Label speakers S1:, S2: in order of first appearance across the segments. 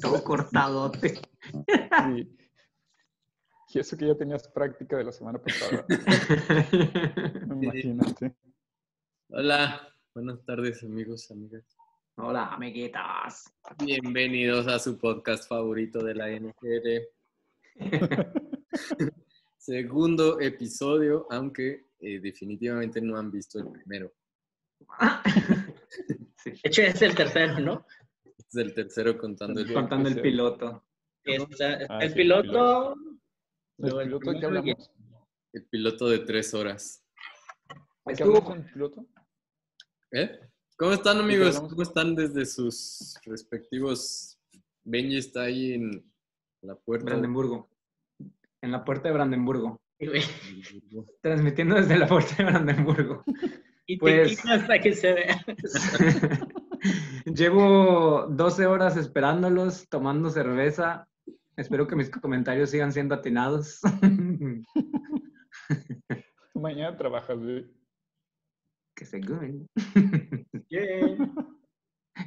S1: Todo cortadote.
S2: Y, y eso que ya tenías práctica de la semana pasada. Imagínate.
S3: Hola, buenas tardes amigos, amigas.
S1: Hola, amiguitas.
S3: Bienvenidos a su podcast favorito de la NFL. Segundo episodio, aunque eh, definitivamente no han visto el primero.
S4: De hecho, es el tercero, ¿no?
S3: Es el tercero contando el
S1: Contando el piloto.
S4: Es, o sea,
S2: Ah,
S4: el
S2: sí,
S4: piloto.
S2: ¿El
S4: luego el
S2: piloto de qué
S4: primero y-
S2: hablamos?
S3: el piloto de tres horas.
S2: ¿De qué
S1: Estuvo-
S2: hablamos en el piloto?
S3: ¿Eh? ¿Cómo están amigos?
S2: hablamos?
S3: ¿Cómo están desde sus respectivos? Benji está ahí en la
S1: eh,
S3: puerta. de-
S1: Brandenburgo. En la puerta de Brandenburgo.
S3: Brandenburgo.
S1: Transmitiendo desde la puerta de Brandenburgo.
S4: Y
S1: Pues-
S4: te quita hasta que se vea.
S1: Llevo 12 horas esperándolos, tomando cerveza. Espero que mis comentarios sigan siendo atinados.
S2: Mañana trabajas, güey.
S1: que según,
S4: Bien.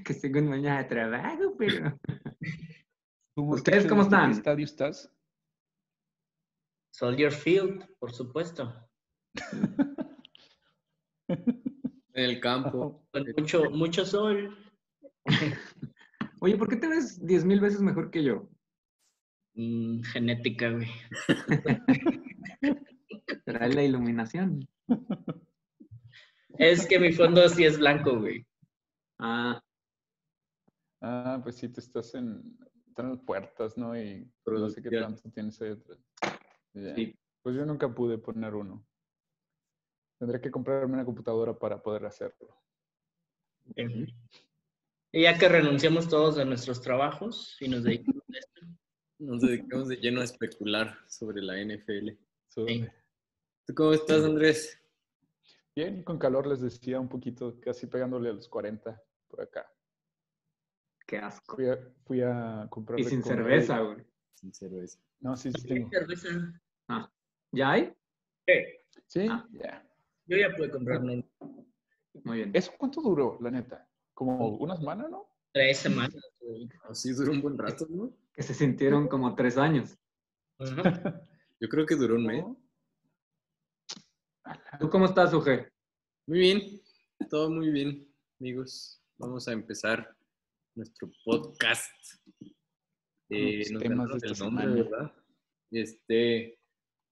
S1: que según mañana trabajo, pero...
S2: ¿Tú,
S1: ¿Ustedes
S2: Montijo,
S1: cómo
S2: en qué
S1: están?
S2: estadio estás?
S4: Soldier Field, por supuesto.
S3: En el campo.
S4: Con mucho, mucho sol.
S1: Oye, ¿por qué te ves 10 mil veces mejor que yo?
S4: Mm, genética, güey.
S1: Será la iluminación.
S4: Es que mi fondo sí es blanco, güey.
S1: Ah,
S2: Ah, pues sí, tú estás en, están las puertas, ¿no? Y no sé qué
S3: Producción.
S2: tanto tienes ahí atrás. Ya.
S1: Sí.
S2: Pues yo nunca pude poner uno. Tendré que comprarme una computadora para poder hacerlo.
S4: Y ya que renunciamos todos a nuestros trabajos y nos dedicamos a esto.
S3: Nos dedicamos de lleno a especular sobre la NFL.
S2: So,
S4: Sí.
S3: ¿Tú cómo estás, Andrés?
S2: Bien, y con calor les decía un poquito, casi pegándole a los 40 por acá.
S1: qué asco.
S2: Fui a, fui a comprar.
S1: Y sin cerveza, güey.
S3: Sin cerveza.
S2: No, sí, sí.
S4: ¿Qué
S2: tengo.
S4: cerveza?
S1: ¿Ya hay?
S4: Eh,
S2: Sí,
S1: Ah.
S2: ya.
S4: Yo ya pude comprar una
S1: Muy bien.
S2: ¿Eso cuánto duró, la neta? Como una semana, ¿no?
S4: tres semanas, güey.
S3: Así duró un buen rato, ¿no?
S1: Que se sintieron como tres años.
S4: Ajá.
S3: Yo creo que duró un mes.
S2: ¿No?
S1: ¿Tú cómo estás, Uge?
S3: Muy bien, todo muy bien, amigos. Vamos a empezar nuestro podcast. Eh,
S2: Los
S3: nos
S2: temas
S3: ganaron
S2: de
S3: el
S2: esta
S3: nombre,
S2: semana.
S3: ¿verdad? Este,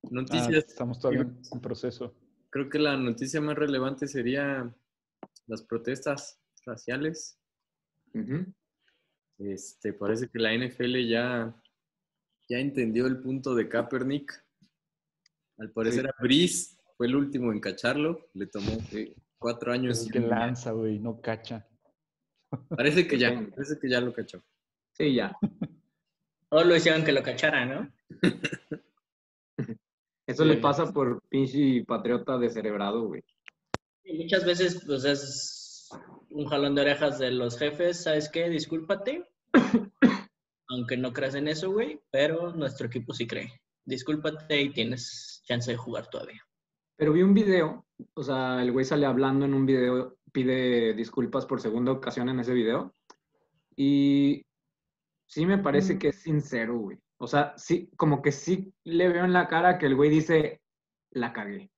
S2: Ah,
S3: noticias.
S2: estamos todavía en en proceso.
S3: Creo que la noticia más relevante sería las protestas raciales.
S1: Ujú.
S3: Este, parece que la NFL ya, ya entendió el punto de Kaepernick. Al parecer
S1: Sí.
S3: a Brice fue el último en cacharlo. Le tomó eh, cuatro años.
S2: Es que lanza, güey, no cacha.
S3: Parece que ya, parece que ya lo cachó.
S1: Sí, ya.
S4: Todos lo hicieron que lo cachara, ¿no?
S1: Eso
S3: Sí.
S1: le pasa por pinche patriota descerebrado, güey.
S4: Y muchas veces, pues es un jalón de orejas de los jefes, ¿sabes qué? Discúlpate. Aunque no creas en eso, güey, pero nuestro equipo sí cree. Discúlpate y tienes chance de jugar todavía.
S1: Pero vi un video, o sea, el güey sale hablando en un video, pide disculpas por segunda ocasión en ese video. Y sí me
S2: Mm.
S1: parece que es sincero, güey. O sea, sí, como que sí le veo en la cara que el güey dice, la cagué.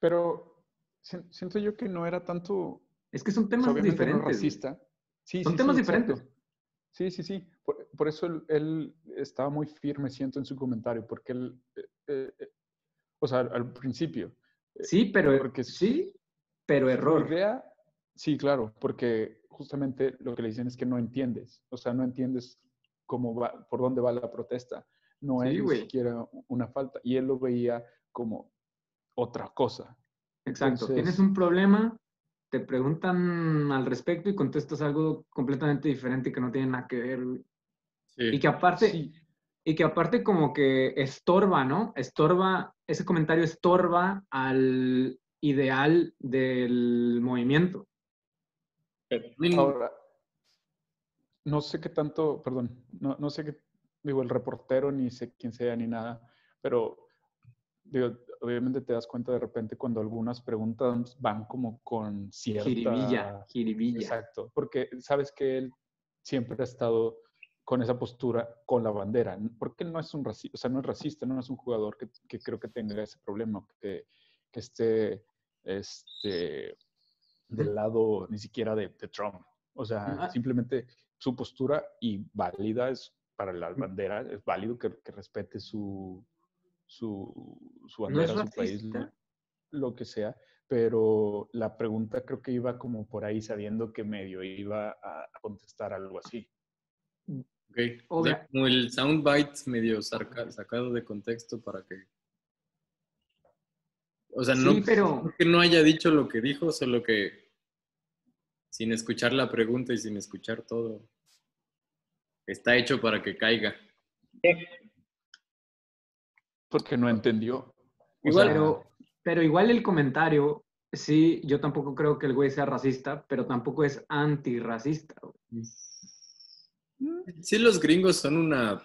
S2: Pero si- siento yo que no era tanto
S1: Es que son
S2: o sea,
S1: temas
S2: Pues, obviamente no
S1: diferentes. güey.
S2: racista. Sí,
S1: Son
S2: sí,
S1: temas
S2: sí,
S1: diferentes.
S2: exacto. Sí, sí, sí. Por, por eso él, él estaba muy firme, siento, en su comentario, porque él, eh, eh, eh, o sea, al, al principio,
S1: Sí, pero
S2: Porque
S1: sí, pero
S2: Su
S1: error.
S2: idea, sí, claro, porque justamente lo que le dicen es que no entiendes, o sea, no entiendes cómo va, por dónde va la protesta. No
S1: Sí,
S2: es ni
S1: güey.
S2: siquiera una falta. Y él lo veía como otra cosa.
S1: Exacto.
S2: entonces-
S1: Tienes un problema, te preguntan al respecto y contestas algo completamente diferente que no tiene nada que ver. güey. Y que aparte,
S2: Sí,
S1: Y que aparte como que estorba, ¿no? Estorba, ese comentario estorba al ideal del movimiento.
S2: ahora, no sé qué tanto, perdón, no, no sé qué, digo, el reportero, ni sé quién sea, ni nada, pero digo, obviamente te das cuenta de repente cuando algunas preguntas van como con cierta...
S1: Jiribilla, jiribilla.
S2: Exacto, porque sabes que él siempre ha estado con esa postura, con la bandera, porque él no es un racista, o sea, no es racista, no es un jugador que, que creo que tenga ese problema, que, que esté este, del lado ni siquiera de, de Trump. O sea,
S1: Ah.
S2: simplemente su postura y válida es para la bandera, es válido que, que respete su, su, su
S1: No
S2: bandera,
S1: es
S2: su país,
S1: racista.
S2: lo, lo que sea. Pero la pregunta creo que iba como por ahí sabiendo que medio iba a contestar algo así.
S3: Ok. O
S1: Obvio.
S3: sea, como el soundbite medio sarca- sacado de contexto para que. O sea, no pues,
S1: Sí, pero
S3: no que no haya dicho lo que dijo, solo que sin escuchar la pregunta y sin escuchar todo. Está hecho para que caiga.
S2: Porque no entendió. O
S3: Igual-
S2: sea,
S1: Pero, pero igual el comentario, sí, yo tampoco creo que el güey sea racista, pero tampoco es antirracista. güey.
S3: Sí, los gringos son una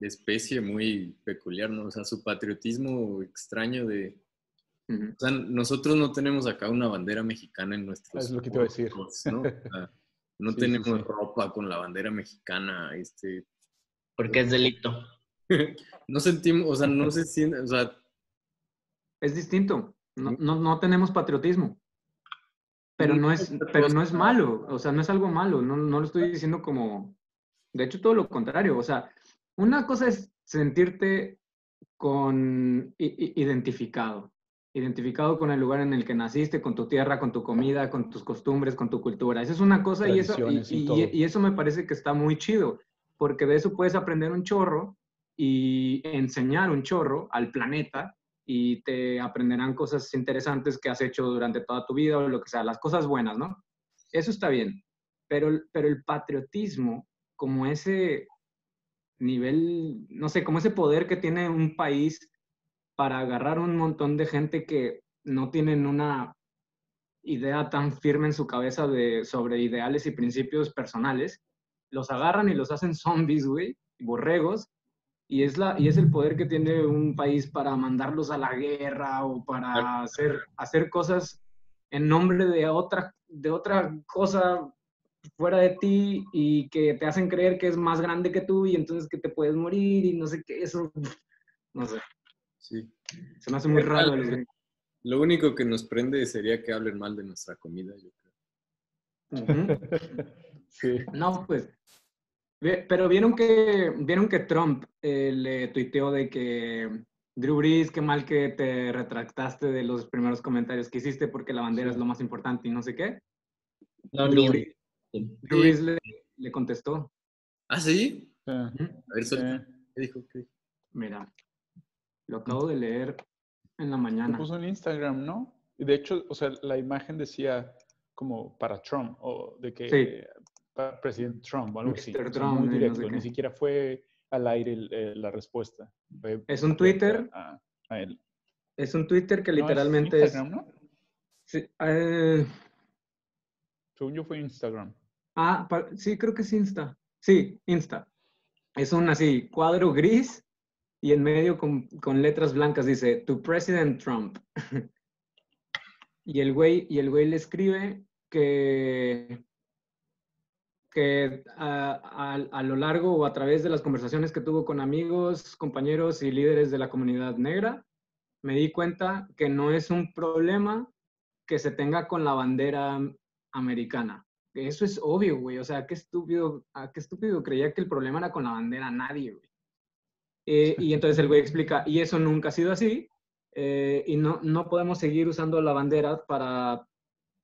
S3: especie muy peculiar, ¿no? O sea, su patriotismo extraño de...
S1: Ujú.
S3: O sea, nosotros no tenemos acá una bandera mexicana en nuestros...
S2: Es lo que te iba a decir.
S3: cuerpos, ¿no? O sea, no
S2: Sí, sí,
S3: tenemos
S2: sí.
S3: ropa con la bandera mexicana, este...
S4: porque es delito.
S3: No sentimos, o sea, no se siente, o sea,
S1: Es distinto. No, no, no tenemos patriotismo. Pero no, es,
S3: Otra
S1: pero
S3: cosa.
S1: no es malo, o sea, no es algo malo, no, no lo estoy diciendo como... De hecho, todo lo contrario, o sea, una cosa es sentirte con i- i- identificado, identificado con el lugar en el que naciste, con tu tierra, con tu comida, con tus costumbres, con tu cultura. Esa es una cosa y eso, y,
S2: Tradiciones y
S1: y-
S2: todo.
S1: y eso me parece que está muy chido, porque de eso puedes aprender un chorro y enseñar un chorro al planeta y te aprenderán cosas interesantes que has hecho durante toda tu vida o lo que sea, las cosas buenas, ¿no? Eso está bien, pero, el- pero el patriotismo, como ese nivel, no sé, como ese poder que tiene un país para agarrar un montón de gente que no tienen una idea tan firme en su cabeza de, sobre ideales y principios personales, los agarran y los hacen zombies, güey, borregos, y es, la, y es el poder que tiene un país para mandarlos a la guerra o para hacer, hacer cosas en nombre de otra, de otra cosa fuera de ti y que te hacen creer que es más grande que tú y entonces que te puedes morir y no sé qué, eso, no sé,
S3: sí.
S1: se me hace muy raro. los gringos.
S3: Lo único que nos prende sería que hablen mal de nuestra comida, yo creo.
S1: Ujú.
S2: sí.
S1: No, pues. Ve- Pero vieron que vieron que Trump eh, le tuiteó de que Drew Brees, qué mal que te retractaste de los primeros comentarios que hiciste porque la bandera es lo más importante y no sé qué.
S4: No,
S1: Drew
S4: ni un-
S1: Brees, Drew Brees le, le contestó.
S3: ¿Ah, sí?
S2: Eh,
S3: A ver, suelta.
S2: eh.
S3: ¿Qué dijo? ¿Qué dijo?
S1: Mira, lo acabo de leer en la
S2: Lo
S1: mañana.
S2: puso en Instagram, ¿no? Y de hecho, o sea, la imagen decía como para Trump, o de que
S1: Sí.
S2: eh, para presidente Trump o algo así.
S1: Mr.
S2: o sea,
S1: Trump,
S2: muy
S1: y no sé
S2: directo,
S1: qué.
S2: ni siquiera fue al aire el- eh, la respuesta. Fue
S1: Es un Twitter,
S2: a, a él.
S1: es un Twitter que
S2: No,
S1: literalmente es.
S2: Instagram, ¿no?
S1: sí, eh,
S2: Según yo fue Instagram.
S1: Ah, pa- sí, creo que es Insta. Sí, Insta. Es un así, cuadro gris y en medio con, con letras blancas dice, to President Trump. y, el güey, y el güey le escribe que, que a, a- a lo largo o a través de las conversaciones que tuvo con amigos, compañeros y líderes de la comunidad negra, me di cuenta que no es un problema que se tenga con la bandera americana. Eso es obvio, güey. O sea, qué estúpido, ah, qué estúpido creía que el problema era con la bandera, nadie, güey. Eh, y entonces el güey explica, y eso nunca ha sido así, eh, y no, no podemos seguir usando la bandera para,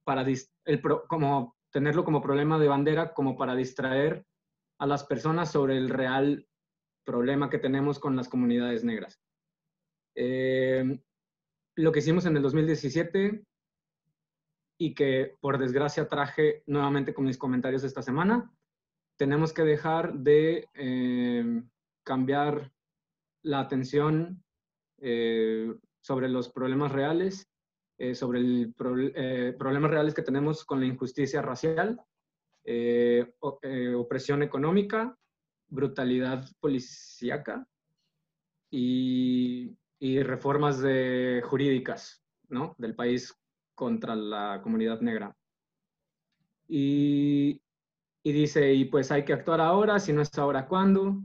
S1: para dis- el pro- como tenerlo como problema de bandera, como para distraer a las personas sobre el real problema que tenemos con las comunidades negras. Eh, lo que hicimos en el 2017 y que por desgracia traje nuevamente con mis comentarios esta semana. Tenemos que dejar de eh, cambiar la atención eh, sobre los problemas reales, eh, sobre el pro- eh, problemas reales que tenemos con la injusticia racial, eh, o- eh, opresión económica, brutalidad policíaca y, y reformas de jurídicas, ¿no? Del país contra la comunidad negra. Y, y dice, y pues hay que actuar ahora, si no es ahora, ¿cuándo?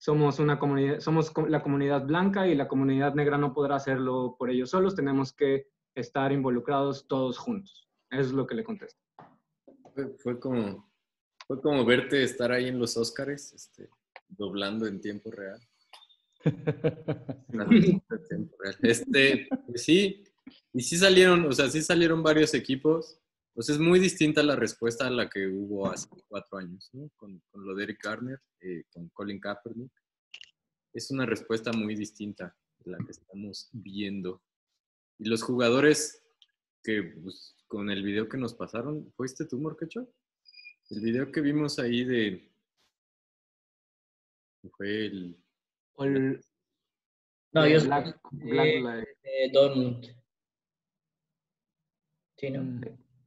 S1: Somos, una comunidad, somos co- la comunidad blanca y la comunidad negra no podrá hacerlo por ellos solos, tenemos que estar involucrados todos juntos. Eso es lo que le contesto.
S3: Fue, fue como, fue como verte estar ahí en los Óscares, este, doblando en tiempo real. Transmisión en tiempo real. Este, pues sí, y sí salieron, o sea, sí salieron varios equipos. O sea, es muy distinta la respuesta a la que hubo hace cuatro años, ¿no? Con, con lo de Eric Garner, eh, con Colin Kaepernick. Es una respuesta muy distinta de la que estamos viendo. Y los jugadores que pues, con el video que nos pasaron, ¿fue este tu Morcacho? El video que vimos ahí de... Fue el...
S1: El,
S4: No, yo eh, soy
S1: Black, Black Lives-
S4: de Dortmund. Sí, no.
S2: Mm.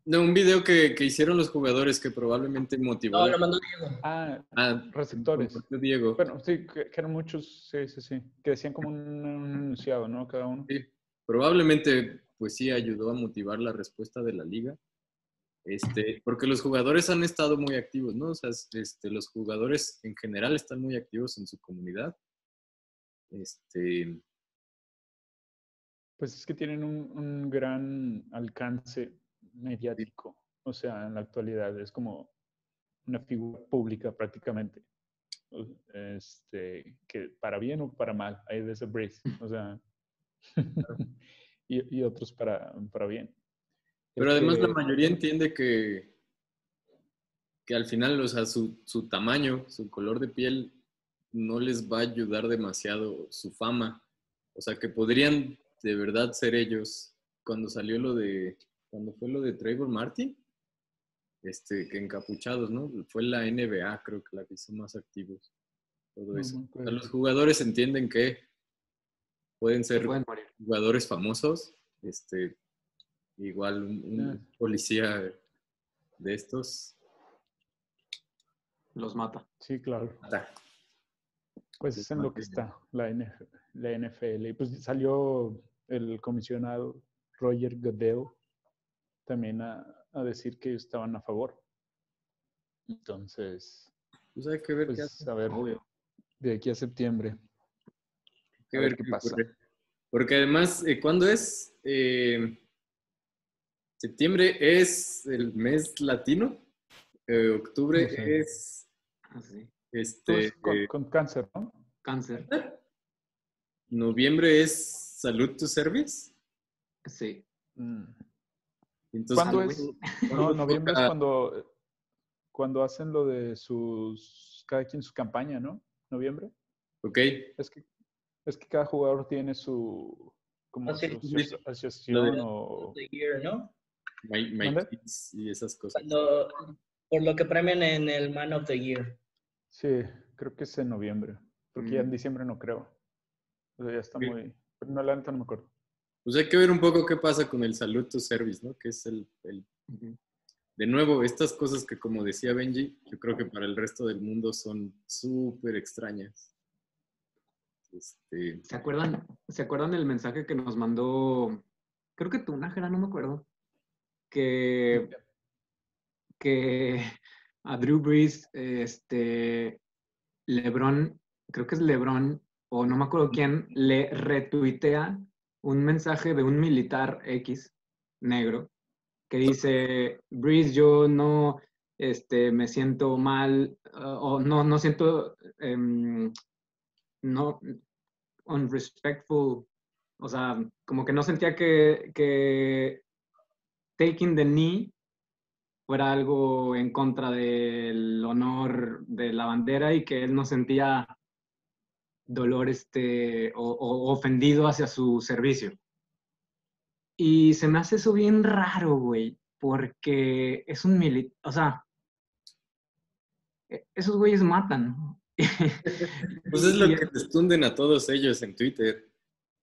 S3: No, un video que, que hicieron los jugadores que probablemente motivó
S4: No, lo mandó Diego.
S2: Ah,
S3: a
S2: receptores.
S3: Diego.
S2: Bueno, sí, que, que eran muchos, sí, sí, sí. Que decían como un, un enunciado, ¿no? Cada uno.
S3: Sí, probablemente, pues sí, ayudó a motivar la respuesta de la liga. Este, porque los jugadores han estado muy activos, ¿no? O sea, es- este, los jugadores en general están muy activos en su comunidad. Este,
S2: Pues es que tienen un, un gran alcance mediático. O sea, en la actualidad es como una figura pública prácticamente. O- Este, que para bien o para mal, hay de ese breeze. O sea, y, y otros para, para bien.
S3: pero además la
S2: Este,
S3: mayoría entiende que, que al final, o sea, su, su tamaño, su color de piel no les va a ayudar demasiado su fama. O sea, que podrían de verdad ser ellos. Cuando salió lo de, cuando fue lo de Trevor Martin, este, que encapuchados, ¿no? Fue la NBA, creo que la que hizo más activos. Todo
S2: no me
S3: eso. O sea,
S2: acuerdo.
S3: los jugadores entienden que pueden ser
S1: pueden morir.
S3: jugadores famosos, este, igual un, un
S2: Ah.
S3: policía de estos.
S1: Los mata.
S2: Sí, claro.
S3: Ata.
S2: Pues
S3: Sí,
S2: es en lo que
S3: mantiene.
S2: está la, NF la NFL. Y pues salió el comisionado Roger Goodell también a, a decir que estaban a favor. Entonces,
S3: Pues hay que ver qué
S2: pues
S3: hace,
S2: a ver,
S1: Obvio.
S2: de aquí a septiembre.
S3: hay que
S2: a
S3: ver
S2: ver qué
S3: qué
S2: pasa.
S3: ocurre. Porque además, eh, ¿cuándo es? Eh, septiembre es el mes latino, eh, octubre
S2: No sé.
S3: es
S1: Así.
S2: Tú
S3: este,
S2: es Pues, con,
S3: eh,
S2: con cáncer, ¿no?
S1: Cáncer.
S3: noviembre es salud to service.
S1: Sí.
S2: Mm.
S3: Entonces,
S2: ¿Cuándo es? No,
S3: ¿cuándo
S2: noviembre es
S3: toca?
S2: cuando, cuando hacen lo de sus, cada quien su campaña, ¿no? Noviembre.
S3: Ok,
S2: Es que, es que cada jugador tiene su, como
S4: Ah, sí.
S2: su asoci- asociación o...
S4: The year, ¿no?
S3: my, my
S2: ¿Mande?
S3: kids y esas cosas.
S4: Cuando, por lo que premian en el Man of the Year.
S2: Sí, creo que es en noviembre. Porque ya en
S1: Mm.
S2: diciembre no creo. O sea, ya está
S3: Sí.
S2: muy... pero No, la neta no me acuerdo.
S3: Pues hay que ver un poco qué pasa con el Salud to Service, ¿no? Que es el, el-
S1: Ujú.
S3: De nuevo, estas cosas que, como decía Benji, yo creo que para el resto del mundo son súper extrañas. Este,
S1: ¿Se acuerdan, ¿Se acuerdan del mensaje que nos mandó? Creo que tú, Nájera, no me acuerdo. Que, que a Drew Brees, este, LeBron, creo que es LeBron, o no me acuerdo quién, le retuitea un mensaje de un militar X negro que dice: Brees, yo no este, me siento mal, ah, o no, no siento. em, no, unrespectful, o sea, como que no sentía que, que taking the knee fuera algo en contra del honor de la bandera y que él no sentía dolor este, o, o ofendido hacia su servicio. Y se me hace eso bien raro, güey, porque es un militar, o sea, e- esos güeyes matan.
S3: pues es lo
S1: Y-
S3: que les tunden a todos ellos en Twitter.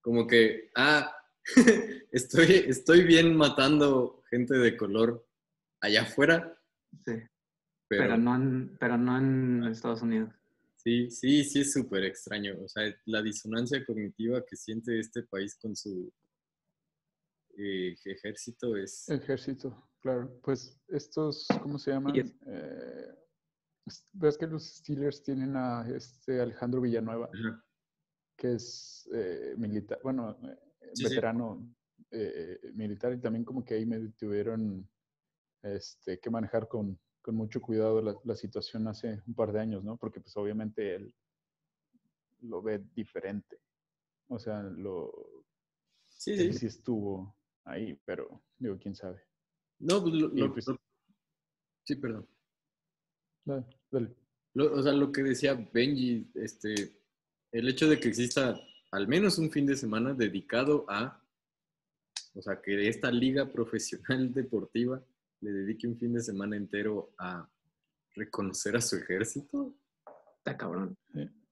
S3: Como que, ah, estoy, estoy bien matando gente de color allá afuera,
S1: sí.
S3: pero,
S1: pero, no en, pero no en Estados Unidos.
S3: sí, Sí, sí, sí, es súper extraño. O sea, la disonancia cognitiva que siente este país con su eh, ejército es...
S2: Ejército, claro. Pues estos, ¿cómo se llaman?
S1: Yes.
S2: Eh, Ves que los Steelers tienen a este Alejandro Villanueva,
S3: Ajá.
S2: que es eh, militar, bueno, eh,
S3: Sí, sí.
S2: veterano eh, militar, y también como que ahí me tuvieron este, que manejar con, con mucho cuidado la, la situación hace un par de años, ¿no? Porque pues obviamente él lo ve diferente. O sea, lo,
S3: Sí,
S2: él
S3: sí.
S2: sí estuvo ahí, pero digo, quién sabe.
S3: No, pues lo-
S2: Y,
S3: lo-
S2: pues-
S3: lo- Sí, perdón.
S2: Dale, dale.
S3: Lo- o sea, lo que decía Benji, este, el hecho de que exista al menos un fin de semana dedicado a, o sea, que esta liga profesional deportiva le dedique un fin de semana entero a reconocer a su ejército,
S1: Está cabrón.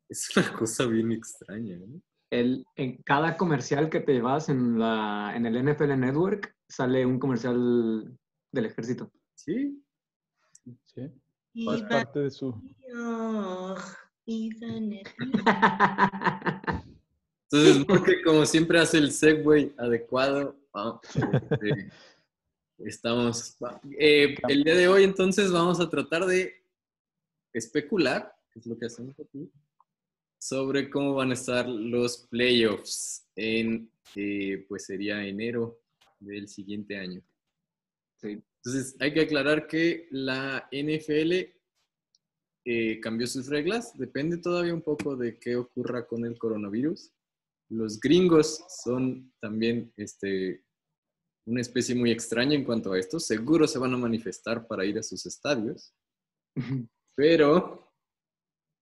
S3: es una cosa bien extraña. ¿no?
S1: El, en cada comercial que te llevas en, la, en el NFL Network sale un comercial del ejército.
S3: Sí,
S2: Sí, es
S3: Para-
S2: parte de su...
S3: entonces porque como siempre hace el segue adecuado, ah, este, estamos. eh, el día de hoy entonces vamos a tratar de especular, que es lo que hacemos aquí, sobre cómo van a estar los playoffs en, eh, pues sería enero del siguiente año.
S1: Sí.
S3: Entonces hay que aclarar que la NFL eh, cambió sus reglas, depende todavía un poco de qué ocurra con el coronavirus. Los gringos son también este, una especie muy extraña en cuanto a esto. Seguro se van a manifestar para ir a sus estadios. Pero,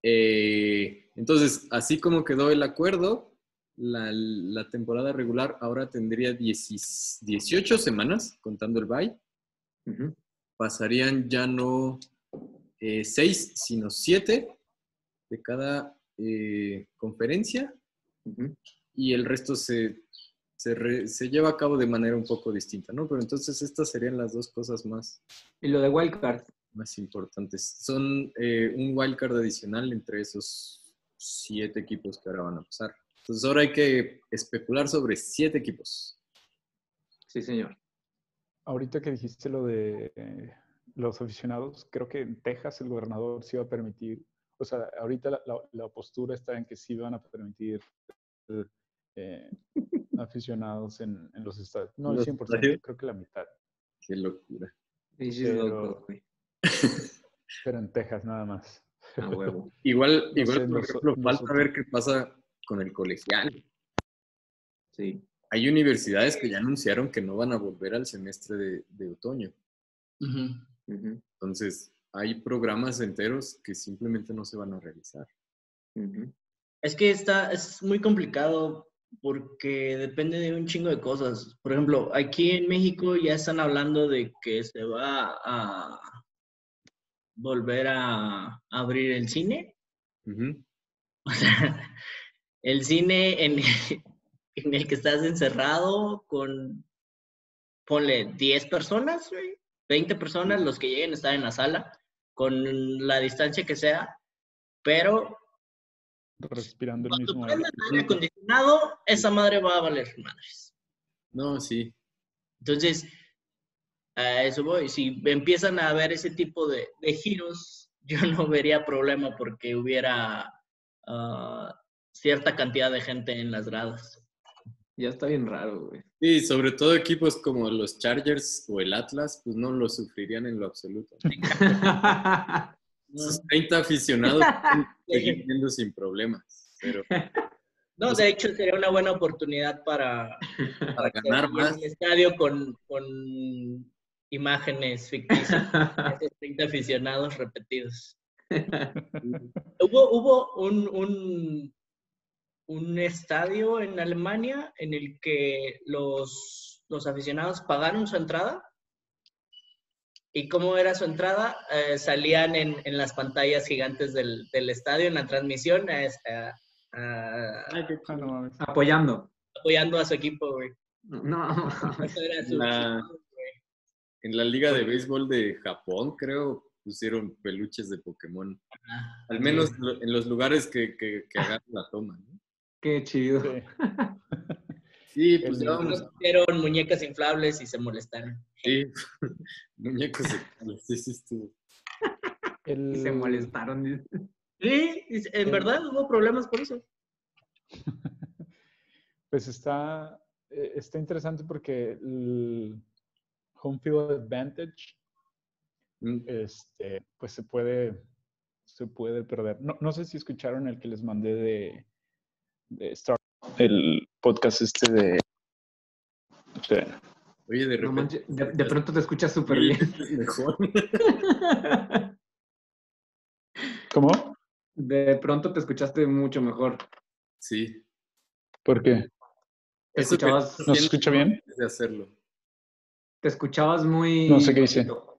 S3: eh, entonces, así como quedó el acuerdo, la, la temporada regular ahora tendría 10 18 semanas, contando el bye.
S1: Ujú.
S3: Pasarían ya no 6, sino 7 de cada eh, conferencia
S1: Ujú.
S3: y el resto se, se, re- se lleva a cabo de manera un poco distinta, ¿no? Pero entonces estas serían las dos cosas más,
S1: Y lo de Wildcard,
S3: más importantes. Son eh, un wildcard adicional entre esos siete equipos que ahora van a pasar. Entonces ahora hay que especular sobre siete equipos.
S1: sí señor.
S2: Ahorita que dijiste lo de eh, los aficionados, creo que en Texas el gobernador sí va a permitir, o sea, ahorita la, la- la postura está en que sí van a permitir eh, aficionados en, en los estados. No el
S3: ¿Los
S2: 100%,
S3: estadios?
S2: creo que la mitad,
S3: Qué locura.
S1: Pinches
S2: Pero-
S1: locos, güey.
S2: pero en Texas nada más.
S1: A huevo.
S3: Igual,
S2: No
S3: igual
S2: sé,
S3: por
S2: noso-
S3: ejemplo, falta
S2: nosotros-
S3: ver qué pasa con el colegial.
S1: Sí.
S3: Hay universidades que ya anunciaron que no van a volver al semestre de- de otoño.
S4: Ujú.
S1: Ujú,
S3: Entonces, hay programas enteros que simplemente no se van a realizar.
S1: ujú.
S4: Es que está, es muy complicado porque depende de un chingo de cosas. Por ejemplo, aquí en México ya están hablando de que se va a volver a abrir el cine. O sea, el cine en, en el que estás encerrado con, ponle 10 personas, güey, 20 personas, los que lleguen a estar en la sala, con la distancia que sea, pero
S2: Respirando el
S4: cuando
S2: mismo
S4: prendan aire
S2: aire.
S4: acondicionado, esa madre va a valer madres.
S3: No, sí.
S4: Entonces, a eso voy. Si empiezan a haber ese tipo de, de giros, yo no vería problema porque hubiera ah, cierta cantidad de gente en las gradas.
S1: Ya está bien raro, güey.
S3: Y sobre todo equipos como los Chargers o el Atlas, pues no lo sufrirían en lo absoluto. Sus 30 aficionados pueden seguir viendo sin problemas, pero
S4: No, de hecho, sería una buena oportunidad para,
S3: para ganar más,
S4: Este, el estadio con, con imágenes ficticias de esos 30 aficionados repetidos. Hubo, hubo un, un, un estadio en Alemania en el que los, los aficionados pagaron su entrada. ¿Y cómo era su entrada? Eh, salían en, en las pantallas gigantes del, del estadio, en la transmisión, a esta- a-
S2: Ah, no mames.
S1: Apoyando.
S4: apoyando a su equipo, güey.
S1: No.
S4: Eso era su-
S3: La- en la Liga de Béisbol de Japón, creo, pusieron peluches de Pokémon.
S1: Ah,
S3: Al menos lo- en los lugares que, que, que agarran la toma, ¿no?
S1: Qué chido.
S2: Sí.
S3: Sí, pues
S2: El-
S3: ya vamos.
S4: Pusieron muñecas inflables y se molestaron.
S3: Sí, muñecos sexuales, sí, sí, estuvo.
S2: El-
S1: Y se molestaron. dice.
S4: Sí, y- en verdad hubo problemas por eso.
S2: Pues está, eh, está interesante porque el home field advantage
S3: Mm,
S2: este, pues se puede, se puede perder. No, no sé si escucharon el que les mandé de, de Star, el podcast este de... de-
S3: Oye, de
S1: No
S3: repente.
S1: manches, de, de pronto te escuchas súper
S3: pues, Sí,
S1: bien.
S3: es Mejor.
S2: ¿Cómo?
S1: De pronto te escuchaste mucho mejor.
S3: Sí.
S2: ¿Por qué?
S1: Te
S3: Eso que
S1: escuchabas,
S2: ¿No se escucha bien?
S3: De hacerlo.
S1: te escuchabas muy.
S2: No sé qué hice.
S1: bajito.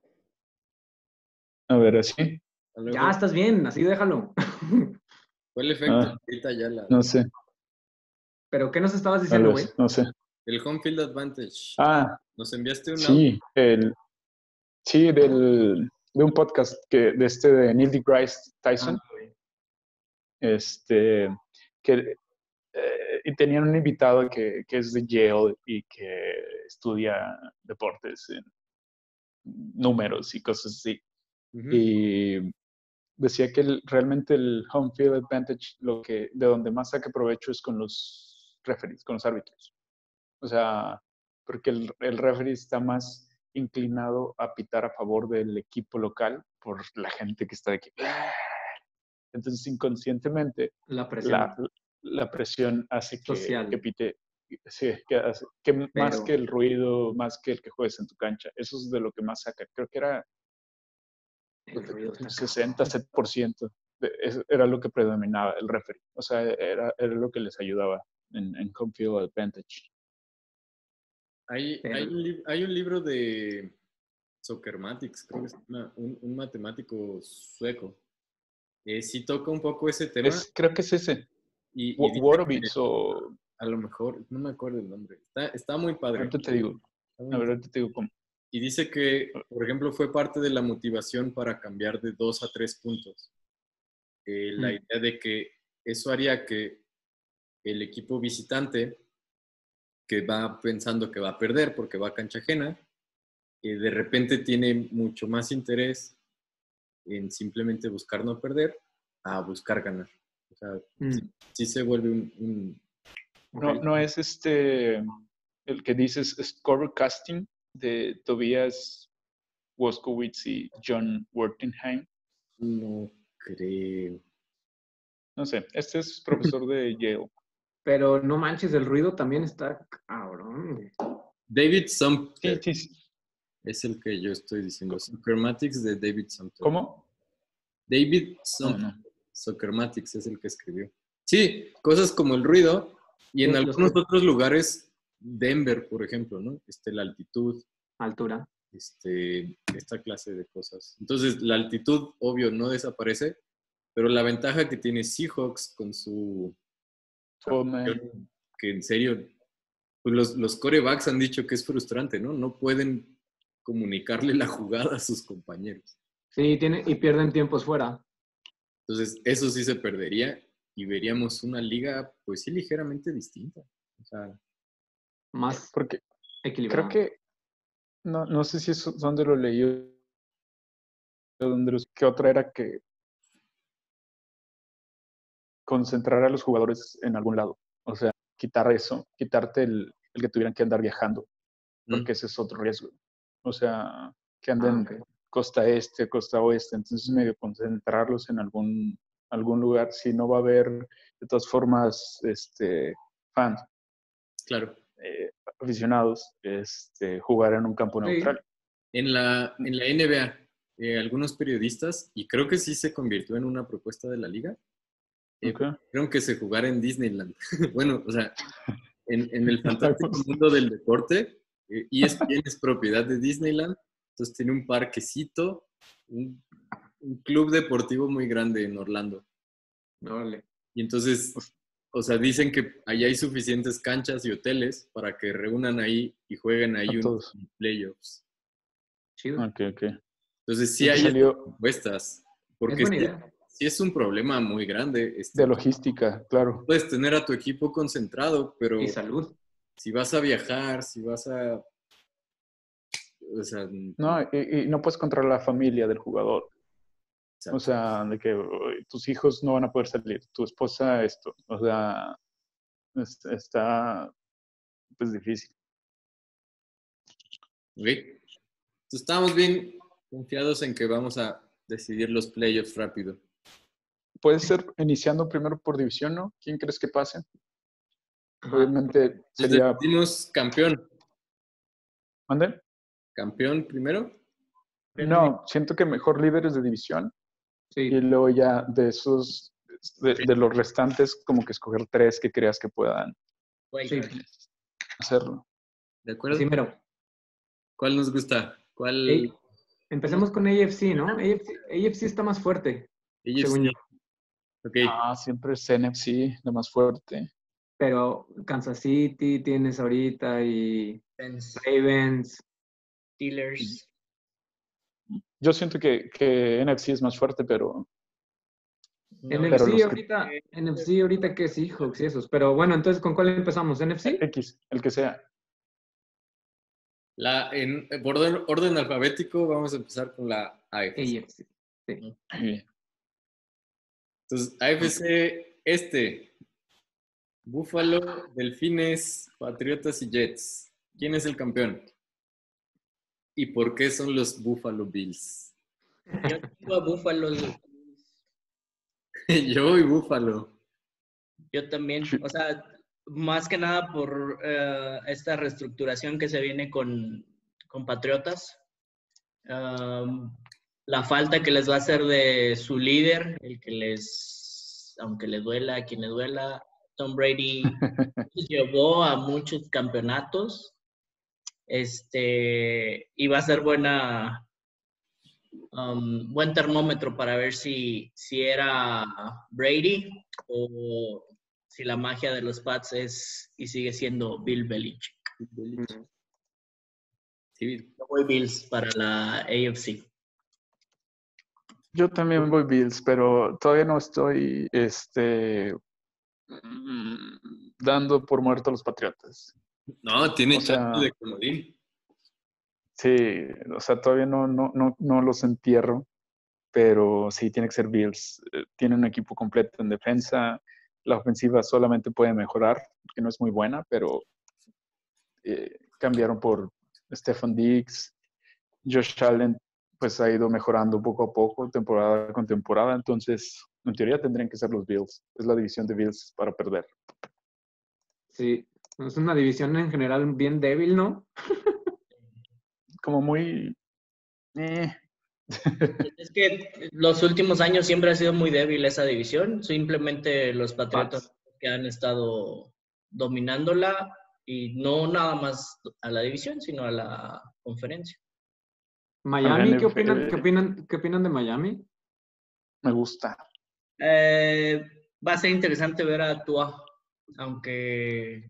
S2: A ver, así.
S3: A lo
S1: Ya
S3: mejor
S1: estás bien, así déjalo.
S3: Fue el efecto.
S2: Ah.
S3: Ahorita ya la.
S2: No sé.
S1: Pero ¿qué nos estabas
S2: tal
S1: diciendo, güey?
S2: vez, no sé.
S3: El home field advantage.
S2: Ah,
S3: Nos enviaste este, una.
S2: Sí, el, sí del, de un podcast que, de este de Neil deGrasse Tyson, este, que eh, y tenían un invitado que, que es de Yale y que estudia deportes, en números y cosas así.
S3: Ujú.
S2: Y decía que el- realmente el home field advantage, lo que, de donde más saca provecho es con los referees, con los árbitros. O sea, porque el, el referee está más inclinado a pitar a favor del equipo local por la gente que está de aquí. Entonces, inconscientemente,
S1: La presión.
S2: la, la presión hace que,
S1: Social.
S2: que pite. Sí, que, hace- que más
S1: Pero-
S2: que el ruido, más que el que juegues en tu cancha. Eso es de lo que más saca. Creo que era Pues,
S1: El ruido está acá.
S2: 60-70% era lo que predominaba el referee. O sea, era, era lo que les ayudaba en, en home field advantage.
S3: Hay,
S1: Pero-
S3: hay, un, lib- hay un libro de Soccermatics, creo que es una- un, un matemático sueco. Eh, sí toca un poco ese tema.
S2: Es- creo que es ese,
S3: y, y dice
S2: Worovitz
S3: que
S2: o...
S3: a lo mejor, no me acuerdo el nombre. Está, está muy padre.
S2: Ahorita te digo,
S3: Está muy
S2: a ver, ahorita te digo cómo.
S3: Y dice que, por ejemplo, fue parte de la motivación para cambiar de dos a tres puntos. Eh, la
S1: Mm.
S3: idea de que eso haría que el equipo visitante, que va pensando que va a perder porque va a cancha ajena, eh, de repente tiene mucho más interés en simplemente buscar no perder a buscar ganar. O sea,
S1: Mm,
S3: sí se vuelve un... un-
S2: No,
S1: ok.
S2: no es este, el que dices Scorecasting de Tobias Woskowitz y John Wertenheim.
S3: no creo.
S2: No sé, este es profesor de Yale.
S1: Pero no manches, el ruido también está cabrón. güey.
S3: David Sumter.
S2: Sí, sí, sí.
S3: Es el que yo estoy diciendo. Soccermatics de David Sumter.
S2: ¿Cómo?
S3: David
S2: No,
S3: Sumter.
S2: no.
S3: Soccermatics es el que escribió. Sí, cosas como el ruido y en
S1: Sí, los
S3: algunos
S1: que-
S3: otros lugares, Denver, por ejemplo, ¿no? Este, la altitud,
S1: Altura.
S3: este, esta clase de cosas. Entonces, la altitud, obvio, no desaparece, pero la ventaja que tiene Seahawks con su...
S2: Oh, man.
S3: que en serio, pues los, los corebacks han dicho que es frustrante, ¿no? No pueden comunicarle la jugada a sus compañeros.
S1: Sí, tiene, y pierden tiempos fuera.
S3: Entonces, eso sí se perdería y veríamos una liga, pues sí, ligeramente distinta. O sea,
S1: Más
S2: Porque creo
S1: equilibrado.
S2: que, no, no sé si es donde lo leí, o donde los- que otra era que concentrar a los jugadores en algún lado. O sea, quitar eso, quitarte el, el que tuvieran que andar viajando, porque ese es otro riesgo. O sea, que anden
S1: Mm. Ah, ok.
S2: costa este, costa oeste, entonces medio concentrarlos en algún, algún lugar, si no va a haber, de todas formas, este, fans.
S3: claro.
S2: eh, aficionados este, jugar en un campo
S1: Sí.
S2: neutral.
S3: En la, en la NBA, eh, algunos periodistas, y creo que sí se convirtió en una propuesta de la liga, Sí.
S2: Ok.
S3: creo que se jugara en Disneyland. bueno, o sea, en, en el fantástico mundo del deporte, eh, ESPN es propiedad de Disneyland, entonces tiene un parquecito, un- un club deportivo muy grande en Orlando.
S1: Órale.
S3: Y entonces, o sea, dicen que allá hay suficientes canchas y hoteles para que reúnan ahí y jueguen ahí
S2: A
S3: un
S2: todos.
S3: playoffs.
S1: Chido.
S2: Ok, ok.
S3: Entonces sí hay
S2: Salió
S3: respuestas, porque
S1: es buena
S3: sí,
S1: idea.
S3: sí es un problema muy grande. este,
S2: de logística, claro.
S3: puedes tener a tu equipo concentrado, pero
S1: Y salud.
S3: si vas a viajar, si vas a... O sea,
S2: No, y, y no puedes controlar la familia del jugador.
S3: exacto.
S2: O sea, de que uy, tus hijos no van a poder salir, tu esposa esto. O sea, es- está pues difícil.
S3: Ok. Entonces, estamos bien confiados en que vamos a decidir los playoffs rápido.
S2: Puede ser iniciando primero por división, ¿no? ¿Quién crees que pase?
S1: Ajá.
S2: Obviamente
S3: Entonces
S2: sería...
S3: decidimos campeón.
S2: ¿Mande?
S3: ¿Campeón primero?
S2: No, siento que mejor líderes de división
S1: Sí,
S2: y luego ya de esos, de, de los restantes, como que escoger tres que creas que puedan
S4: Güey,
S1: sí,
S2: hacerlo.
S3: ¿De acuerdo?
S1: sí, mero.
S3: ¿Cuál nos gusta? ¿Cuál?
S1: Ey, empecemos con AFC, ¿no? AFC, AFC está más fuerte,
S3: AFC?
S1: según yo.
S3: Ok,
S2: Ah, siempre es NFC, la más fuerte.
S1: Pero Kansas City tienes ahorita y
S4: Ravens,
S1: Ravens.
S4: Steelers.
S2: Yo siento que, que NFC es más fuerte, pero
S4: no,
S2: Pero los
S1: NFC
S2: que-
S1: ahorita, NFC ahorita que Seahawks y esos. Pero bueno, entonces, ¿con cuál empezamos? ¿NFC?
S2: X, el que sea.
S3: la, en, por orden, orden alfabético vamos a empezar con la AFC.
S1: AFC.
S3: Entonces, AFC este. Búfalo, Delfines, Patriotas y Jets. ¿Quién es el campeón? ¿Y por qué son los Buffalo Bills?
S4: Yo tengo a Buffalo. güey.
S3: Yo y Búfalo.
S4: Yo también. O sea, más que nada por eh, esta reestructuración que se viene con, con Patriotas. Um, la falta que les va a hacer de su líder, el que les, aunque le duela a quien le duela, Tom Brady llevó a muchos campeonatos. Este, y va a ser buena, um, buen termómetro para ver si, si era Brady o si la magia de los Pats es y sigue siendo Bill Belichick.
S3: Sí,
S4: Yo voy Bills para la AFC.
S2: Yo también voy Bills, pero todavía no estoy este, mm, dando por muerto a los Patriotas.
S3: No, tiene
S2: O sea-
S3: chance de comodín.
S2: Sí, o sea, todavía no, no, no, no los entierro, pero sí tiene que ser Bills. Eh, Tiene un equipo completo en defensa. La ofensiva solamente puede mejorar, que no es muy buena, pero eh, cambiaron por Stefan Diggs. Josh Allen, pues ha ido mejorando poco a poco, temporada con temporada. Entonces, en teoría tendrían que ser los Bills. Es la división de Bills para perder.
S1: Sí. Es una división en general bien débil, ¿no?
S2: Como muy... eh,
S4: Es que los últimos años siempre ha sido muy débil esa división. Simplemente los Patriotas que han estado dominándola y no nada más a la división, sino a la conferencia.
S1: Miami, ¿qué
S2: NFL.
S1: opinan, qué opinan, qué opinan de Miami?
S2: me gusta.
S4: Eh, va a ser interesante ver a Tua, aunque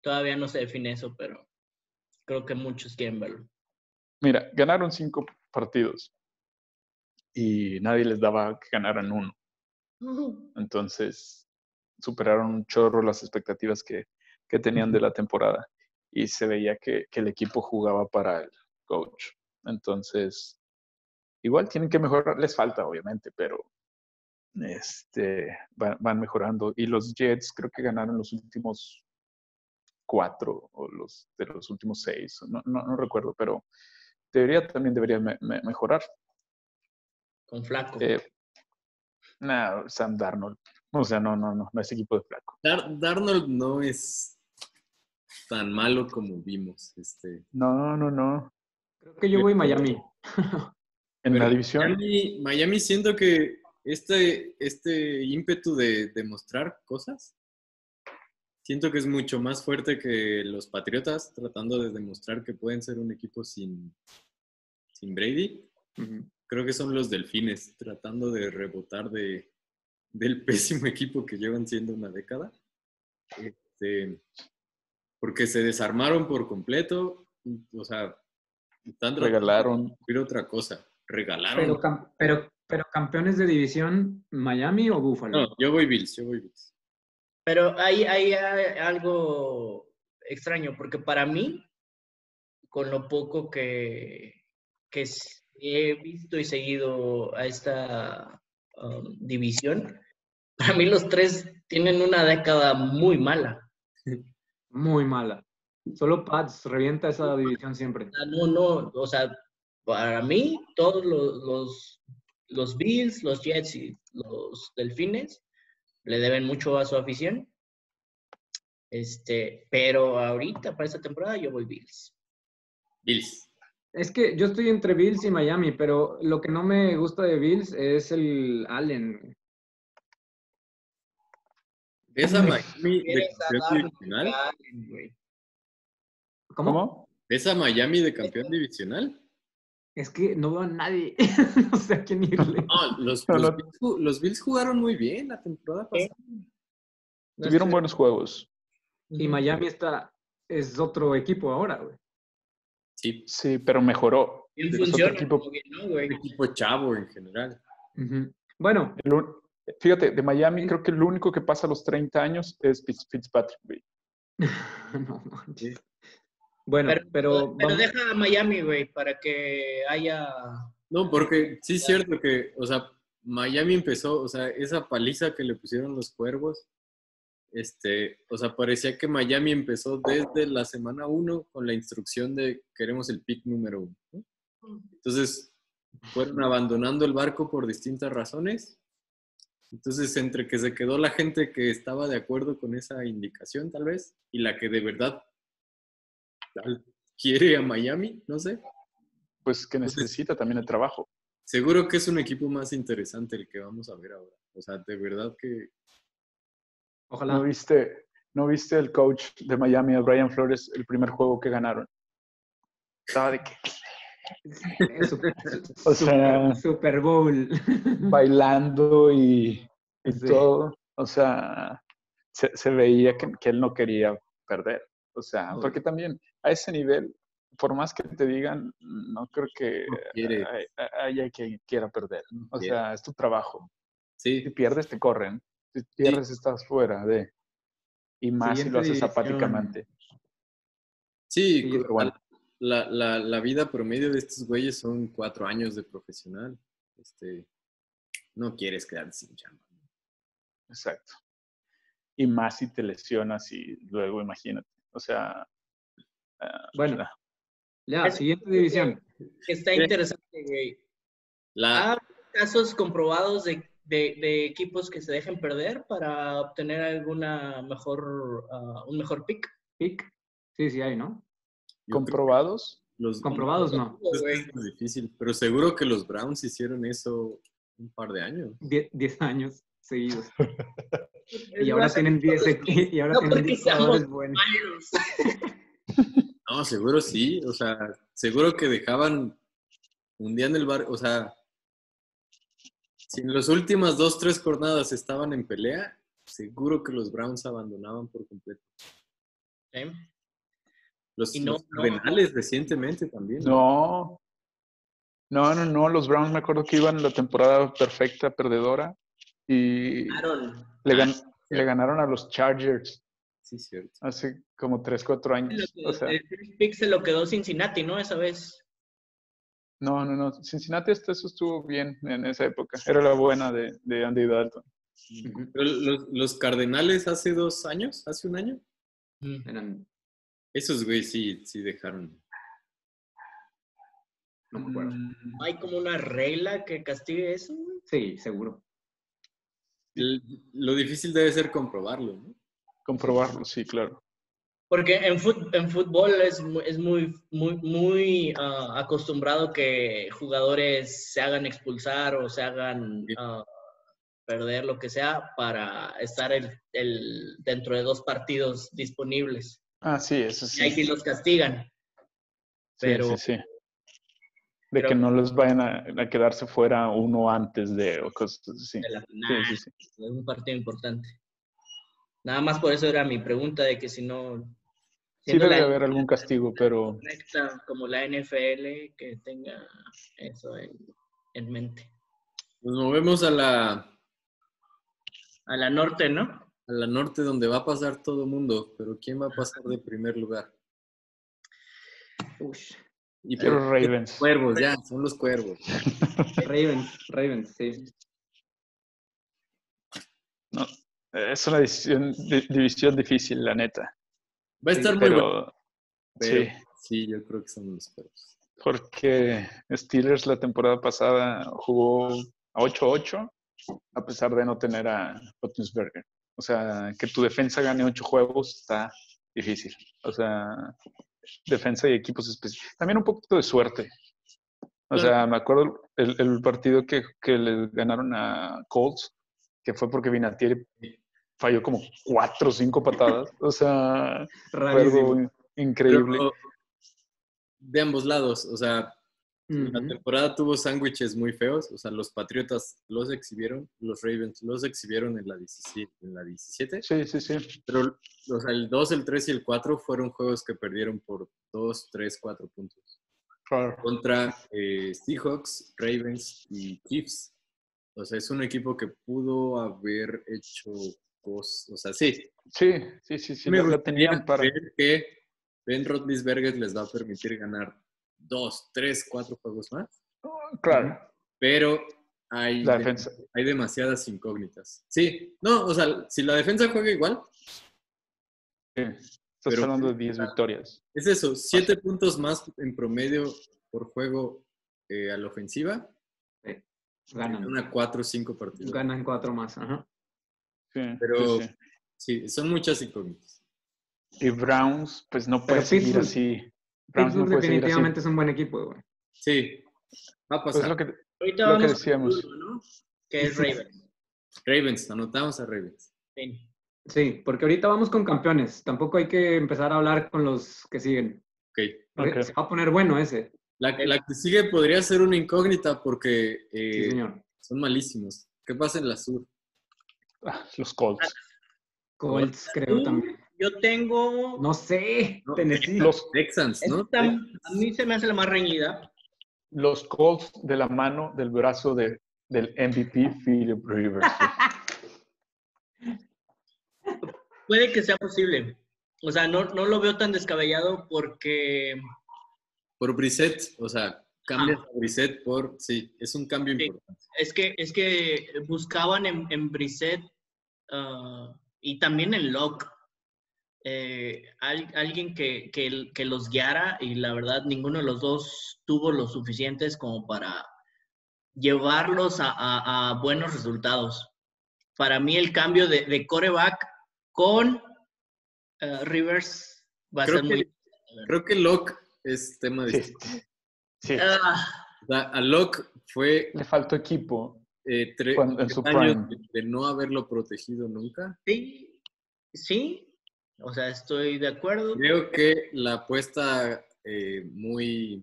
S4: todavía no se define eso, pero creo que muchos quieren verlo.
S2: Mira, ganaron cinco partidos y nadie les daba que ganaran uno. Entonces, superaron un chorro las expectativas que, que tenían de la temporada y se veía que, que el equipo jugaba para el coach. Entonces, igual tienen que mejorar, les falta obviamente, pero este, van, van mejorando. Y los Jets creo que ganaron los últimos cuatro o los de los últimos seis, no, no, no recuerdo, pero debería, también debería me- me- mejorar.
S4: Con Flaco.
S2: Eh, nah, Sam Darnold. O sea, no, no, no, no es equipo de flaco.
S3: Dar- Darnold no es tan malo como vimos. Este.
S2: No, no, no.
S1: Creo que yo voy Miami.
S2: En
S3: Pero
S2: la división,
S3: Miami, Miami siento que este, este ímpetu de demostrar cosas, siento que es mucho más fuerte que los Patriotas tratando de demostrar que pueden ser un equipo sin, sin Brady.
S1: Ujú.
S3: Creo que son los Delfines tratando de rebotar de, del pésimo equipo que llevan siendo una década. Este, porque se desarmaron por completo, o sea, están tratando
S2: regalaron.
S3: construir otra cosa. regalaron.
S1: Pero, cam- pero, pero campeones de división, Miami o Buffalo.
S3: No, yo voy Bills, yo voy Bills.
S4: Pero hay, hay a- algo extraño, porque para mí, con lo poco que, que s- he visto y seguido a esta um, división, para mí los tres tienen una década muy mala.
S1: Muy mala. Solo Pats revienta esa división siempre.
S4: O sea, No, no, o sea, para mí todos los, los, los Bills, los Jets y los Delfines le deben mucho a su afición. Este, pero ahorita para esta temporada yo voy Bills.
S3: Bills.
S1: Es que yo estoy entre Bills y Miami, pero lo que no me gusta de Bills es el Allen.
S3: ¿Ves a Miami de
S4: ¿Quieres a
S3: campeón
S4: Darnold
S3: divisional?
S4: Allen, güey?
S1: ¿Cómo?
S2: ¿Cómo?
S3: ¿Ves a Miami de campeón divisional?
S1: Es que no veo a nadie. no sé a quién irle.
S2: Oh.
S3: No, los,
S2: No,
S3: los
S2: no.
S3: Bills, ju- los Bills jugaron muy bien la temporada
S4: ¿Eh?
S3: pasada.
S4: No
S2: Tuvieron
S4: sé.
S2: buenos juegos.
S1: Y Miami está, es otro equipo ahora, güey.
S3: Sí,
S2: Sí, pero mejoró.
S4: Bien
S2: de
S4: funciona,
S2: otro equipo.
S4: como bien, ¿no, güey?
S3: un equipo chavo en general.
S1: Ujú. Bueno,
S2: El un- Fíjate, de Miami creo que el único que pasa a los 30 años es Fitz- Fitzpatrick. güey.
S1: no manches. Bueno, pero,
S4: Pero,
S1: vamos-
S4: deja a Miami, güey, para que haya...
S3: No, porque sí es cierto que, o sea, Miami empezó, o sea, esa paliza que le pusieron los cuervos, este, o sea, parecía que Miami empezó desde la semana 1 con la instrucción de queremos el pick número 1. Entonces, fueron abandonando el barco por distintas razones. Entonces, entre que se quedó la gente que estaba de acuerdo con esa indicación, tal vez, y la que de verdad tal, quiere a Miami, no sé.
S2: Pues que necesita también el trabajo.
S3: Seguro que es un equipo más interesante el que vamos a ver ahora. O sea, de verdad que
S1: ojalá.
S2: ¿No viste, ¿No viste el coach de Miami, a Brian Flores, el primer juego que ganaron? Estaba de que
S1: Eh, Super,
S2: O sea-
S1: Super- Super Bowl.
S2: bailando y, y
S1: Sí.
S2: todo. O sea, se, se veía que, que él no quería perder. O sea,
S3: Obvio.
S2: porque también a ese nivel, por más que te digan, no creo que
S3: no quiere.
S2: hay- haya quien quiera perder.
S3: no
S2: O
S3: quiere.
S2: sea, es tu trabajo.
S3: sí,
S2: Si pierdes, te corren. Si pierdes, estás fuera de. Y más si lo
S1: Siguiente
S2: haces apáticamente.
S3: sí,
S1: Sí,
S3: o sea,
S2: pero bueno.
S3: la, la- la vida promedio de estos güeyes son cuatro años de profesional. Este, no quieres quedarte sin chamba.
S2: Exacto. Y más si te lesionas y luego imagínate. O sea, ah,
S1: Bueno, ya,
S4: Es-
S1: siguiente división.
S4: Está
S3: Sí.
S4: interesante, güey.
S3: La, Ah.
S4: ¿Ha casos comprobados de, de- de equipos que se dejen perder para obtener alguna mejor, ah, un mejor pick?
S1: Pick. Sí, sí hay, ¿no?
S3: yo creo
S2: comprobados.
S3: que los
S1: Comprobados no.
S2: Pues
S3: Es que
S4: Güey,
S3: es difícil, pero seguro que los Browns hicieron eso un par de años.
S1: Die- diez años seguidos.
S4: es
S1: Y ahora
S4: más,
S1: tienen 10 equi- y ahora
S4: No,
S1: tienen
S4: porque
S1: 10
S4: seamos
S1: jugadores buenos.
S4: malos.
S3: No, seguro sí, o sea, seguro que dejaban un día en el bar, o sea, si en las últimas dos, tres jornadas estaban en pelea, seguro que los Browns abandonaban por completo.
S4: Sí.
S3: Los,
S4: Y no,
S3: los
S4: no.
S3: Cardenales recientemente también.
S2: No. No, no, no. Los Browns me acuerdo que iban la temporada perfecta, perdedora. Y
S4: Ganaron.
S2: le, gan- le ganaron a los Chargers
S3: Sí, cierto.
S2: hace como 3, 4
S4: Lo
S2: años.
S4: que-
S2: O sea,
S4: el first pick se lo quedó Cincinnati, ¿no? Esa vez.
S2: no, no, no. Cincinnati hasta eso estuvo bien en esa época. Era la buena de, de Andy Dalton.
S3: Pero los, los Cardenales hace dos años, hace un año,
S1: Eran,
S3: esos güeyes sí, sí dejaron.
S1: no me acuerdo.
S4: Hay como una regla que castigue eso. güey?
S1: Sí, seguro.
S3: El- lo difícil debe ser comprobarlo, ¿no?
S2: Comprobarlo, sí, claro.
S4: Porque en, fut- en fútbol es, mu- es muy, muy, muy ah, acostumbrado que jugadores se hagan expulsar o se hagan
S3: Sí.
S4: ah, perder lo que sea para estar el, el- dentro de dos partidos disponibles.
S2: Ah, sí, eso
S4: Y ahí
S2: sí.
S4: sí los castigan.
S2: Sí, sí,
S4: Pero-
S2: sí. De
S4: pero-
S2: que no les vayan a, a quedarse fuera uno antes de o cosas así.
S4: de la final.
S2: Sí, sí, sí.
S4: Es un partido importante. Nada más por eso era mi pregunta de que si no...
S2: Sí
S4: siendo
S2: debe
S4: la
S2: haber algún castigo, pero
S4: correcta como la NFL que tenga eso en en mente.
S3: Nos movemos a la, a
S4: A la norte, ¿no?
S3: la norte donde va a pasar todo mundo, pero ¿quién va a pasar de primer lugar?
S1: Ush.
S3: Y pues,
S2: Los Ravens.
S3: cuervos, ya, son los cuervos.
S1: Ravens, Ravens, sí.
S2: Es una decisión- di- división difícil, la neta.
S3: Va a estar muy bueno.
S2: Pero
S3: pero
S2: sí,
S3: sí, yo creo que son los cuervos.
S2: porque Steelers la temporada pasada jugó a 8-8 a pesar de no tener a Roethlisberger. O sea, que tu defensa gane 8 juegos está difícil. O sea, defensa y equipos específicos. También un poquito de suerte. O sea, me acuerdo el, el partido que, que le ganaron a Colts, que fue porque Vinatieri falló como 4 o 5 patadas. O sea, fue algo
S1: Rarísimo.
S2: in- increíble.
S3: Pero de ambos lados, o sea, la
S1: Ujú.
S3: temporada tuvo sándwiches muy feos, o sea, los Patriotas los exhibieron, los Ravens los exhibieron en la 17, en la 17
S2: Sí, sí, sí.
S3: pero o sea, el 2, el 3 y el 4 fueron juegos que perdieron por 2, 3, 4 puntos.
S2: Claro.
S3: Contra eh, Seahawks, Ravens y Chiefs. O sea, es un equipo que pudo haber hecho cosas, o sea, sí,
S2: Sí, sí, sí, sí.
S3: me
S2: la- la tenían para.
S3: ver que Ben Roethlisberger les va a permitir ganar dos, tres, cuatro juegos más,
S2: Claro,
S3: pero hay,
S2: la defensa.
S3: hay demasiadas incógnitas. Sí, no, o sea, si la defensa juega igual,
S2: sí. Estás
S3: Pero-
S2: hablando de 10 victorias.
S3: es eso, siete puntos más en promedio por juego eh, a la ofensiva,
S1: Ganan.
S3: una cuatro o cinco partidos.
S1: Ganan cuatro más. Ajá.
S2: Sí,
S3: Pero-
S2: sí, sí.
S3: Sí, son muchas incógnitas.
S2: Y Browns, pues no puede seguir
S1: Pittsburgh-
S2: así. Browns no
S1: Pittsburgh
S2: puede seguir así.
S1: definitivamente es un buen equipo, güey.
S3: Sí, va a
S2: Pues
S3: pasar.
S2: lo que,
S4: Ahorita
S2: Lo que
S4: vamos con
S2: decíamos.
S4: uno, ¿no? Que es Ravens.
S3: Ravens, anotamos a Ravens.
S4: Sí.
S1: Sí, porque ahorita vamos con campeones. Tampoco hay que empezar a hablar con los que siguen.
S3: Ok.
S1: Re-
S2: Ok.
S1: Se va a poner bueno ese.
S3: La, la que sigue podría ser una incógnita porque
S1: Sí,
S3: eh,
S1: señor.
S3: son malísimos. ¿Qué pasa en la sur?
S2: ah, los Colts.
S1: Colts, creo
S4: Uh,
S1: también.
S4: Yo tengo...
S1: No sé.
S3: No,
S1: Tennessee.
S2: Los,
S3: Texans, ¿no?
S4: Esta a mí se me hace la más reñida.
S2: los Colts de la mano del brazo de, del MVP Philip Rivers.
S4: Puede que sea posible. O sea, no, no lo veo tan descabellado porque
S3: Por Brissett, o sea, cambias a Brissett por. Sí, es un cambio
S4: Sí.
S3: importante.
S4: es que, es que buscaban en, en Brissett ah, y también en Locke eh, al- alguien que, que- que los guiara y la verdad ninguno de los dos tuvo lo suficientes como para llevarlos a, a- a buenos resultados. Para mí el cambio de, de coreback con ah, Rivers va a
S3: Creo
S4: ser
S3: que-
S4: muy...
S3: Creo que Locke es tema de.
S2: Sí, sí.
S4: Ah,
S3: O sea, a Locke fue
S2: le faltó equipo.
S3: eh, tre-
S2: Cuando- en su
S3: tres años
S2: prime.
S3: de, de no haberlo protegido nunca.
S4: sí, sí, o sea, estoy de acuerdo.
S3: Creo que la apuesta eh, muy.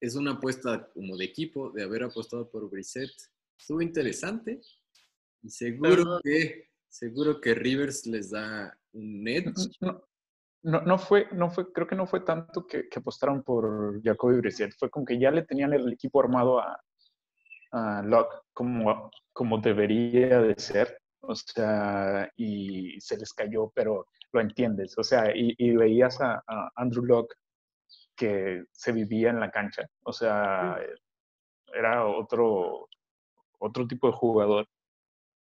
S3: Es una apuesta como de equipo, de haber apostado por Brissett. Estuvo interesante. Y seguro
S4: Pero-
S3: que, seguro que Rivers les da un edge.
S2: No, no, no fue, no fue, creo que no fue tanto que, que apostaron por Jacoby Brissett. Fue como que ya le tenían el equipo armado a, a Locke como, como debería de ser. O sea, y se les cayó, pero lo entiendes. O sea, y, y veías a, a Andrew Locke que se vivía en la cancha. O sea, era otro, otro tipo de jugador.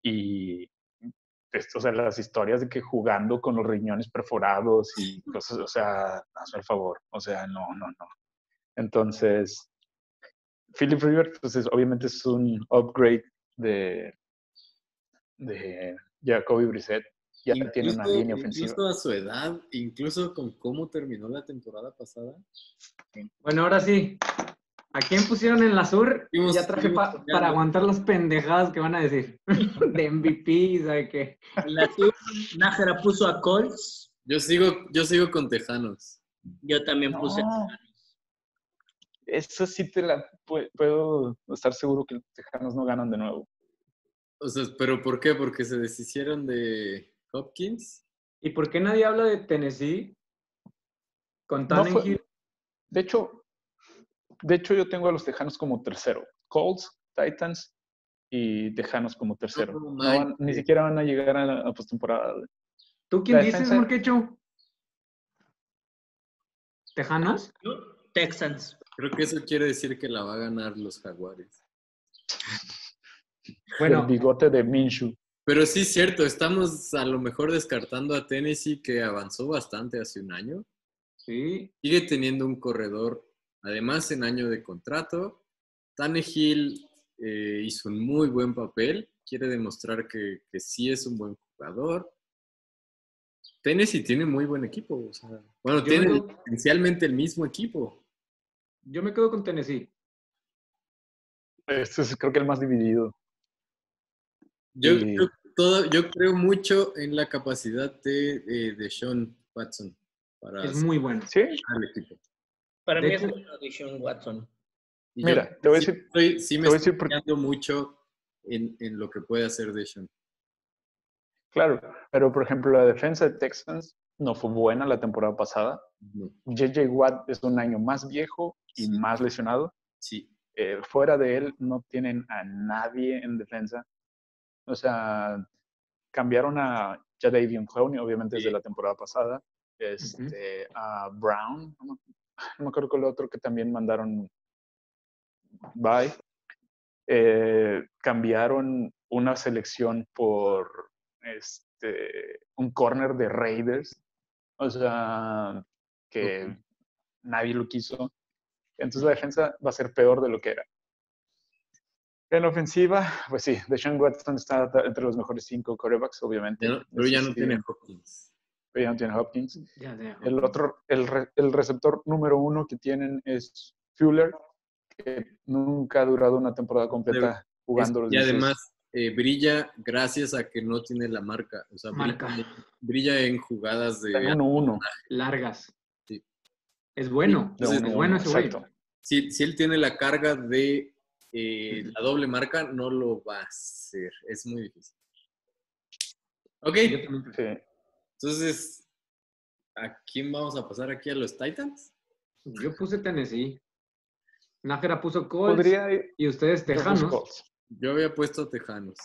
S2: Y, mm, esto, o sea, las historias de que jugando con los riñones perforados y cosas, o sea, hazme el favor, o sea, no, no, no. Entonces, Philip Rivers, pues es- obviamente es un upgrade de, de Jacoby Brissett, ya tiene una
S3: Incluso-
S2: línea ofensiva.
S3: Incluso a su edad, incluso con cómo terminó la temporada pasada.
S1: Bueno, ahora sí. ¿A quién pusieron en la sur?
S3: Fuimos-
S1: ya traje
S3: fuimos
S1: pa-
S3: cambiando.
S1: para aguantar las pendejadas que van a decir. De MVP, ¿sabe qué?
S4: En la sur, Nájera puso a Colts.
S3: Yo sigo, yo sigo con Tejanos.
S4: Yo también puse.
S2: No. Eso sí te la pu- puedo estar seguro que los Tejanos no ganan de nuevo.
S3: O sea, ¿pero por qué? Porque se deshicieron de Hopkins.
S1: ¿Y por qué nadie habla de Tennessee? Con
S2: No fue-
S1: Tannehill.
S2: De hecho, De hecho, yo tengo a los Tejanos como tercero. Colts, Titans y Tejanos como tercero.
S3: No,
S2: No
S3: man.
S2: van- ni siquiera van a llegar a la postemporada.
S1: ¿Tú quién
S2: La
S1: dices,
S2: defensa-
S1: Morquecho? ¿Tejanos?
S4: Yo, Texans.
S3: Creo que eso quiere decir que la va a ganar los jaguares.
S1: Bueno.
S2: El bigote de Minshew.
S3: Pero sí, cierto, estamos a lo mejor descartando a Tennessee, que avanzó bastante hace un año.
S1: Sí.
S3: Sigue teniendo un corredor, además en año de contrato. Tannehill eh, hizo un muy buen papel, quiere demostrar que, que sí es un buen jugador. Tennessee tiene muy buen equipo. o sea, bueno,
S1: Yo
S3: tiene
S1: creo-
S3: esencialmente el mismo equipo.
S1: Yo me quedo con Tennessee.
S2: Este es creo que el más dividido.
S3: Yo,
S2: Y-
S3: yo todo, yo creo mucho en la capacidad de, de, de Sean Watson para
S1: Es muy bueno.
S2: Sí,
S3: sacar al equipo.
S4: Para
S1: De
S4: mí es
S1: hecho-
S4: una audición Watson.
S3: Y
S2: Mira,
S3: yo
S2: te voy a
S3: sí
S2: decir-
S3: estoy- sí
S2: te
S3: me
S2: voy a
S3: estoy
S2: decir por-
S3: fijando mucho en, en lo que puede hacer de Sean.
S2: claro. Pero, por ejemplo, la defensa de Texans no fue buena la temporada pasada.
S3: No,
S2: JJ Watt es un año más viejo y más lesionado.
S3: sí.
S2: eh, fuera de él no tienen a nadie en defensa. O sea, cambiaron a Jadavion Clowney, obviamente desde
S3: Sí.
S2: la temporada pasada, este, a Brown, no me- no me acuerdo con el otro que también mandaron bye. Eh, cambiaron una selección por este, un corner de Raiders, o sea, que
S3: Ujú.
S2: nadie lo quiso. Entonces la defensa va a ser peor de lo que era. En la ofensiva, pues sí, Deshaun Watson está ta- entre los mejores cinco corebacks, obviamente.
S3: Ya no- pero ya
S2: Eso
S3: no
S2: sí,
S3: tiene Hopkins.
S2: pero ya no tiene Hopkins.
S1: Ya, ya.
S2: El otro, el, re- el receptor número uno que tienen es Fuller, que nunca ha durado una temporada completa jugando los
S3: y
S2: 16.
S3: además eh, brilla gracias a que no tiene la marca. O sea,
S1: Marca.
S3: Brilla, brilla en jugadas de...
S2: Está en 1-1.
S1: Largas.
S3: Sí.
S1: Es bueno.
S2: de
S3: Entonces,
S1: es
S2: 1-1,
S1: bueno ese güey.
S2: exacto.
S3: si, si él tiene la carga de eh, la doble marca, no lo va a hacer. Es muy difícil. Ok,
S1: Yo también-
S2: Sí.
S3: entonces, ¿a quién vamos a pasar aquí a los Titans?
S1: Yo puse Tennessee. Nájera puso Colts
S2: Podría ir
S1: y ustedes
S2: los
S1: Tejanos.
S2: Colts.
S3: Yo había puesto a Tejanos.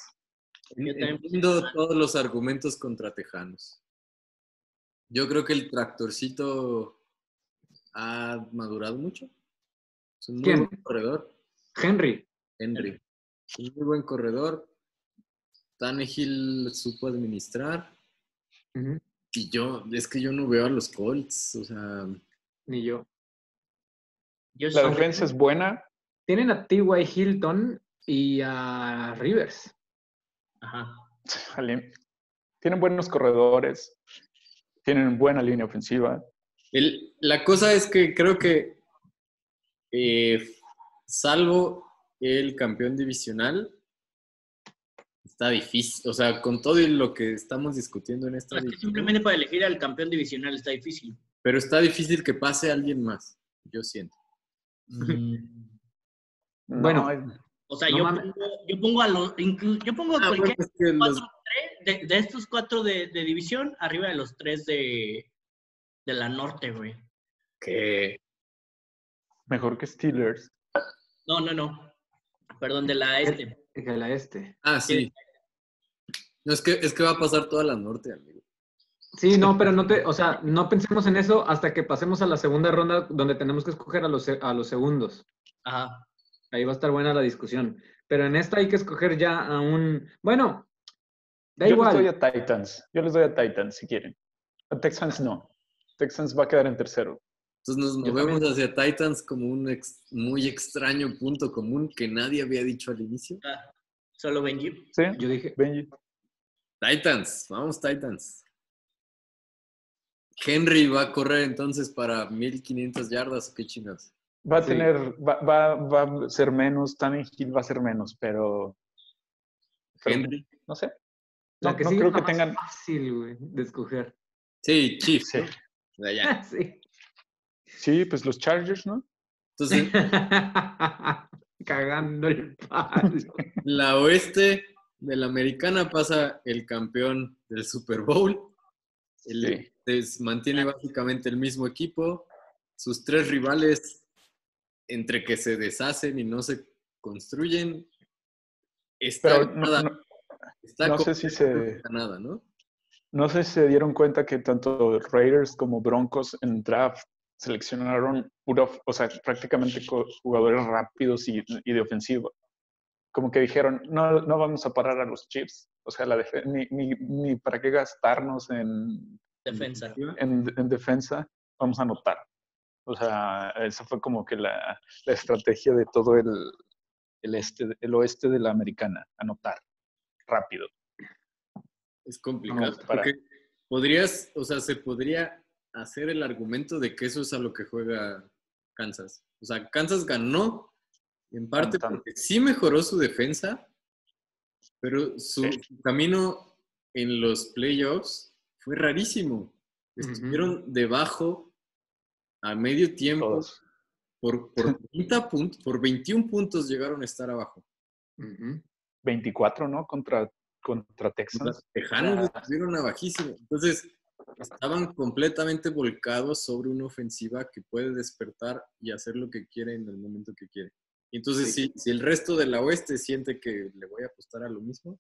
S4: Yo también
S3: E-, Entiendo todos los argumentos contra Tejanos. Yo creo que el tractorcito ha madurado mucho. Es un muy
S1: ¿Quién?
S3: buen corredor.
S1: Henry.
S3: Henry. Un muy buen corredor. Tannehill supo administrar.
S1: Ujú.
S3: Y yo, es que yo no veo a los Colts. O sea,
S1: Ni yo.
S4: Yo
S2: La
S4: soy-
S2: defensa es buena.
S1: Tienen a T.Y. Hilton y a Rivers.
S4: Ajá.
S2: Jale. Tienen buenos corredores. Tienen buena línea ofensiva.
S3: el- la cosa es que creo que, eh, salvo el campeón divisional, está difícil. O sea, con todo y lo que estamos discutiendo en esta.
S4: No, es que
S3: división,
S4: simplemente para elegir al campeón divisional está difícil.
S3: Pero está difícil que pase alguien más. Yo siento.
S4: Mm.
S2: No,
S1: Bueno.
S2: es-
S4: O sea,
S1: No
S4: yo,
S1: mames.
S4: pongo, yo pongo a los. inclu- Yo pongo a
S3: Ah, bueno,
S4: cualquier
S3: es que los-
S4: cuatro, tres de, de estos cuatro de, de división arriba de los tres de, de la norte, güey.
S3: que-
S2: mejor que Steelers.
S4: No, no, no. Perdón, de la este.
S1: De la este.
S3: Ah, sí. No, es que, es que va a pasar toda la norte, amigo.
S1: Sí, no, pero no te, o sea, no pensemos en eso hasta que pasemos a la segunda ronda donde tenemos que escoger a los, se- a los segundos.
S4: Ajá.
S1: Ahí va a estar buena la discusión. Pero en esta hay que escoger ya a un. Bueno, da
S2: Yo
S1: igual.
S2: les doy a Titans. Yo les doy a Titans si quieren. A Texans no. Texans va a quedar en tercero.
S3: Entonces nos
S1: Yo
S3: movemos hacia Titans como un ex- muy extraño punto común que nadie había dicho al inicio.
S4: Ah, Solo Benji.
S2: ¿Sí?
S1: Yo dije,
S2: Benji.
S3: Titans, vamos Titans. Henry va a correr entonces para 1500 yardas, qué chingados.
S2: Va a
S1: Sí.
S2: tener, va, va, va a ser menos, Tannehill va a ser menos, pero, pero
S3: Henry.
S2: no sé.
S1: la
S2: No,
S1: que
S2: no
S1: sí
S2: creo
S1: es la
S2: que
S1: más
S2: tengan.
S1: fácil, güey, de escoger.
S3: Sí, Chiefs.
S2: Sí.
S3: ¿no? De allá.
S1: sí.
S2: Sí, pues los Chargers, ¿no?
S3: Entonces,
S1: Cagando el palo.
S3: la oeste de la americana pasa el campeón del Super Bowl. El-
S2: Sí.
S3: es- mantiene básicamente el mismo equipo. Sus tres rivales entre que se deshacen y no se construyen, está
S2: Pero no,
S3: nada,
S2: no-
S3: está
S2: no sé si eh, se,
S3: completamente nada, ¿no?
S2: no sé si se dieron cuenta que tanto Raiders como Broncos en draft seleccionaron puro, o sea, prácticamente co- jugadores rápidos y, y de ofensiva. Como que dijeron, no, no vamos a parar a los Chiefs. O sea, la defe- ni, ni, ni para qué gastarnos en
S4: Defensa.
S2: en, en defensa, vamos a anotar. O sea, esa fue como que la, la estrategia de todo el, el, este, el oeste de la americana, anotar rápido.
S3: Es complicado.
S2: Vamos, para.
S3: porque podrías, o sea, se podría hacer el argumento de que eso es a lo que juega Kansas. O sea, Kansas ganó en parte
S2: Tan, tan.
S3: porque sí mejoró su defensa, pero su
S2: Sí.
S3: su camino en los playoffs fue rarísimo.
S1: Ujú.
S3: Estuvieron debajo a medio tiempo.
S2: Todos.
S3: Por, por, 30 punt- por 21 puntos llegaron a estar abajo.
S1: Ujú.
S2: 24, ¿no? Contra, contra Texans.
S3: Los Tejanos los
S2: Ah.
S3: tuvieron a bajísimo. Entonces, estaban completamente volcados sobre una ofensiva que puede despertar y hacer lo que quiere en el momento que quiere. Y Entonces, si, si el resto de la oeste siente que le voy a apostar a lo mismo,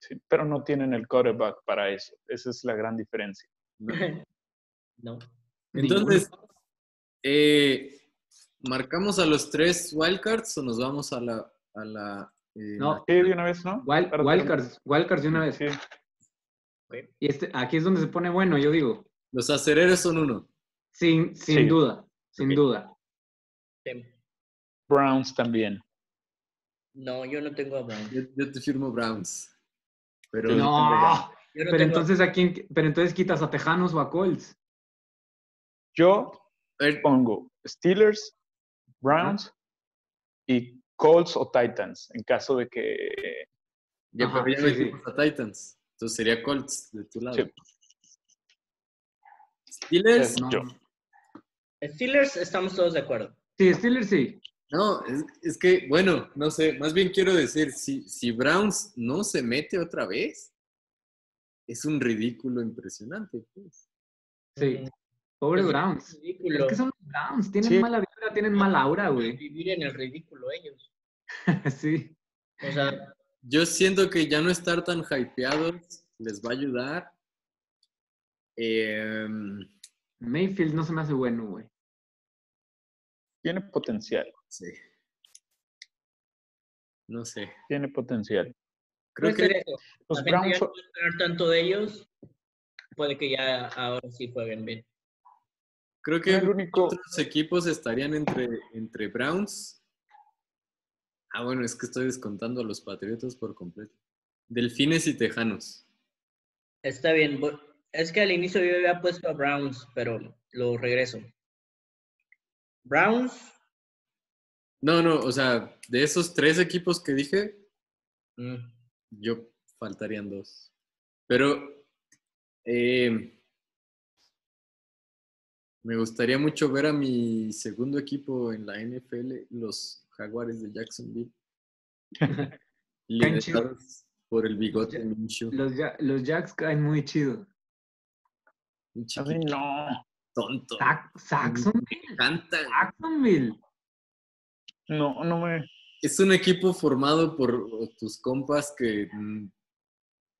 S2: Sí, pero no tienen el quarterback para eso. Esa es la gran diferencia.
S3: no.
S4: No.
S3: Entonces, eh, ¿marcamos a los tres wildcards o nos vamos a la... A la eh,
S1: No,
S2: Sí, de una vez, ¿no?
S1: wild-
S2: Para-
S1: wildcards, wildcards de una vez.
S2: Sí,
S1: Y este, aquí es donde se pone bueno, yo digo.
S3: Los acereros son uno.
S1: Sin, sin
S2: Sí.
S1: duda, sin
S2: Ok.
S1: duda.
S4: Tem-
S2: Browns también.
S4: No, yo no tengo a Brown.
S3: Yo, yo te firmo Browns. Pero
S2: Yo no tengo
S1: No,
S2: Browns.
S4: Yo no
S1: pero
S4: tengo-
S1: entonces a quién, pero entonces quitas a Tejanos o a Colts.
S2: Yo
S3: a ver,
S2: pongo Steelers, Browns y Colts o Titans, en caso de que...
S3: ya,
S1: Ajá,
S3: pero ya
S1: sí,
S3: metimos a Titans. Entonces sería Colts de tu lado.
S2: Sí.
S3: Steelers,
S1: No.
S2: Yo.
S4: Steelers, estamos todos de acuerdo.
S1: Sí, Steelers sí.
S3: no, es, es que, bueno, no sé, más bien quiero decir, si, si Browns no se mete otra vez, es un ridículo impresionante. pues.
S1: Sí.
S4: Mm,
S1: Pobre
S4: Es
S1: Browns.
S4: Ridículo.
S1: Es que son los Browns, tienen
S2: Sí.
S1: mala vibra, tienen mala aura, güey.
S4: Vivir en el ridículo ellos.
S1: Sí.
S4: O sea,
S3: Yo siento que ya no estar tan hypeados les va a ayudar. Em,
S1: Mayfield no se me hace bueno, güey.
S2: Tiene potencial,
S3: sí. No sé.
S2: tiene potencial.
S3: Creo
S4: puede
S3: que
S4: ser eso.
S2: Los
S4: La gente
S2: Browns,
S4: ya no puede esperar tanto de ellos. Puede que ya ahora sí jueguen bien.
S3: Creo que
S2: El único-
S3: otros equipos estarían entre, entre Browns. Ah, bueno, es que estoy descontando a los Patriotas por completo. Delfines y Tejanos.
S4: Está bien. bu- Es que al inicio yo había puesto a Browns, pero lo regreso. Browns,
S3: No, no, o sea, de esos tres equipos que dije,
S4: mm,
S3: yo faltarían dos. Pero eh, me gustaría mucho ver a mi segundo equipo en la NFL, los Jaguares de Jacksonville.
S1: Caen chido.
S3: liderados por el bigote de Minshew.
S1: Los, Ja- los Jacks caen muy chido.
S3: Un
S2: a mí
S3: chiquito
S2: no,
S3: tonto.
S1: Sac- Saxonville.
S3: Cantan.
S1: Saxonville.
S2: no, no me...
S3: Es un equipo formado por tus compas que mm,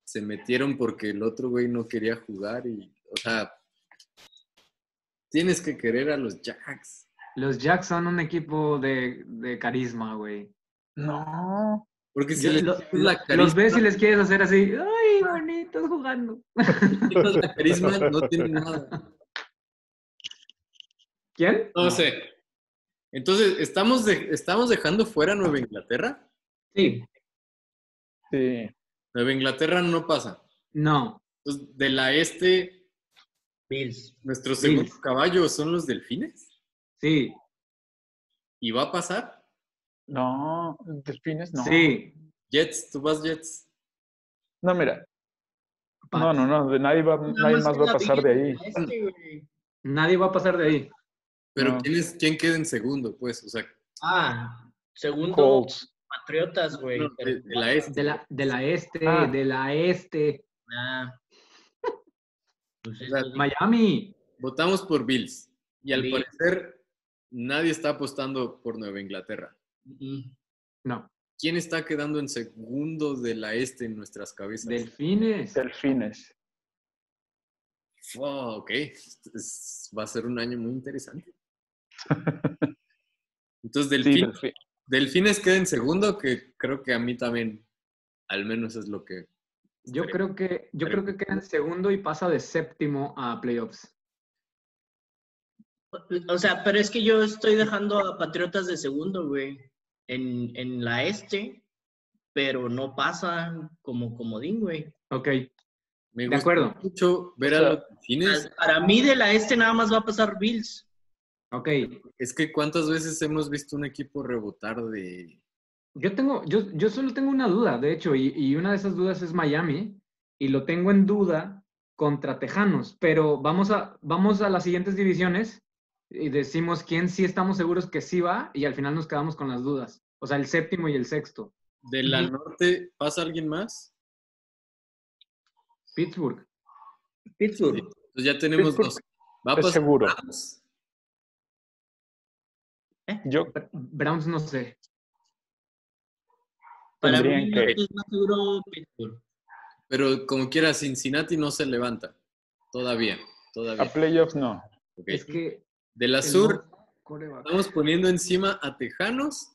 S3: se metieron porque el otro güey no quería jugar y, o sea, tienes que querer a los Jacks.
S1: Los Jacks son un equipo de, de carisma, güey.
S2: No,
S3: Porque si
S1: Yo-
S3: les
S1: lo-
S3: quitas la
S1: Los
S3: carisma,
S1: ves y les quieres hacer así. ¡Ay, bonitos jugando!
S3: les quitas la carisma, no tienen nada.
S1: ¿Quién?
S3: No sé. Entonces, ¿estamos, de- ¿estamos dejando fuera a Nueva Inglaterra?
S1: Sí.
S2: sí,
S3: Nueva Inglaterra no pasa.
S1: No.
S3: Entonces, de la este,
S4: Bills.
S3: nuestro segundo
S1: Sí.
S3: caballo son los delfines.
S1: Sí.
S3: ¿Y va a pasar?
S2: no, delfines no.
S1: Sí.
S3: Jets, tú vas Jets.
S2: No, mira,
S1: Pats.
S2: no, no, no, de nadie, va, nadie
S4: Nada
S2: más
S4: que
S2: va a
S4: la
S2: pasar de ahí.
S4: Bills, este, güey.
S1: Nadie va a pasar de ahí.
S3: Pero
S2: No.
S3: ¿quién, es, ¿quién queda en segundo, pues? O sea,
S4: Ah, segundo
S2: Colts,
S4: Patriotas, güey.
S3: no, de, de la este.
S1: De la, de la este,
S2: Ah.
S1: de la este.
S4: Ah. Pues
S3: O sea,
S4: esto-
S1: Miami.
S3: Votamos por Bills. Y al
S4: Bills.
S3: parecer, nadie está apostando por Nueva Inglaterra.
S4: Mm,
S1: No,
S3: ¿Quién está quedando en segundo de la este en nuestras cabezas?
S1: delfines.
S2: Delfines.
S3: Wow, Oh, ok. Es- va a ser un año muy interesante. Entonces,
S2: Sí,
S3: Delfín-
S2: delfi-
S3: Delfines queda en segundo, que creo que a mí también, al menos es lo que...
S1: Yo creo que, yo creo que queda en segundo y pasa de séptimo a playoffs.
S4: O sea, pero es que yo estoy dejando a Patriotas de segundo, güey, en, en la este, pero no pasan como comodín, güey.
S1: Ok,
S3: Me
S1: De
S3: gusta
S1: acuerdo.
S3: mucho ver
S2: O sea,
S3: a los delfines.
S4: Para mí de la este nada más va a pasar Bills.
S1: ok.
S3: Es que cuántas veces hemos visto un equipo rebotar de...
S1: Yo tengo, yo, yo solo tengo una duda, de hecho, y, y una de esas dudas es Miami, y lo tengo en duda contra Tejanos, pero vamos a, vamos a las siguientes divisiones y decimos quién sí estamos seguros que sí va, y al final nos quedamos con las dudas. O sea, el séptimo y el sexto.
S3: De la norte, ¿pasa alguien más?
S1: Pittsburgh.
S4: Pittsburgh.
S3: Entonces Pues, ya tenemos
S2: Pittsburgh
S3: dos. Va a
S2: es
S3: pasar
S2: seguro.
S3: Browns.
S2: Yo
S1: Br- Browns no sé.
S4: Para
S2: Tendrían
S4: mí este
S2: que-
S4: es más seguro Pittsburgh.
S3: Pero como quiera, Cincinnati no se levanta. Todavía,
S2: a
S3: todavía.
S2: playoffs no.
S3: Ok.
S1: Es que...
S3: De la
S1: el
S3: sur,
S1: no- coreback.
S3: estamos poniendo encima a Tejanos.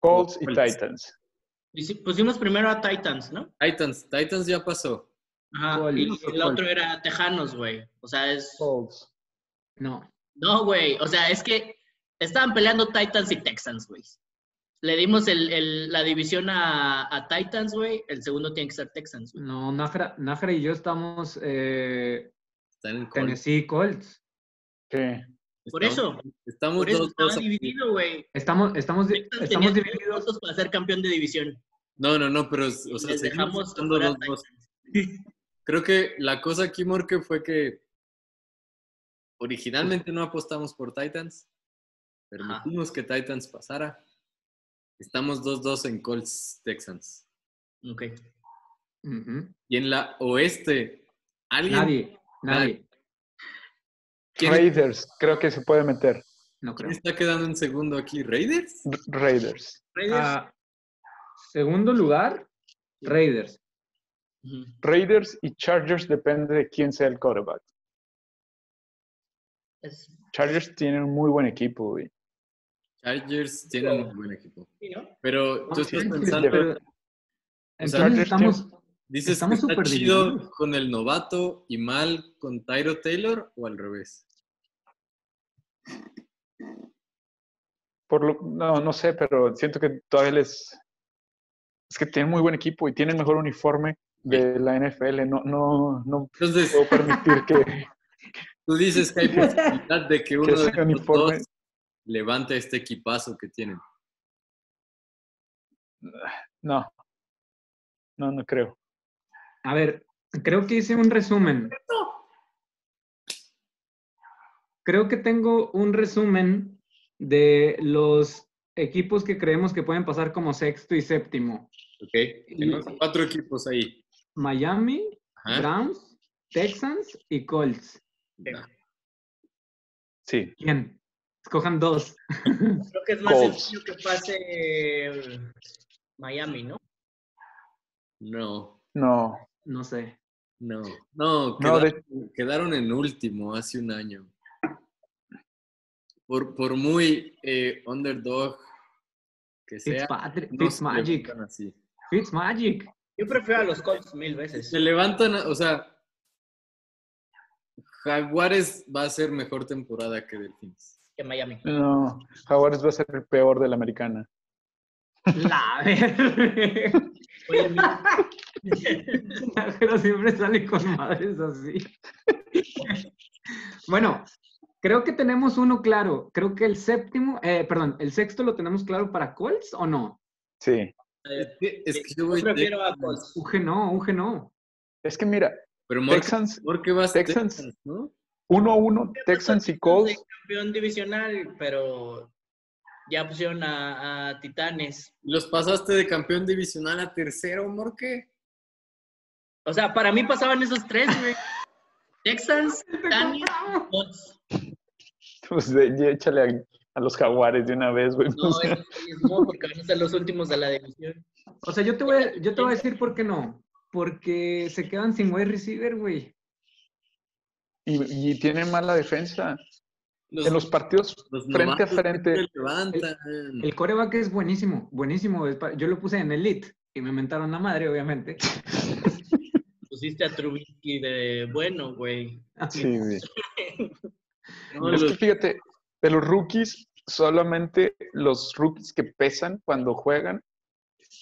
S2: Colts y
S3: Colts.
S2: Titans.
S4: Y sí, Pusimos primero a Titans, ¿no?
S3: Titans, Titans ya pasó.
S4: Ajá.
S1: Gol,
S4: y
S1: hizo
S4: el
S1: gol.
S4: otro era Tejanos, güey. O sea, es...
S2: Colts.
S1: No.
S4: No, güey. O sea, es que estaban peleando Titans y Texans, güey. Le dimos el, el- la división a, a Titans, güey. El segundo tiene que ser Texans, güey.
S1: No, Nájera, Nájera y yo estamos eh,
S3: Están en Colts.
S1: Tennessee Colts.
S2: Sí.
S4: Por
S3: Estamos-
S4: eso,
S3: Estamos
S4: por eso
S3: dos, dos
S4: estaba dividido, güey.
S1: Estamos, estamos, di-
S4: Texans tenía
S1: estamos
S4: tres
S1: divididos.
S4: votos para ser campeón de división.
S3: No, no, no, pero o sea,
S4: O sea,
S3: seguimos
S4: dejamos
S3: estando
S4: fuera a
S3: dos, dos.
S4: Titans.
S3: Creo que la cosa aquí, Morque, fue que originalmente no apostamos por Titans. Permitimos que Titans pasara. Estamos 2-2 en Colts Texans.
S4: Ok.
S1: Ujú.
S3: Y en la oeste, alguien.
S1: Nadie, nadie.
S3: ¿quién-
S2: Raiders, creo que se puede meter.
S1: No
S3: ¿Quién
S1: creo.
S3: está quedando en segundo aquí? ¿Raiders?
S2: R- Raiders.
S4: Raiders.
S1: Ah, segundo lugar, Raiders.
S4: Ujú.
S2: Raiders y Chargers depende de quién sea el quarterback.
S4: Es-
S2: Chargers tienen un muy buen equipo, güey.
S3: Chargers tienen un buen equipo.
S4: sí, ¿no?
S3: Pero tú estás
S1: Sí,
S3: pensando,
S1: pero- Entonces
S2: Chargers
S1: estamos,
S3: dices
S1: estamos
S3: que está
S1: súper
S3: chido
S1: divididos.
S3: con el novato y mal con Tyro Taylor o al revés.
S2: Por lo, no, no sé, pero siento que todavía les... Es que tienen muy buen equipo y tienen mejor uniforme de la NFL. No, no, no
S3: Entonces,
S2: puedo permitir que...
S3: Tú dices que hay posibilidad de que uno
S2: ese
S3: de los
S2: uniforme-
S3: dos levante este equipazo que tienen.
S2: No. No, no creo.
S1: a ver, creo que hice un resumen. Creo que tengo un resumen de los equipos que creemos que pueden pasar como sexto y séptimo.
S3: ¿Ok? Tenemos cuatro equipos ahí.
S1: Miami,
S3: Ajá.
S1: Browns, Texans y Colts.
S2: Sí.
S1: ¿Quién? Escojan dos.
S4: Creo que es más
S2: Colts.
S4: sencillo que pase eh, Miami, ¿no?
S3: No,
S2: No.
S1: No sé.
S3: no,
S2: No,
S3: no. Quedaron, quedaron en último hace un año. Por, por muy eh, underdog que sea,
S1: Fitzpatrick,
S3: no se
S1: Fitzmagic.
S3: levantan así.
S1: Fitzmagic.
S4: Yo prefiero a los Colts mil veces.
S3: Se levantan, o sea, Jaguares va a ser mejor temporada que Delfines.
S4: que Miami.
S2: No. Jaguares va a ser el peor de la americana.
S1: La ver.
S4: Oye, mira,
S1: Pero siempre sale con madres así. bueno, creo que tenemos uno claro. Creo que el séptimo, eh, perdón, el sexto lo tenemos claro para Colts o no.
S2: Sí.
S3: Es que, es que yo
S4: yo
S3: voy
S4: prefiero a Colts.
S1: Uge no, Uge no.
S2: Es que mira,
S3: Pero Morgan
S2: Texans
S3: Porque vas
S2: Texans.
S3: Texans, ¿no?
S2: 1 a 1, Texans y Colts.
S4: Campeón divisional, pero ya pusieron a, a Titanes.
S3: Los pasaste de campeón divisional a tercero, Morque.
S4: O sea, para mí pasaban esos tres, güey. Texans, Titanes, Colts.
S2: Pues de- ya échale a a los jaguares de una vez, güey. pues,
S4: No, es, es no, porque van a ser los últimos de la división.
S1: O sea, yo te voy a, yo te voy a decir por qué no. Porque se quedan sin wide receiver, güey.
S2: Y, y tienen mala defensa.
S3: Los-
S4: Pues,
S2: en los partidos
S3: los
S2: frente a
S3: novatos
S2: frente,
S3: se levantan.
S1: El coreback es buenísimo, buenísimo. Es pa- Yo lo puse en Elite y me mentaron la madre, obviamente.
S4: Pusiste a Trubisky de bueno, güey.
S2: sí, güey.
S3: No,
S2: es
S3: los-
S2: que fíjate, de los rookies, solamente los rookies que pesan cuando juegan,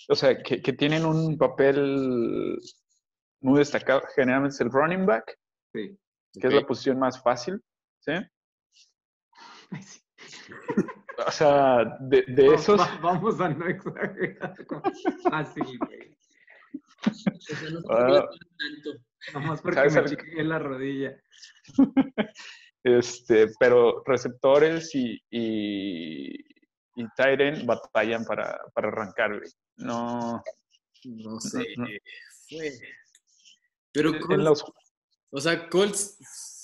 S2: o sea, que, que tienen un papel muy destacado, generalmente es el running back,
S1: Sí.
S2: que es
S3: Ok.
S2: la posición más fácil, ¿sí?
S1: Ay, sí.
S2: O sea, de, de esos,
S1: Va- vamos a no exagerar. con- Ah, sí, güey.
S4: O sea, no sé por qué
S2: Ah.
S4: le ponen tanto.
S1: Nomás porque
S2: ¿Sabes
S1: me
S2: algo?
S1: chiqué la rodilla.
S2: este, pero receptores y, y, y tight end batallan para, para arrancar, güey. No,
S3: no sé.
S2: no.
S3: güey. Pero Colts-
S2: en los,
S3: o sea, Colts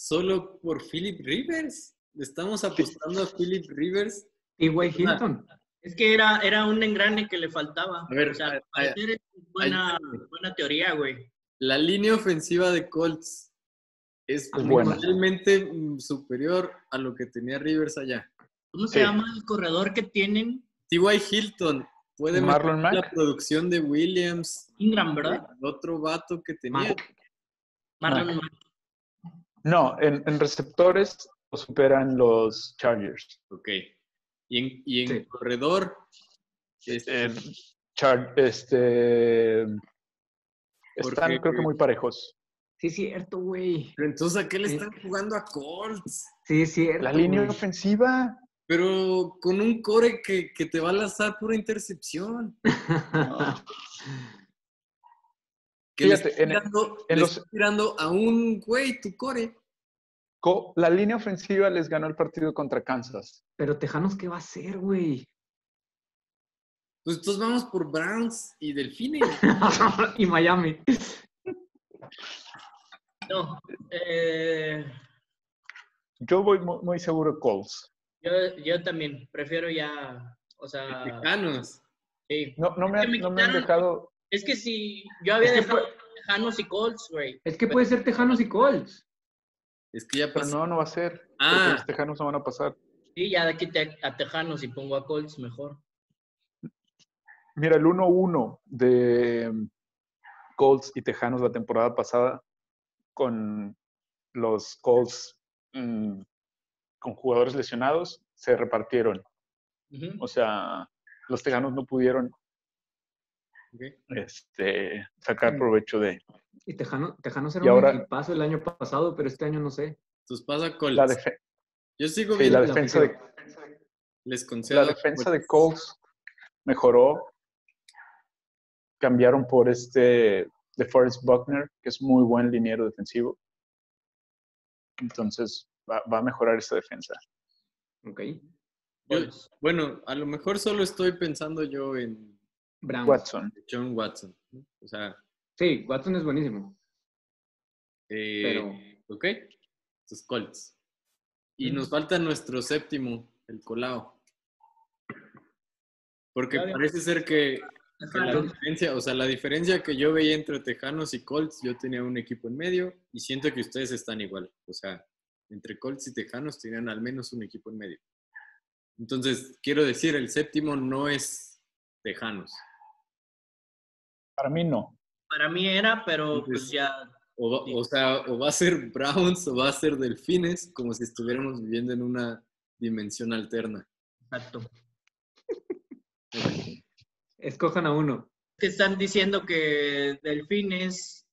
S3: solo por Philip Rivers. Le Estamos apostando a Philip Rivers.
S1: Y güey Hilton.
S4: Es que era, era un engrane que le faltaba.
S3: A ver,
S4: o sea,
S3: a- a-
S4: parecer es buena, buena teoría, güey.
S3: La línea ofensiva de Colts es
S1: Es
S2: buena.
S3: realmente mm, superior a lo que tenía Rivers allá.
S4: ¿Cómo
S2: Sí.
S4: se llama el corredor que tienen?
S3: T.Y. Hilton puede meter
S2: Marlon
S3: la
S2: Mack,
S3: producción de Williams,
S4: Ingram, ¿verdad?
S3: el otro vato que tenía.
S1: Mac.
S4: Marlon
S2: Ah.
S4: Mack.
S2: no, en, en receptores lo superan los Chargers.
S3: Ok. Y en, y en
S1: Sí.
S3: corredor, este,
S2: Eh, Char- este, están
S3: Porque-
S2: creo que muy parejos.
S1: Sí, es cierto, güey.
S3: Pero entonces, ¿a qué le
S1: Sí.
S3: están jugando a Colts?
S1: Sí, es cierto.
S2: La línea
S1: güey.
S2: ofensiva.
S3: Pero con un core que, que te va a lanzar pura intercepción. Que le
S2: Fíjate,
S3: estás
S2: en el-
S3: tirando,
S2: en
S3: le
S2: los-
S3: estás tirando a un güey tu core.
S2: Co- La línea ofensiva les ganó el partido contra Kansas.
S1: Pero Tejanos, ¿qué va a hacer, güey?
S3: Pues entonces vamos por Browns y Delfines.
S1: y Miami.
S4: No. Eh,
S2: Yo voy mu- muy, seguro Colts.
S4: yo, yo también. Prefiero ya. O sea.
S3: Tejanos.
S4: sí.
S2: No, no, me,
S4: Es
S2: han-
S4: que me
S2: no me han
S4: quitaron-
S2: dejado.
S4: Es que si yo
S1: Es
S4: había
S1: que
S4: dejado Tejanos y Colts, güey.
S1: Es que puede ser Tejanos y Colts.
S3: Es que ya
S2: Pero
S3: pasó.
S2: no, no va a ser. Porque
S3: ah,
S2: los Tejanos no van a pasar.
S4: Sí, ya quité a Tejanos y pongo a Colts mejor.
S2: Mira, el 1-1 de mm, Colts y Tejanos la temporada pasada con los Colts mm, con jugadores lesionados se repartieron.
S4: Ujú.
S2: O sea, los tejanos no pudieron
S3: ok.
S2: este, sacar provecho de
S1: Y Tejano, Tejanos era
S2: Y ahora-
S1: un equipazo el año pasado, pero este año no sé.
S3: entonces pasa Colts.
S2: la, defe-
S3: Yo sigo
S2: sí, la
S3: viendo.
S2: defensa de
S3: Les concedo.
S2: la
S3: a
S2: defensa de Colts mejoró. Cambiaron por este de Forrest Buckner, que es muy buen liniero defensivo. Entonces va, va a mejorar esa defensa.
S1: Ok.
S3: Yo-
S4: Colts.
S3: bueno, a lo mejor solo estoy pensando yo en
S2: Mm.
S1: Brown.
S2: Watson.
S3: John Watson. ¿no? O sea,
S1: Sí, Watson es buenísimo.
S3: eh,
S1: Pero-
S3: ok. Entonces Colts. Y nos falta nuestro séptimo, el Colao. Porque
S4: Claro.
S3: parece ser que, que la
S4: Tejanos.
S3: diferencia, o sea, la diferencia que yo veía entre Tejanos y Colts, yo tenía un equipo en medio y siento que ustedes están igual. O sea, entre Colts y Tejanos tenían al menos un equipo en medio. Entonces, quiero decir, el séptimo no es Tejanos.
S2: Para mí no.
S4: Para mí era, pero pues ya.
S3: O, va-
S4: Sí.
S3: o sea, o va a ser Browns o va a ser Delfines, como si estuviéramos viviendo en una dimensión alterna.
S4: Exacto.
S1: Escojan a uno.
S4: que están diciendo que Delfines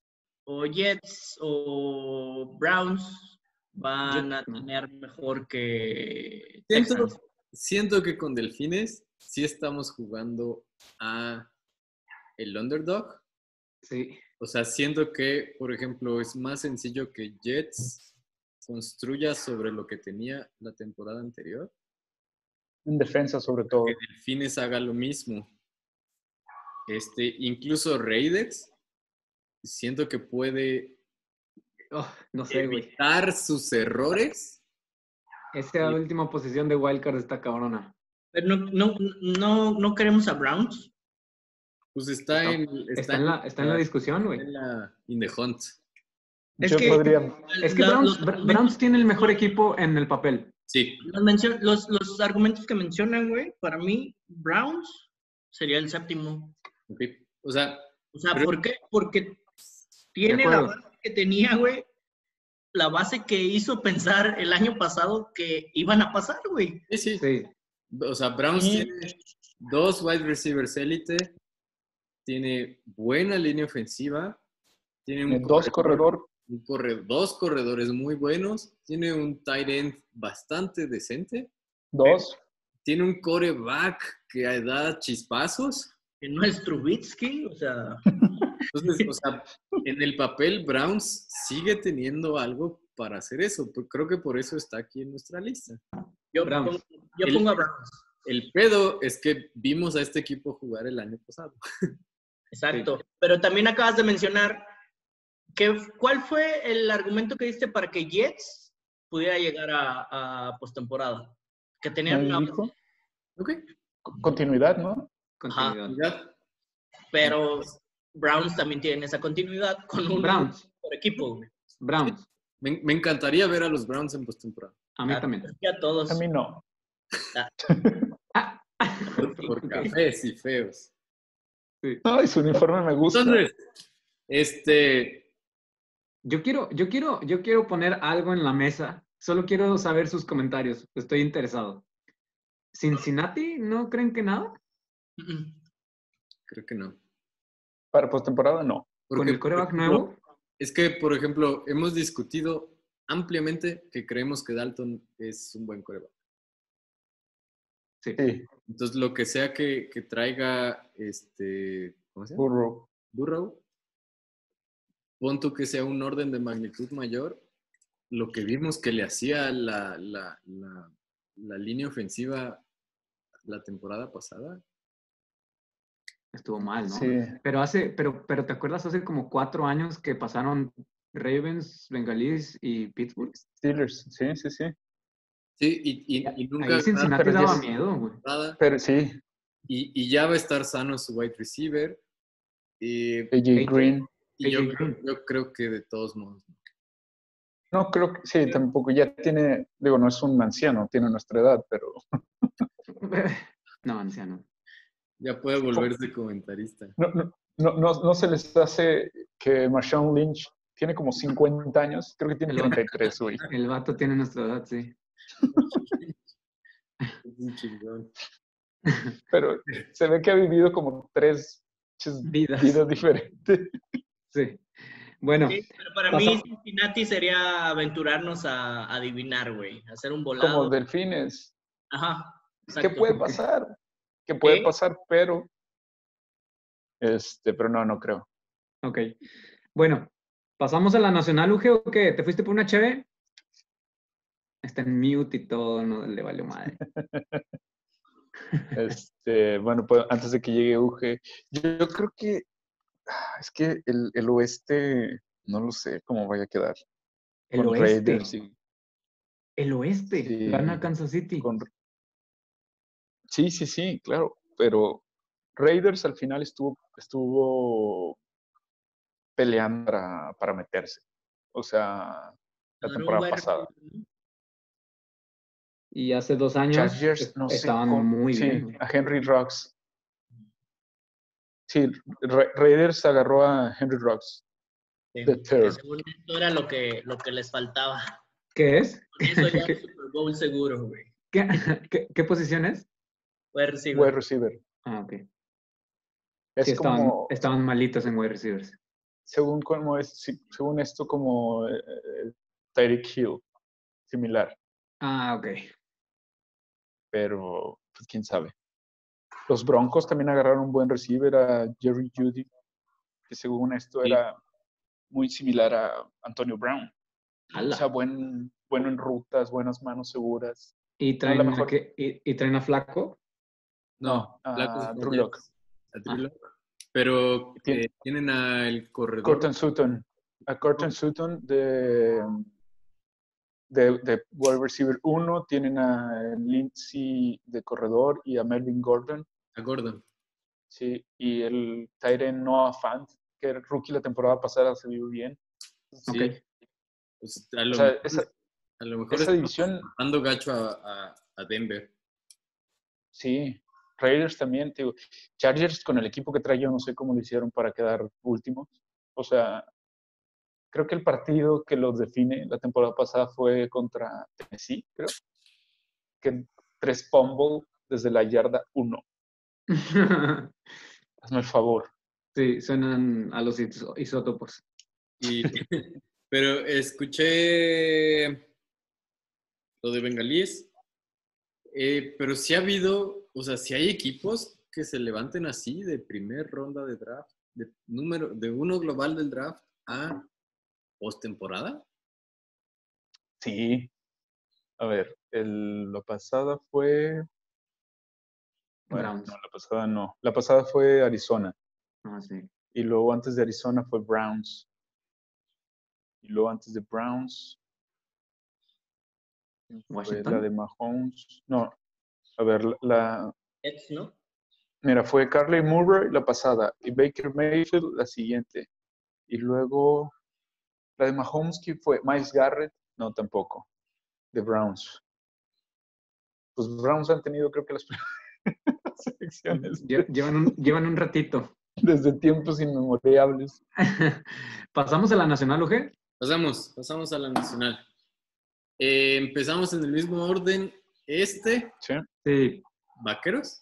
S4: o Jets o Browns van a tener mejor que
S3: Siento,
S4: Texans.
S3: siento que con Delfines sí estamos jugando a el underdog.
S1: Sí.
S3: O sea, siento que, por ejemplo, es más sencillo que Jets construya sobre lo que tenía la temporada anterior,
S2: En defensa sobre todo.
S3: que Delfines haga lo mismo. Este, incluso Raiders, siento que puede
S1: Oh, no sé, güey.
S3: evitar sus errores
S1: Esa última posición de Wildcard está cabrona.
S4: Pero no, no, no, no queremos a Browns.
S3: Pues está
S1: No,
S3: en.
S1: Está, en, la, está en la discusión, güey.
S3: en la- in the hunt.
S4: Es
S2: Yo
S4: que-
S2: podría-
S1: Es que
S4: La-
S1: Browns,
S4: los-
S1: Bra- Browns tiene el mejor equipo en el papel.
S3: Sí,
S4: Los, mencio- los, los argumentos que mencionan, güey, para mí, Browns sería el séptimo.
S3: ok. O sea,
S4: O sea,
S3: Pero-
S4: ¿por qué? Porque
S1: De
S4: tiene la
S1: acuerdo.
S4: base que tenía, güey. La base que hizo pensar el año pasado que iban a pasar, güey.
S3: sí, sí.
S1: Sí.
S3: O sea, Browns
S4: Sí.
S3: tiene dos wide receivers élite, tiene buena línea ofensiva, tiene un
S2: Tiene dos corredor,
S3: un corre- dos corredores muy buenos, tiene un tight end bastante decente,
S2: dos.
S3: tiene un coreback que da chispazos.
S4: Que no es Trubitsky, o sea,
S3: Entonces, o sea, en el papel Browns sigue teniendo algo para hacer eso. Pues Creo que por eso está aquí en nuestra lista.
S4: yo,
S1: Browns.
S4: pongo- yo
S3: El-
S4: pongo a Browns.
S3: El pedo es que vimos a este equipo jugar el año pasado.
S4: Exacto. Pero también acabas de mencionar que, cuál fue el argumento que diste para que Jets pudiera llegar a, a postemporada. Que tenían
S2: me
S4: una
S2: dijo.
S3: Ok.
S2: Continuidad, ¿no?
S1: Continuidad.
S3: Ya.
S4: pero Browns también tienen esa continuidad con un
S1: Browns.
S4: por equipo. güey.
S1: Browns.
S3: Me, me encantaría ver a los Browns en postemporada.
S1: A mí
S4: Ah,
S1: también.
S4: es que a todos.
S2: A mí no.
S3: Por, por cafés y feos.
S2: No, y su uniforme me gusta.
S3: Entonces, este.
S1: Yo quiero, yo quiero, yo quiero poner algo en la mesa. Solo quiero saber sus comentarios. Estoy interesado. ¿Cincinnati no creen que nada?
S4: Mm-mm.
S3: Creo que no.
S2: Para postemporada, no.
S1: ¿Con
S3: Porque,
S1: el coreback
S3: por ejemplo,
S1: nuevo?
S3: Es que, por ejemplo, hemos discutido ampliamente que creemos que Dalton es un buen coreback.
S1: Sí.
S2: Sí,
S3: Entonces, lo que sea que, que traiga este. ¿Cómo se llama?
S2: burro.
S3: Burrow. Pon tú que sea un orden de magnitud mayor. Lo que vimos que le hacía la, la, la, la línea ofensiva la temporada pasada.
S1: Estuvo mal, ¿no?
S2: Sí.
S1: Pero hace, pero, pero ¿te acuerdas hace como cuatro años que pasaron Ravens, Bengalis y Pittsburgh?
S2: Steelers, sí, sí, sí.
S3: Sí, y, y- y nunca.
S1: Ahí Cincinnati
S2: pero ya
S1: daba
S2: es-
S1: miedo, güey.
S3: nada.
S2: Pero sí,
S3: Y, y ya va a estar sano su wide receiver. Y,
S2: AJ
S1: AJ.
S2: Green.
S3: y yo,
S1: AJ Green.
S3: yo creo que de todos modos.
S2: No, creo que sí, tampoco. Ya tiene, digo, no es un anciano, tiene nuestra edad, pero
S1: No, anciano.
S3: Ya puede volverse comentarista.
S2: no, no, no, no- no se les hace que Marshawn Lynch tiene como 50 años, creo que tiene 33, güey.
S1: El vato tiene nuestra edad, sí.
S3: Es un chingón.
S2: Pero se ve que ha vivido como tres chis-
S1: Vidas.
S2: vidas diferentes.
S1: Sí. Bueno,
S4: Sí, pero para
S2: Pasa-
S4: mí Cincinnati sería aventurarnos a adivinar, güey, a hacer un volado.
S2: Como delfines.
S4: Ajá.
S2: ¿Qué
S4: exacto.
S2: puede pasar? ¿Qué puede
S4: Ok.
S2: pasar? Pero. Este, pero no, no creo.
S1: ok. Bueno, ¿pasamos a la nacional, UG o qué? ¿Te fuiste por una cheve? Está en mute y todo, no le valió madre.
S2: Este, bueno, pues antes de que llegue Uge, yo, yo creo que ah, es que el, el oeste, no lo sé cómo vaya a quedar.
S1: El
S2: con
S1: oeste.
S2: Raiders y
S1: El oeste.
S2: Sí.
S1: Gana Kansas City.
S2: con- Sí, sí, sí, claro. Pero Raiders al final estuvo, estuvo peleando para, para meterse. O sea, la
S4: Dar un
S2: temporada
S4: buen
S2: pasada.
S4: recurso, ¿no?
S1: Y hace dos años
S2: Chargers, no sé
S1: estaban
S2: cómo-
S1: muy
S2: sí,
S1: bien. güey.
S2: a Henry Rocks. Sí, Ra- Raiders agarró a Henry Rocks.
S4: Sí,
S2: The
S4: que
S2: third.
S4: según esto era lo que, lo que les faltaba.
S1: ¿Qué es?
S4: Con eso ya el Super Bowl seguro, güey.
S1: ¿Qué, qué, qué posición es?
S4: Puede recibir.
S2: wide receiver.
S1: Ah, ok.
S2: Es
S1: Sí, estaban,
S2: como,
S1: estaban malitos en wide receivers.
S2: según, como es, sí, según esto, como eh, eh, Tyreek Hill, similar,
S1: Ah, ok.
S2: pero pues, quién sabe. Los Broncos también agarraron un buen receiver a Jerry Judy, que según esto
S3: Sí.
S2: era muy similar a Antonio Brown. O
S1: Ala.
S2: sea, buen, bueno en rutas, buenas manos seguras.
S1: ¿Y traen, a,
S2: mejor.
S1: qué- y, y traen a Flaco?
S3: No,
S2: a
S1: ah,
S3: Flacco se fue
S2: Drew
S3: ayer.
S2: Lock.
S3: A Drew Lock. Pero eh,
S2: Tien-
S3: tienen al corredor.
S2: Corton Sutton. A Corton Sutton de, de, de wide receiver 1 tienen a Lindsey de corredor y a Melvin Gordon.
S3: A Gordon.
S2: Sí, y el Tyren Noah Fant, que el rookie la temporada pasada se vio bien.
S3: Sí.
S1: Ok.
S3: Pues, a, lo,
S2: O sea,
S3: mejor-
S2: esa,
S3: a lo mejor
S2: esa
S3: está
S2: división,
S3: dando gacho a, a- a Denver.
S2: sí. Raiders también, te digo. Chargers con el equipo que trae, yo no sé cómo lo hicieron para quedar últimos. O sea, creo que el partido que los define la temporada pasada fue contra Tennessee, creo. Que tres fumble desde la yarda 1. Hazme el favor.
S1: sí, suenan a los is- isótopos.
S3: Y, pero escuché lo de Bengalíes. Eh, pero sí ha habido, o sea, si hay equipos que se levanten así de primer ronda de draft, de número, de uno global del draft a postemporada.
S2: Sí. A ver, el, la pasada fue. Bueno,
S1: Browns.
S2: no, la pasada no. La pasada fue Arizona.
S1: Ah, sí.
S2: Y luego antes de Arizona fue Browns. Y luego antes de Browns. fue Pues, la
S1: Washington.
S2: de Mahomes. No. A ver, la- la.
S4: Jets, ¿no?
S2: Mira, fue Carly Murray la pasada. Y Baker Mayfield la siguiente. Y luego. La de Mahomes que fue Miles Garrett. No, tampoco. De Browns. Pues Browns han tenido, creo que las primeras selecciones
S1: Lle- Llevan un, llevan un ratito.
S2: desde tiempos inmemorables.
S1: ¿Pasamos a la Nacional UG?
S3: Pasamos, pasamos a la nacional. Eh, empezamos en el mismo orden. Este,
S2: Sí,
S1: Sí,
S3: Vaqueros.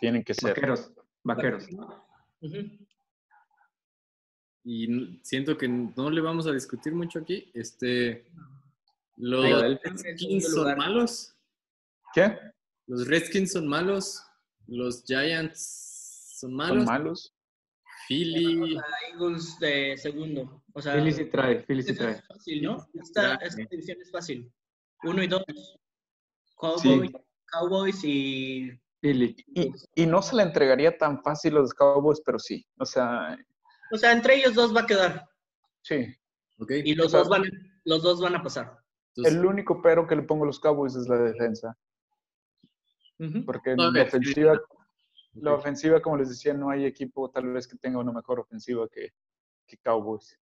S2: tienen que ser.
S1: vaqueros. Vaqueros.
S4: Ujú.
S3: Y n- siento que no le vamos a discutir mucho aquí. Este, los
S1: Filadelfia
S4: en
S3: Redskins
S4: segundo
S3: son
S4: lugar.
S3: malos.
S2: ¿Qué?
S3: Los Redskins son malos. Los Giants son malos.
S2: ¿Son malos?
S3: Philly.
S4: A Eagles de segundo. O sea,
S1: Philly sí trae, Philly sí
S4: esta
S1: trae.
S4: es fácil, ¿no? Esta,
S3: trae.
S4: esta división es fácil. Uno y dos.
S2: Sí.
S4: Cowboys, Cowboys y...
S1: Philly.
S2: Y, y no se la entregaría tan fácil a los Cowboys, pero sí. O sea,
S4: O sea, entre ellos dos va a quedar.
S2: sí.
S3: Ok.
S4: Y los,
S2: O sea,
S4: dos, van, a- los dos van a pasar.
S3: Entonces,
S2: El único pero que le pongo a los Cowboys es la defensa.
S4: Ujú.
S2: Porque
S3: No,
S2: la
S3: es que-
S2: ofensiva, la
S3: ok.
S2: ofensiva, como les decía, no hay equipo tal vez que tenga una mejor ofensiva que, que Cowboys.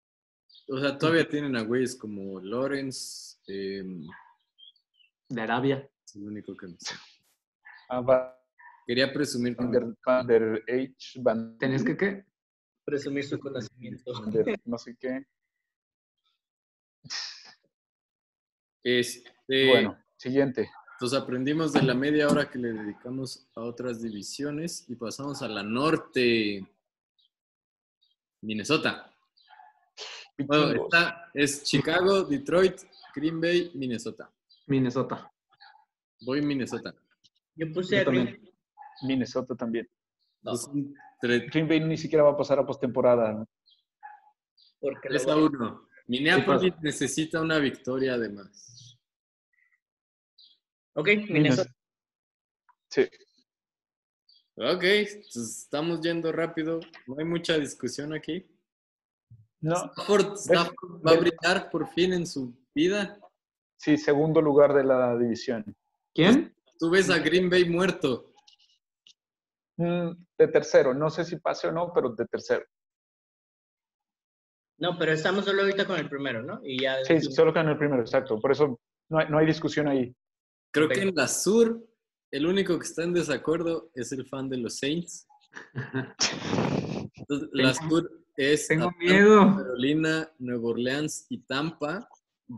S3: O sea, todavía tienen a güeyes como Lawrence. eh,
S1: De Arabia.
S3: es el único que me sé.
S2: Ah, Va-
S3: Quería presumir que
S2: Van
S3: me-
S2: der, Van der H, Van
S1: ¿Tenés que qué?
S4: Presumir su conocimiento.
S2: Van der no sé qué.
S3: Este,
S2: Bueno, siguiente.
S3: Entonces aprendimos de la media hora que le dedicamos a otras divisiones y pasamos a la norte. Minnesota. Bueno,
S2: Vikingos.
S3: esta es Chicago, Detroit, Green Bay, Minnesota.
S1: Minnesota.
S3: Voy Minnesota.
S4: Yo puse
S1: Yo
S4: a Green Bay.
S2: Minnesota también.
S3: Entonces, tre-
S2: Green Bay ni siquiera va a pasar a postemporada. ¿no?
S4: porque lo
S3: 3 a
S4: voy-
S3: 1. Minneapolis necesita una victoria además.
S4: Ok, Minnesota.
S2: Sí.
S3: Ok, entonces estamos yendo rápido. No hay mucha discusión aquí.
S2: No,
S3: Stafford, Stafford va a brillar por fin en su vida.
S2: sí, segundo lugar de la división.
S1: ¿Quién?
S3: Tú ves a Green Bay muerto.
S2: Mm, de tercero, no sé si pase o no, pero de tercero.
S4: No, pero estamos solo ahorita con el primero, ¿no? Y ya...
S2: Sí, solo que en el primero, exacto. Por eso no hay, no hay discusión ahí.
S3: Creo que en la sur, el único que está en desacuerdo es el fan de los Saints. Entonces, la
S1: Tengo-
S3: sur es
S1: Tengo
S3: Atlanta,
S1: miedo.
S3: Carolina, Nueva Orleans y Tampa.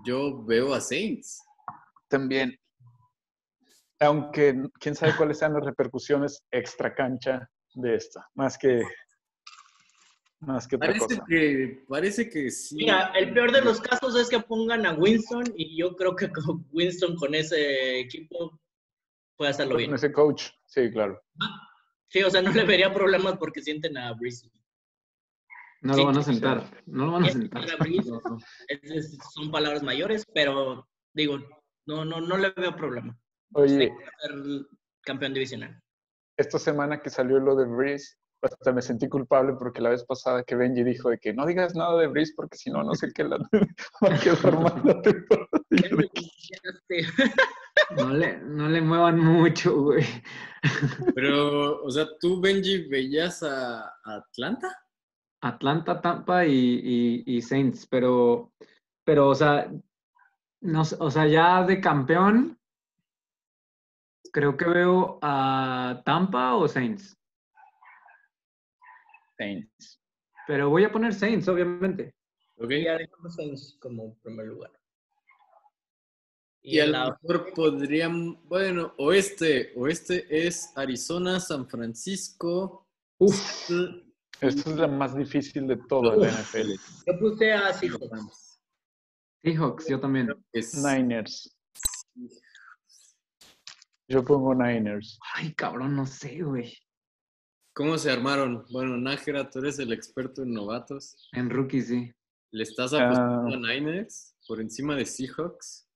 S3: Yo veo a Saints.
S2: También. Aunque quién sabe cuáles sean las repercusiones extra cancha de esta, más que más que otra
S3: Parece
S2: cosa.
S3: que, parece que sí.
S4: Mira, el peor de los casos es que pongan a Winston y yo creo que con Winston con ese equipo puede hacerlo
S2: Con
S4: bien.
S2: ese coach, sí, claro.
S4: Sí, o sea, no le vería problemas porque sienten a Breeze.
S1: No
S4: Sí,
S1: lo van a
S4: sí,
S1: sentar. No lo van a
S4: Es-
S1: sentar.
S4: era Breeze, es- es- son palabras mayores, pero digo, no, no, no le veo problema.
S2: Oye,
S4: Ser campeón divisional.
S2: esta semana que salió lo de Breeze, hasta me sentí culpable porque la vez pasada que Benji dijo de que no digas nada de Breeze porque si no, no sé qué la va a quedar mal la temporada".
S4: este,
S1: No le, no le muevan mucho, güey.
S3: Pero, o sea, ¿tú, Benji, veías a a Atlanta?
S1: Atlanta, Tampa y, y- y Saints, pero, pero, o sea, no, sé, o sea, ya de campeón, creo que veo a Tampa o Saints,
S2: Saints.
S1: pero voy a poner Saints, obviamente.
S3: ¿Ok?
S4: Ya dejamos Saints como primer lugar.
S3: Y a
S4: el
S3: lo mejor podrían, bueno, oeste, oeste es Arizona, San Francisco.
S1: Uf,
S3: Seattle,
S2: Esta es la más difícil de todo el NFL.
S4: Yo puse a Seahawks.
S1: Seahawks, yo también.
S3: Es,
S2: Niners. Yo pongo Niners.
S1: Ay, cabrón, no sé, güey.
S3: ¿Cómo se armaron? Bueno, Nájera, tú eres el experto en novatos.
S1: En rookie, sí.
S3: ¿Le estás
S2: Ah.
S3: apostando a Niners por encima de Seahawks?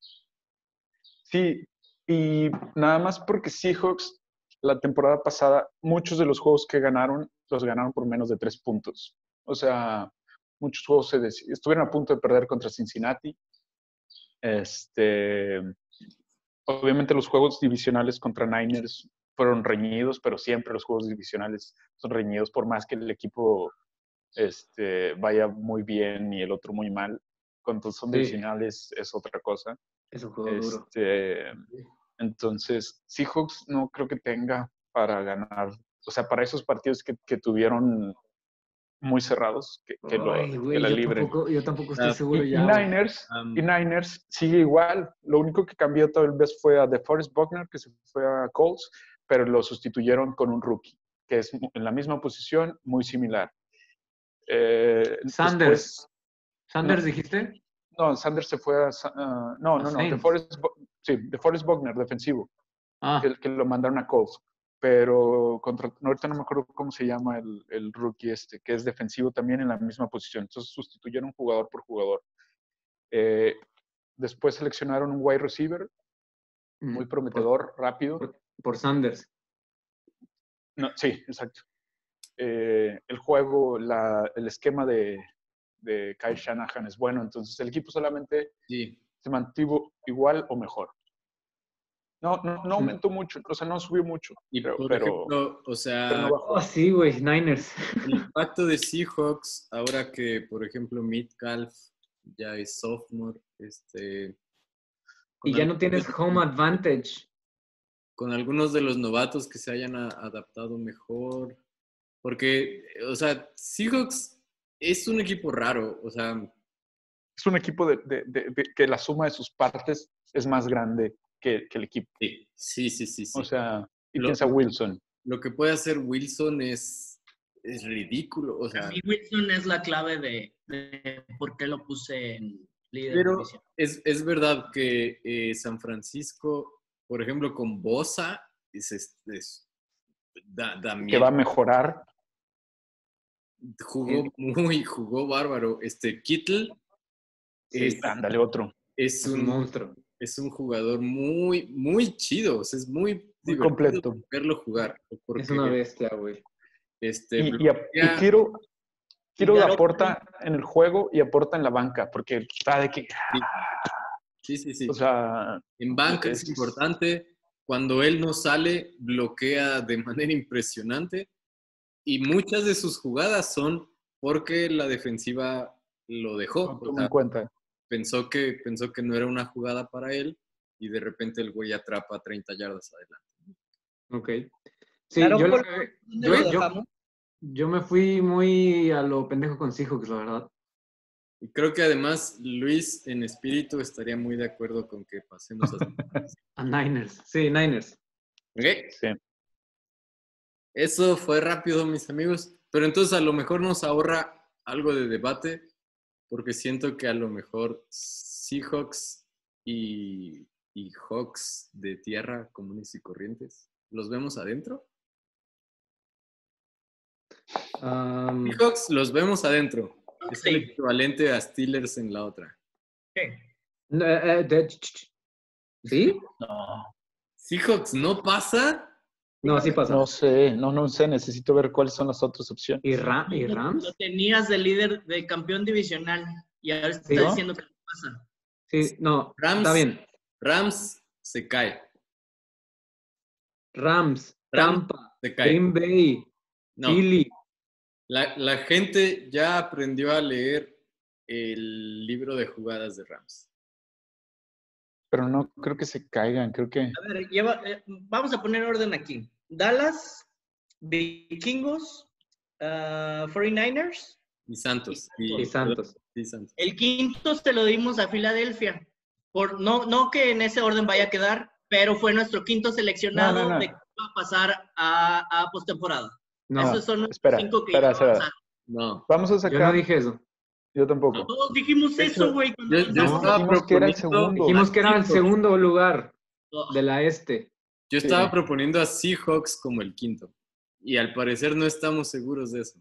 S2: Sí, y nada más porque Seahawks la temporada pasada, muchos de los juegos que ganaron, los ganaron por menos de tres puntos. O sea, muchos juegos se deci- estuvieron a punto de perder contra Cincinnati. Este, obviamente los juegos divisionales contra Niners fueron reñidos, pero siempre los juegos divisionales son reñidos por más que el equipo este, vaya muy bien y el otro muy mal. Cuando son
S1: Sí.
S2: divisionales es otra cosa.
S1: Es un juego duro.
S2: Este, entonces, Seahawks no creo que tenga para ganar. O sea, para esos partidos que, que tuvieron muy cerrados, que, que lo-
S1: Ay,
S2: que
S1: güey,
S2: la
S1: yo
S2: libren.
S1: tampoco, yo tampoco estoy
S3: Ah,
S1: seguro
S2: y,
S1: ya.
S2: y
S1: güey.
S2: Niners,
S4: Um,
S3: Am,
S2: y Niners sigue igual. Lo único que cambió tal vez fue a DeForest Buckner, que se fue a Colts, pero lo sustituyeron con un rookie, que es mu- en la misma posición, muy similar. Eh,
S1: Sanders.
S2: después-
S1: ¿Sanders
S2: no.
S1: dijiste?
S2: no, Sanders se fue a... Sa- ah, no,
S1: A
S2: no, no,
S1: Saints.
S2: DeForest, Bu- sí, DeForest Buckner, defensivo.
S1: Ah,
S2: que, que lo mandaron a Colts. Pero contra, no, ahorita no me acuerdo cómo se llama el, el rookie este, que es defensivo también en la misma posición. Entonces sustituyeron jugador por jugador. Eh, después seleccionaron un wide receiver, muy
S1: mm,
S2: prometedor, rápido.
S1: por Sanders.
S2: No, sí, exacto. Eh, el juego, la- el esquema de, de Kyle Shanahan es bueno. Entonces el equipo solamente
S3: sí.
S2: se mantuvo igual o mejor. No, no, no aumentó mucho, o sea, no subió mucho.
S3: Y
S2: creo,
S3: por
S2: pero-
S3: ejemplo, o
S2: pero
S3: sea,
S2: no bajó.
S1: Oh, sí, güey, Niners.
S3: el impacto de Seahawks, ahora que, por ejemplo, Metcalf ya es sophomore, este... con
S1: Y ya no
S3: algunos-
S1: tienes home advantage.
S3: Con algunos de los novatos que se hayan a- adaptado mejor. Porque, o sea, Seahawks es un equipo raro, o sea...
S2: es un equipo de, de- de- de- que la suma de sus partes es más grande que, que el equipo.
S3: Sí, sí, sí, sí. sí.
S2: O sea, y
S3: Lo-
S2: piensa Wilson.
S3: Lo que puede hacer Wilson es, es ridículo, o sea...
S4: Y Wilson es la clave de, de por qué lo puse en líder.
S3: Pero-
S4: divisional.
S3: Es, es verdad que eh, San Francisco, por ejemplo, con Bosa, es, es- es- da, da
S2: Que va a
S3: miedo.
S2: mejorar.
S3: Jugó muy, jugó bárbaro. Este Kittle
S1: Sí,
S3: es,
S2: eh, Ándale, otro.
S3: es
S1: Es un
S3: un,
S1: monstruo.
S3: es un jugador muy, muy chido. o sea, es muy
S2: Muy
S3: divertido
S2: completo.
S3: verlo jugar. Porque,
S1: Es una bestia, güey.
S3: Este,
S2: Y, y, a- y
S3: bloquea-
S2: Kiro, Kiro
S4: Claro.
S2: aporta en el juego y aporta en la banca, porque está de que,
S3: sí, sí, sí.
S2: o sea,
S3: en banca
S2: es-
S3: es importante. Cuando él no sale, bloquea de manera impresionante. Y muchas de sus jugadas son porque la defensiva lo dejó.
S1: pues,
S2: no
S3: O
S2: toma
S3: sea,
S2: en cuenta.
S3: pensó, que, pensó que no era una jugada para él y de repente el güey atrapa 30 yardas adelante.
S1: Ok. Sí,
S4: Claro,
S1: yo, la
S4: por-
S1: cagué.
S4: ¿Dónde
S1: Yo-
S4: lo
S1: yo-
S4: dejamos?
S1: Yo me fui muy a lo pendejo con Seahawks, la verdad.
S3: Y creo que además Luis en espíritu estaría muy de acuerdo con que pasemos a...
S1: A Niners. Sí, Niners.
S3: Ok,
S2: Sí.
S3: Eso fue rápido, mis amigos. Pero entonces a lo mejor nos ahorra algo de debate, porque siento que a lo mejor Seahawks y, y Hawks de tierra comunes y corrientes, ¿los vemos adentro?
S1: Am,
S3: Seahawks los vemos adentro. Es el
S4: Sí.
S3: equivalente a Steelers en la otra.
S1: no, eh, eh, de- ch- ch- ¿Sí?
S2: No,
S3: Seahawks no pasa.
S1: No, sí pasa.
S2: no sé, no, no sé, necesito ver cuáles son las otras opciones.
S1: ¿Y, Ra- y
S4: Lo
S1: Rams?
S4: tenías de líder, de campeón divisional. Y ahora estás
S1: ¿no?
S4: diciendo que no pasa.
S1: Sí, no,
S3: Rams.
S1: está bien.
S3: Rams se cae.
S1: Rams,
S3: Rams.
S1: Tampa,
S3: Se cae.
S1: Green Bay,
S3: No.
S1: Philly.
S3: La, la gente ya aprendió a leer el libro de jugadas de Rams.
S2: Pero no creo que se caigan, creo que...
S4: A ver, lleva- eh, vamos a poner orden aquí. Dallas, Vikingos, ah, 49ers.
S3: Y Santos.
S1: Y Santos.
S3: Sí, Santos.
S4: El quinto se lo dimos a Filadelfia. Por, no, no que en ese orden vaya a quedar, pero fue nuestro quinto seleccionado
S2: No, no, no.
S4: de que va a pasar a, a postemporada.
S1: No,
S4: Esos son los
S2: espera,
S4: cinco que
S2: espera,
S4: iban a
S2: espera.
S4: pasar.
S3: No.
S2: Vamos a
S1: yo
S2: sacar...
S1: no dije eso.
S2: Yo tampoco.
S4: Todos dijimos eso, güey. cuando
S3: Yo, yo
S1: No,
S4: lanzamos.
S3: estaba
S2: dijimos que era el
S3: proponiendo-
S2: segundo.
S1: Dijimos que era el segundo lugar
S4: No.
S1: de la este.
S3: Yo estaba
S2: Sí.
S3: proponiendo a Seahawks como el quinto. Y al parecer no estamos seguros de eso.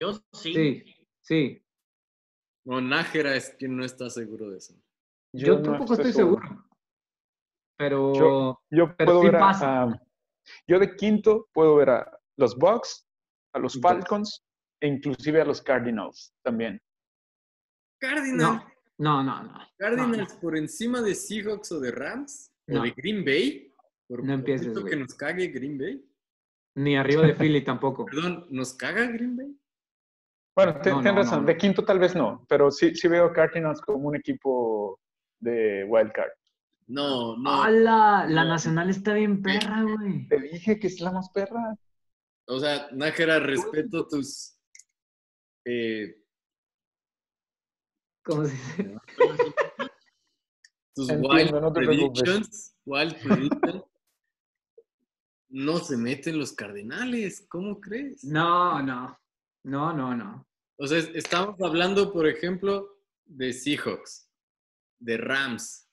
S4: Yo sí.
S1: Sí, sí.
S3: No, Nájera es quien no está seguro de eso.
S1: Yo,
S2: no
S1: tampoco estoy seguro. Pero
S2: Yo- Yo
S1: Pero
S2: puedo
S1: sí
S2: ver a,
S1: pasa.
S2: a- Yo de quinto puedo ver a los Bucks, a los
S1: Bucks.
S2: Falcons e inclusive a los Cardinals también.
S3: Cardinals.
S1: no, no, no, no.
S3: Cardinals por encima de Seahawks o de Rams o
S1: No.
S3: de Green Bay. Por
S1: No empieces,
S3: poquito
S1: güey.
S3: que nos cague Green Bay.
S1: Ni arriba de Philly tampoco.
S3: Perdón, ¿nos caga Green Bay?
S2: Bueno,
S1: No,
S2: ten,
S1: no,
S2: ten
S1: no,
S2: razón.
S1: no.
S2: De quinto tal vez no, pero sí, sí veo a Cardinals como un equipo de wildcard.
S3: No, no.
S1: ¡Hala! La
S3: No.
S1: nacional está bien perra, güey.
S2: Te dije que es la más perra.
S3: O sea, Nájera, respeto tus. eh,
S1: ¿Cómo se dice?
S3: tus
S2: Entiendo,
S3: wild
S2: no te preocupes.
S3: predictions. Wild predictions. No se meten los Cardenales, ¿cómo crees?
S1: No, no. No, no, no.
S3: O sea, es- estamos hablando, por ejemplo, de Seahawks, de Rams.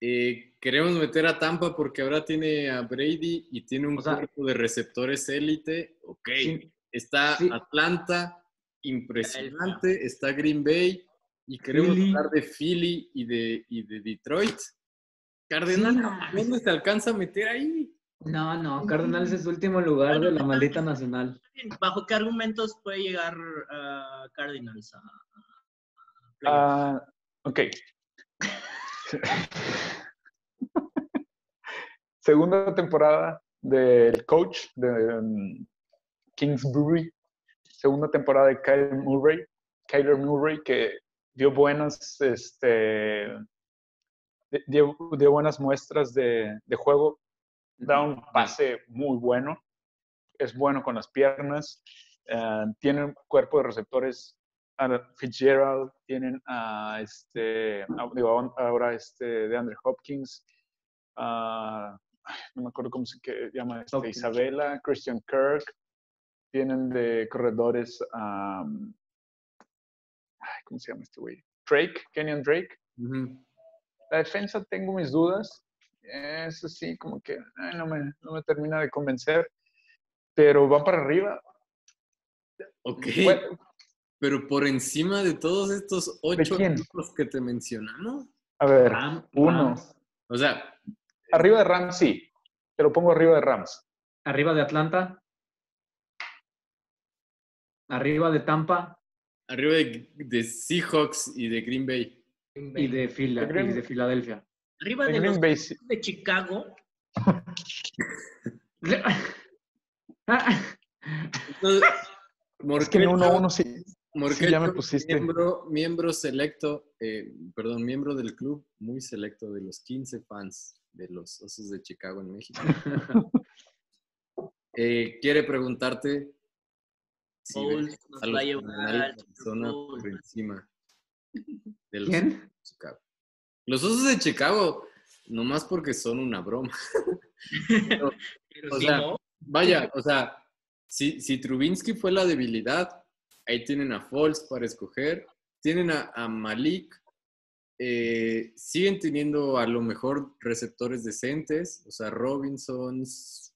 S3: Eh, queremos meter a Tampa porque ahora tiene a Brady y tiene un
S1: O sea-
S3: cuerpo de receptores élite. Ok.
S1: Sí,
S3: Está
S1: Sí.
S3: Atlanta, impresionante. Está Green Bay. Y queremos
S1: Philly.
S3: hablar de Philly y de, y de Detroit. Cardenal,
S1: Sí, no mames.
S3: ¿dónde se alcanza a meter ahí?
S1: No, no. Cardenales es último lugar de la maldita nacional.
S4: ¿Bajo qué argumentos puede llegar ah, Cardinals a, a playoffs?
S2: Ah, ok. Segunda temporada del coach de um, Kingsbury. Segunda temporada de Kyler Murray. Kyler Murray que dio buenas, este, dio, dio buenas muestras de, de juego. Da un pase muy bueno. Es bueno con las piernas. ah, tiene un cuerpo de receptores a Fitzgerald, tienen a este, a- digo, ahora- ahora este de Andre Hopkins, a- ay, no me acuerdo cómo se que- llama este,
S1: Hopkins.
S2: Isabela, Christian Kirk, tienen de corredores a, ay, ¿cómo se llama este güey? Drake, Kenyon Drake. La defensa tengo mis dudas. Eso sí, como que ay, no, me, no me termina de convencer. Pero van para arriba.
S3: Ok.
S2: Bueno,
S3: Pero por encima de todos estos ocho
S2: quién?
S3: equipos que te mencionamos.
S2: a ver,
S1: Ram-
S2: uno.
S1: Rams.
S3: O sea,
S2: Arriba de Rams, sí. Te lo pongo arriba de Rams.
S1: Arriba de Atlanta. Arriba de Tampa
S3: arriba de, de Seahawks y de Green Bay.
S1: y de, Fila-
S2: Yo creo-
S1: y de Filadelfia.
S4: Arriba
S2: En
S4: de los
S2: Green Bay, sí.
S4: de Chicago,
S1: Ah,
S3: Entonces,
S2: Es que en
S3: Morquecho-
S2: 1-1 sí.
S3: Morquecho,
S2: sí, ya me pusiste.
S3: Miembro, miembro selecto, eh, perdón, miembro del club muy selecto de los 15 fans de los Osos de Chicago en México. Eh, quiere preguntarte si
S4: Bowles
S3: ves
S4: nos
S3: a
S4: va
S3: los
S4: a llevar
S3: Cardenales
S4: al
S3: de
S4: Super
S3: Arizona
S4: Bowl.
S3: por encima de los Osos
S1: ¿Quién?
S3: de Chicago. Los Osos de Chicago, nomás porque son una broma.
S4: pero
S3: O
S4: si
S3: sea,
S4: no,
S3: Vaya, o sea, si, si Trubinsky fue la debilidad, ahí tienen a Foles para escoger, tienen a, a Malik, eh, siguen teniendo a lo mejor receptores decentes, o sea, Robinsons.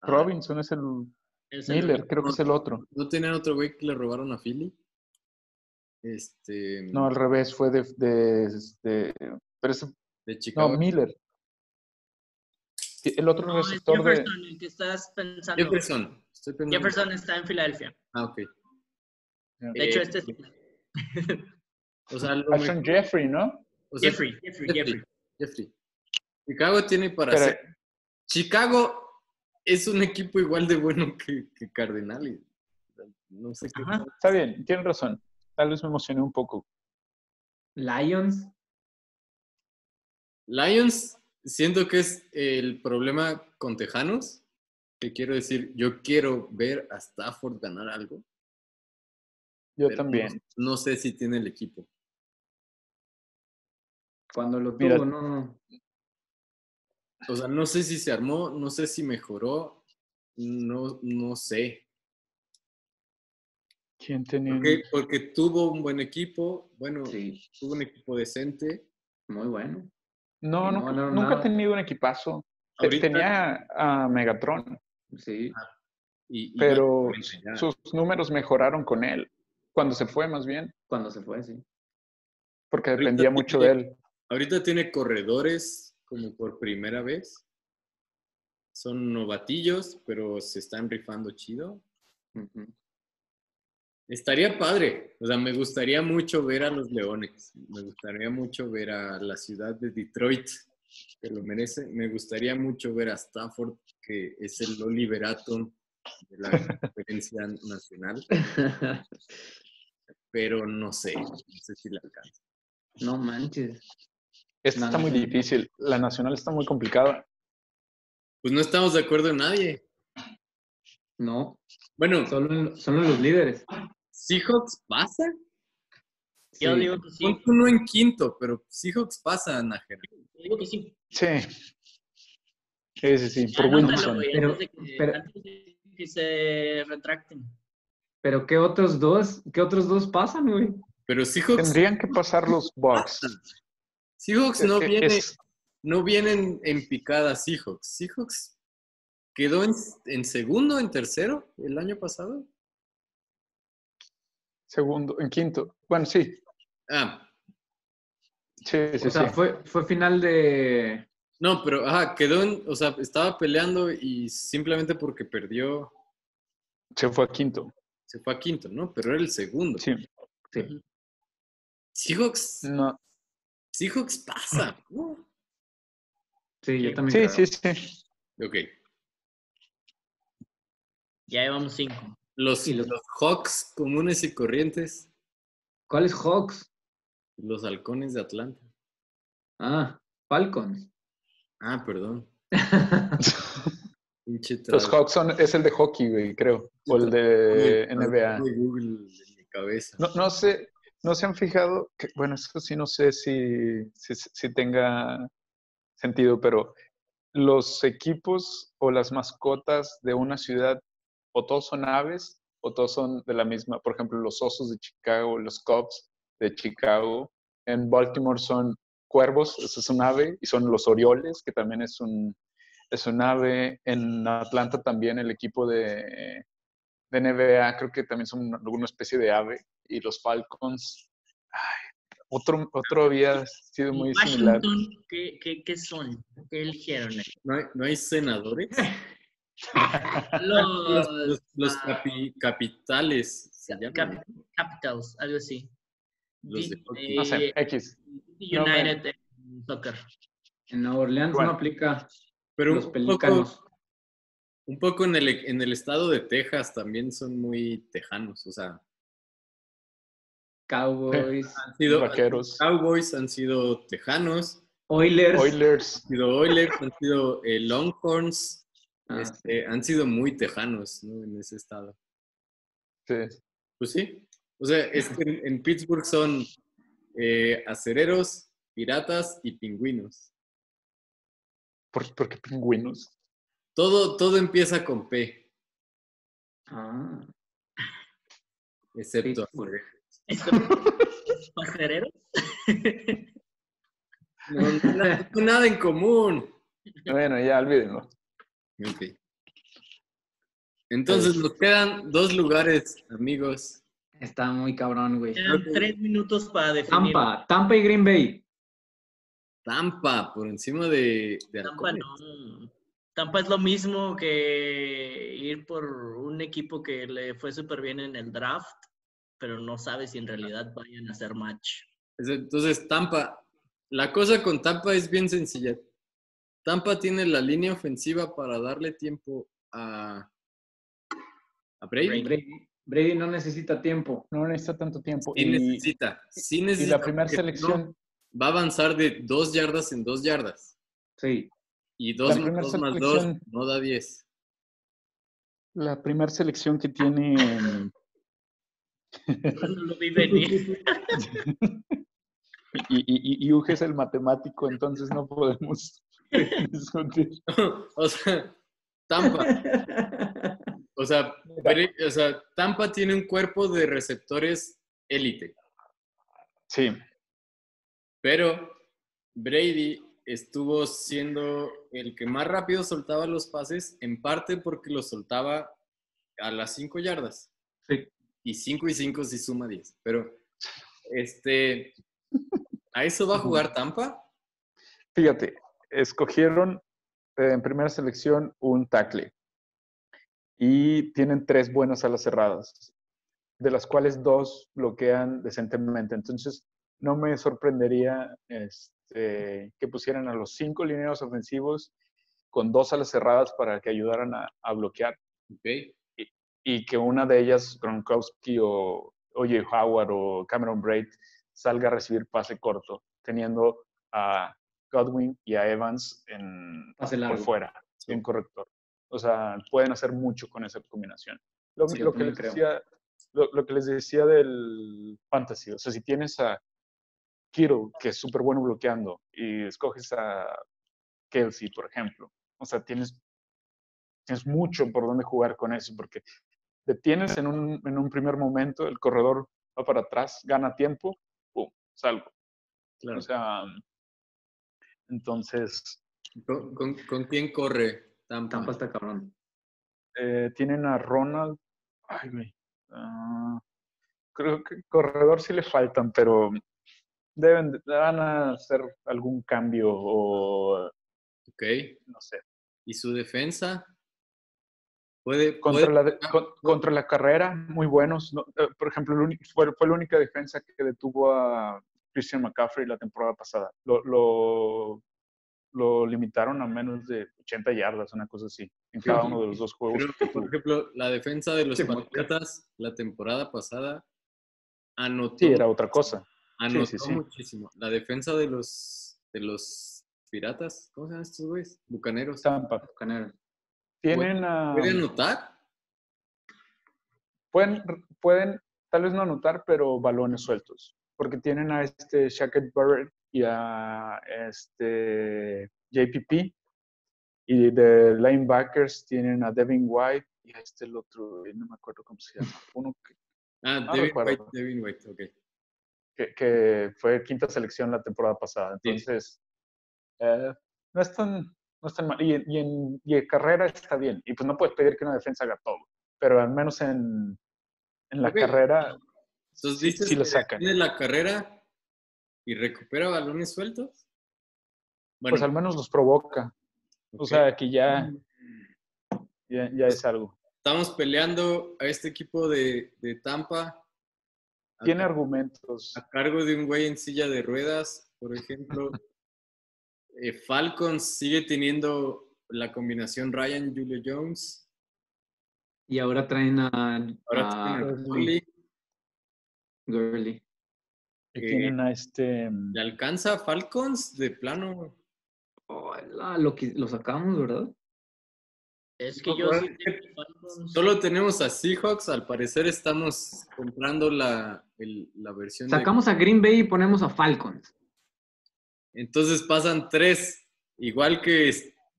S3: ah,
S2: Robinson es el
S4: es el-
S2: Miller, creo que es el otro.
S3: ¿No tenían otro güey que le robaron a Philly? Este,
S2: No, al revés, fue de. de, de- pero ese-
S3: de
S2: no,
S3: Chicago.
S2: Miller. Sí, El otro
S4: no, es
S2: receptor de.
S4: Jefferson el que estás pensando. Jefferson.
S3: Jefferson. Estoy pensando-
S4: está en Filadelfia.
S3: Ah, ok.
S2: Ya.
S4: De hecho,
S3: Eh,
S4: este es
S3: O sea, lo
S2: A Sean
S3: mejor-
S2: Jeffrey, ¿no?
S3: o sea,
S4: Jeffrey, Jeffrey,
S3: Jeffrey.
S4: Jeffrey.
S3: Jeffrey. Chicago tiene para
S2: Pero-
S3: hacer. Chicago es un equipo igual de bueno que, que Cardinales. No sé qué.
S4: Ajá.
S2: Está bien, tienen razón. Tal vez me emocioné un poco.
S1: Lions.
S3: Lions, siento que es el problema con Tejanos. Que quiero decir, yo quiero ver a Stafford ganar algo.
S2: Yo
S3: pero
S2: también.
S3: No, no sé si tiene el equipo.
S1: Cuando lo
S2: Mira.
S1: tuvo, no.
S3: O sea, no sé si se armó, no sé si mejoró. No, no sé.
S2: ¿Quién tenía?
S3: Porque, porque tuvo un buen equipo. Bueno,
S1: Sí,
S3: tuvo un equipo decente.
S1: muy bueno.
S2: No,
S1: No,
S2: nunca,
S1: no,
S2: nunca
S1: nada.
S2: he tenido un equipazo. Te-
S3: Ahorita-
S2: Tenía a Megatron,
S1: Sí.
S3: y- y-
S2: pero
S3: ya.
S2: sus números mejoraron con él. Cuando se fue, más bien,
S1: Cuando se fue, sí.
S2: porque
S3: Ahorita
S2: dependía
S3: tiene-
S2: mucho de él.
S3: Ahorita tiene corredores como por primera vez. Son novatillos, pero se están rifando chido.
S1: Ujú.
S3: Estaría padre. O sea, me gustaría mucho ver a los Leones. Me gustaría mucho ver a la ciudad de Detroit, que lo merece. Me gustaría mucho ver a Stafford, que es el Oliver Atom de la conferencia nacional. Pero no sé, no sé si la alcanza.
S1: no manches.
S2: Esta
S1: No,
S2: está
S1: no,
S2: muy
S1: no.
S2: difícil. La nacional está muy complicada.
S3: Pues no estamos de acuerdo en nadie.
S1: No,
S3: Bueno,
S1: solo, en- solo en los líderes.
S3: Seahawks pasa.
S4: Yo
S1: Sí.
S4: digo que sí.
S3: Pon tú no en quinto, pero Seahawks pasa, Nájera.
S4: Yo digo que sí.
S2: Sí. Sí, sí, sí.
S4: Ya,
S1: Ah,
S2: Por
S4: anótalo,
S2: Wilson.
S4: güey,
S1: Pero-
S4: antes de que-
S1: pero-
S4: antes de que se retracten.
S1: Pero ¿qué otros dos? ¿Qué otros dos pasan, güey?
S3: Pero Seahawks,
S2: Tendrían que pasar
S1: Ah,
S2: los Bucks.
S3: Seahawks no,
S2: Es-
S3: viene,
S2: es-
S3: no vienen en picada Seahawks. Seahawks quedó en, en segundo, en tercero el año pasado.
S2: Segundo, en quinto. Bueno, sí,
S3: Ah,
S2: sí, sí,
S1: o sea,
S2: sí.
S1: fue, fue final de.
S3: no, pero ajá, quedó en, o sea, estaba peleando y simplemente porque perdió
S2: Se fue a quinto.
S3: se fue a quinto, ¿no? Pero era el segundo.
S2: Sí.
S1: Sí.
S3: Seahawks,
S2: No.
S3: Seahawks pasa. ¿no?
S1: Sí, yo también.
S2: Sí,
S1: creo.
S2: sí, sí.
S3: Ok.
S4: Ya llevamos cinco.
S3: Los,
S1: Y los-
S3: los Hawks comunes y corrientes,
S1: ¿Cuáles Hawks?
S3: los halcones de Atlanta.
S1: Ah, Falcons.
S3: Ah, perdón. Pinche
S2: Los
S3: traba-
S2: Hawks son- es el de hockey, güey, creo. O el
S1: Eh,
S2: de
S3: Google,
S2: NBA.
S3: de Google en mi cabeza.
S2: No, no sé, no se han fijado, que- bueno, eso sí no sé si, si, si tenga sentido, pero los equipos o las mascotas de una ciudad, o todos son aves, o todos son de la misma. Por ejemplo, los osos de Chicago, los Cubs de Chicago. En Baltimore son cuervos, eso es un ave, y son los Orioles, que también es un, es un ave. En Atlanta también el equipo de, de NBA, creo que también son alguna especie de ave. Y los Falcons, ay, otro, otro había sido muy similar.
S4: Washington, ¿qué, qué, qué son? ¿Qué eligieron?
S3: ¿No hay, no hay senadores?
S4: Los,
S3: Los, los- los
S4: ah,
S3: capi- capitales. se llaman,
S4: Cap-
S3: ¿no?
S4: Capitals, algo así.
S3: Los de
S4: D-
S3: hockey.
S4: eh,
S2: No sé, X.
S4: United en soccer.
S1: En Nueva Orleans
S2: Igual.
S1: no aplica
S3: Pero
S1: los
S3: un poco,
S1: pelícanos.
S3: un poco en, el, en el estado de Texas también son muy tejanos. O sea,
S1: Cowboys.
S3: han sido
S2: Vaqueros.
S3: Cowboys, han sido tejanos,
S1: Oilers.
S2: Oilers.
S3: han sido Oilers, han sido eh, Longhorns.
S1: Ah,
S3: este, han sido muy tejanos ¿no? en ese estado.
S2: Sí.
S3: Pues sí. O sea, es que en, en Pittsburgh son eh, acereros, piratas y pingüinos.
S2: ¿Por, por qué pingüinos?
S3: Todo, todo empieza con P,
S1: ah,
S3: excepto
S1: Pittsburgh.
S3: acereros.
S4: Esto- ¿Pajareros?
S3: No, no, na- no nada en común.
S2: Bueno, ya olvídenlo.
S3: Ok.
S2: Pues
S3: Entonces nos quedan dos lugares, amigos.
S1: está muy cabrón, güey.
S4: Quedan tres minutos para definir.
S1: Tampa, Tampa y Green Bay.
S3: Tampa, por encima de, de
S4: Tampa
S3: Halcones.
S4: no. Tampa es lo mismo que ir por un equipo que le fue súper bien en el draft, pero no sabe si en realidad vayan a hacer match.
S3: Entonces, Tampa. La cosa con Tampa es bien sencilla. Tampa tiene la línea ofensiva para darle tiempo a, a Brady.
S1: Brady, Brady no necesita tiempo.
S2: No necesita tanto tiempo.
S3: Sí
S2: Y,
S3: necesita. Sí
S2: y
S3: necesita.
S2: la primera
S3: porque
S2: selección,
S3: no, va a avanzar de dos yardas en dos yardas.
S1: Sí.
S3: Y dos,
S2: La primera
S3: dos más dos
S2: selección-
S3: no da diez.
S2: la primera selección que tiene em,
S4: No lo vi venir.
S2: y, y, y- y Uge es el matemático, entonces no podemos discutir.
S3: o sea, Tampa. O sea, Brady- o sea, Tampa tiene un cuerpo de receptores élite.
S2: Sí,
S3: Pero Brady estuvo siendo el que más rápido soltaba los pases, en parte porque los soltaba a las 5 yardas.
S1: Sí.
S3: Y 5 y 5 sí suma 10. Pero, este, ¿a eso va a jugar Tampa?
S2: fíjate, escogieron eh, en primera selección un tackle y tienen tres buenas alas cerradas, de las cuales dos bloquean decentemente. Entonces, no me sorprendería este, que pusieran a los cinco lineros ofensivos con dos alas cerradas para que ayudaran a- a bloquear.
S3: Ok.
S2: y que una de ellas, Gronkowski o Oye Howard o Cameron Braid, salga a recibir pase corto, teniendo a Godwin y a Evans en,
S1: Pase
S2: por
S1: largo.
S2: fuera,
S3: Sí.
S2: un corrector. O sea, pueden hacer mucho con esa combinación. Lo,
S1: Sí,
S2: lo
S1: yo
S2: que,
S1: también
S2: les
S1: creo.
S2: decía, lo, lo que les decía del fantasy, o sea, si tienes a Kittle, que es súper bueno bloqueando, y escoges a Kelsey, por ejemplo, o sea, tienes, tienes mucho por dónde jugar con eso, porque detienes en un, en un primer momento, el corredor va para atrás, gana tiempo, ¡pum! Salgo.
S3: Claro.
S2: O sea, entonces,
S3: ¿Con, con, con quién corre Tampa?
S1: Tampa está cabrón.
S2: eh, tienen a Ronald. Ay, güey. ah, creo que corredor sí le faltan, pero deben, de- van a hacer algún cambio o
S3: Ok.
S2: no sé.
S3: ¿Y su defensa? ¿Puede,
S2: Contra
S3: puede-
S2: la, de- con- contra la carrera, muy buenos. ¿no? Eh, por ejemplo, el uni- fue, fue la única defensa que detuvo a Christian McCaffrey la temporada pasada. Lo, lo, lo limitaron a menos de 80 yardas, una cosa así, en cada uno de los dos juegos.
S3: Creo que, por ejemplo, la defensa de los
S1: Qué mal.
S3: Patriotas la temporada pasada anotó,
S2: Sí, era otra cosa.
S3: anotó
S2: sí, sí.
S3: muchísimo. La defensa de los de los piratas, ¿cómo se llaman estos güeyes? Bucaneros.
S2: Tampa.
S1: Canelo.
S2: Tienen a...
S3: ¿Puede anotar?
S2: pueden, pueden tal vez no anotar, pero balones sueltos. Porque tienen a este Shaquette Barrett y a este JPP. Y de linebackers tienen a Devin White y a este el otro, eh, no me acuerdo cómo se llama. Uno que,
S3: Ah,
S2: No
S3: Devin
S2: recuerdo.
S3: White, Devin White, ok.
S2: que, que fue quinta selección la temporada pasada.
S3: Sí.
S2: Entonces, eh, no es tan, no es tan mal. Y, en- y en, y en carrera está bien. Y pues no puedes pedir que una defensa haga todo. Pero al menos en, en la
S3: Ok.
S2: carrera
S3: Entonces
S2: Sí,
S3: dices
S2: sí lo
S3: que
S2: sacan.
S3: defiende la carrera y recupera balones sueltos. Bueno,
S2: pues al menos los provoca. O
S3: ok.
S2: sea, que ya, ya, ya es algo.
S3: estamos peleando a este equipo de, de Tampa. A-
S2: Tiene argumentos.
S3: a cargo de un güey en silla de ruedas, por ejemplo. Eh, Falcons sigue teniendo la combinación Ryan Julio Jones.
S1: Y ahora traen a,
S3: Ahora
S1: a
S3: tienen a Gurley.
S1: Gurley.
S2: que
S3: eh,
S2: tienen a este.
S3: ¿Le alcanza a Falcons de plano?
S1: Hola, lo, qui- lo sacamos, ¿verdad?
S4: Es que yo sí tengo Falcons.
S3: Solo tenemos a Seahawks. Al parecer estamos comprando la, el- la versión. de-
S1: Sacamos a Green Bay y ponemos a Falcons.
S3: Entonces pasan tres, igual que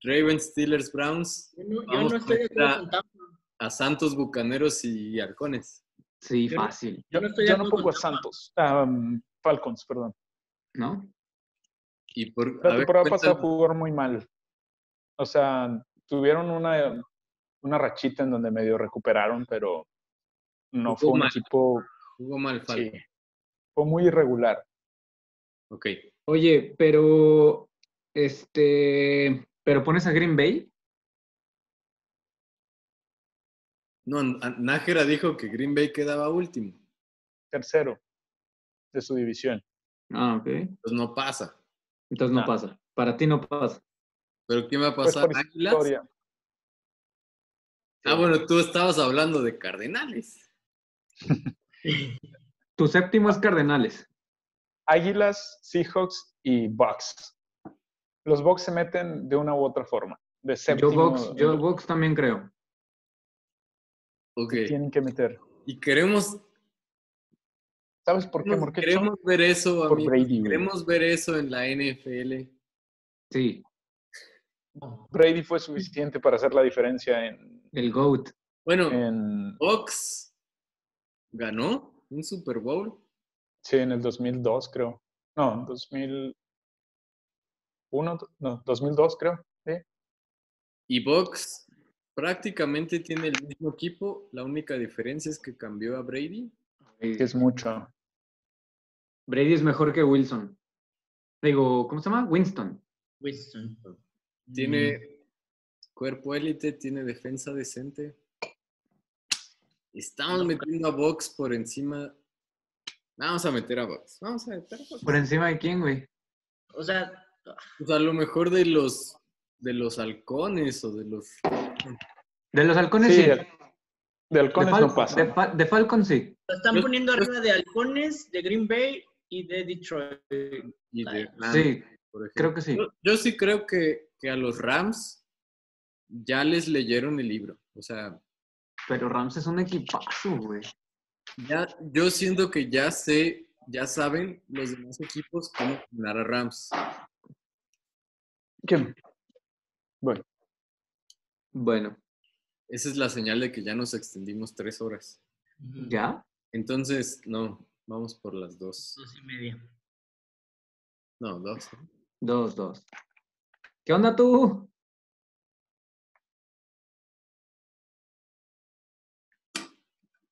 S3: Ravens, Steelers, Browns,
S4: Yo no, yo
S3: Vamos
S4: no estoy de
S3: contra-
S4: acuerdo con Tampa.
S3: a Santos, Bucaneros y Halcones.
S1: Sí,
S4: Yo no-
S1: fácil,
S2: Yo,
S4: yo no estoy de
S2: yo pues, no
S4: acuerdo
S2: pongo a
S4: con Tampa.
S2: Santos. ah, um, Falcons, perdón.
S1: ¿no?
S3: Y por, a
S2: La
S3: ver,
S2: temporada pasada
S3: cuéntame.
S2: jugaron muy mal. O sea, tuvieron una, una rachita en donde medio recuperaron, pero no
S3: Jugó
S2: fue un
S3: mal.
S2: equipo.
S3: jugó mal
S2: Sí,
S3: Falcons.
S2: fue muy irregular.
S3: Ok.
S1: Oye, pero este, pero pones a Green Bay.
S3: No, N- Nájera dijo que Green Bay quedaba último.
S2: Tercero de su división.
S1: Ah, ok.
S3: Pues no pasa.
S1: Entonces no,
S2: No.
S1: pasa. Para ti no pasa.
S3: ¿Pero quién va a
S2: Pues
S3: pasar?
S2: por
S3: ¿Águilas?
S2: historia.
S3: Ah, bueno, tú estabas hablando de Cardenales.
S1: Tu séptimo
S2: Ah.
S1: es Cardenales.
S2: Águilas, Seahawks y Bucks. Los Bucks se meten de una u otra forma. De séptimo,
S1: Yo Box, yo Box también creo.
S3: Ok.
S2: tienen que meter.
S3: Y queremos,
S2: ¿Sabes por qué? Porque
S3: queremos ver eso,
S2: por
S3: amigos.
S2: Brady, güey.
S3: Queremos ver eso en la NFL.
S1: Sí,
S2: Brady fue suficiente para hacer la diferencia en,
S1: el GOAT.
S3: Bueno,
S2: en,
S3: Fox ganó un Super Bowl.
S2: sí, en el 2002, creo. No, en 2001, no, 2002, creo. Sí.
S3: Y Box prácticamente tiene el mismo equipo. La única diferencia es que cambió a Brady.
S2: Que es mucho.
S1: Eh, Brady es mejor que Wilson. Digo, ¿cómo se llama? Winston.
S4: Winston.
S3: Tiene cuerpo élite, tiene defensa decente. Estamos metiendo a Box por encima. Vamos a meter a Box. Vamos a meter a Box.
S1: ¿Por encima de quién, güey?
S4: Mm, O sea,
S3: Pues a lo mejor de los de los halcones o de los.
S1: De los halcones
S2: Sí,
S1: sí.
S2: el- De halcones
S1: Fal-
S2: no pasa.
S1: de Fa- de Falcon sí.
S4: lo están
S3: Yo-
S4: poniendo arriba de halcones, de Green Bay y de Detroit.
S3: Y de Rams,
S1: Sí,
S3: por ejemplo.
S1: creo que sí.
S3: Yo, yo sí creo que, que a los Rams ya les leyeron el libro. O sea,
S1: Pero Rams es un equipazo, güey.
S3: ya, yo siento que ya sé, ya saben los demás equipos cómo ganar a Rams.
S2: ¿Quién? Bueno,
S1: Bueno,
S3: Esa es la señal de que ya nos extendimos tres horas.
S1: ¿ya?
S3: Entonces, no, vamos por las dos.
S4: Dos y media.
S3: No, dos. ¿no?
S1: Dos, dos. ¿Qué onda tú?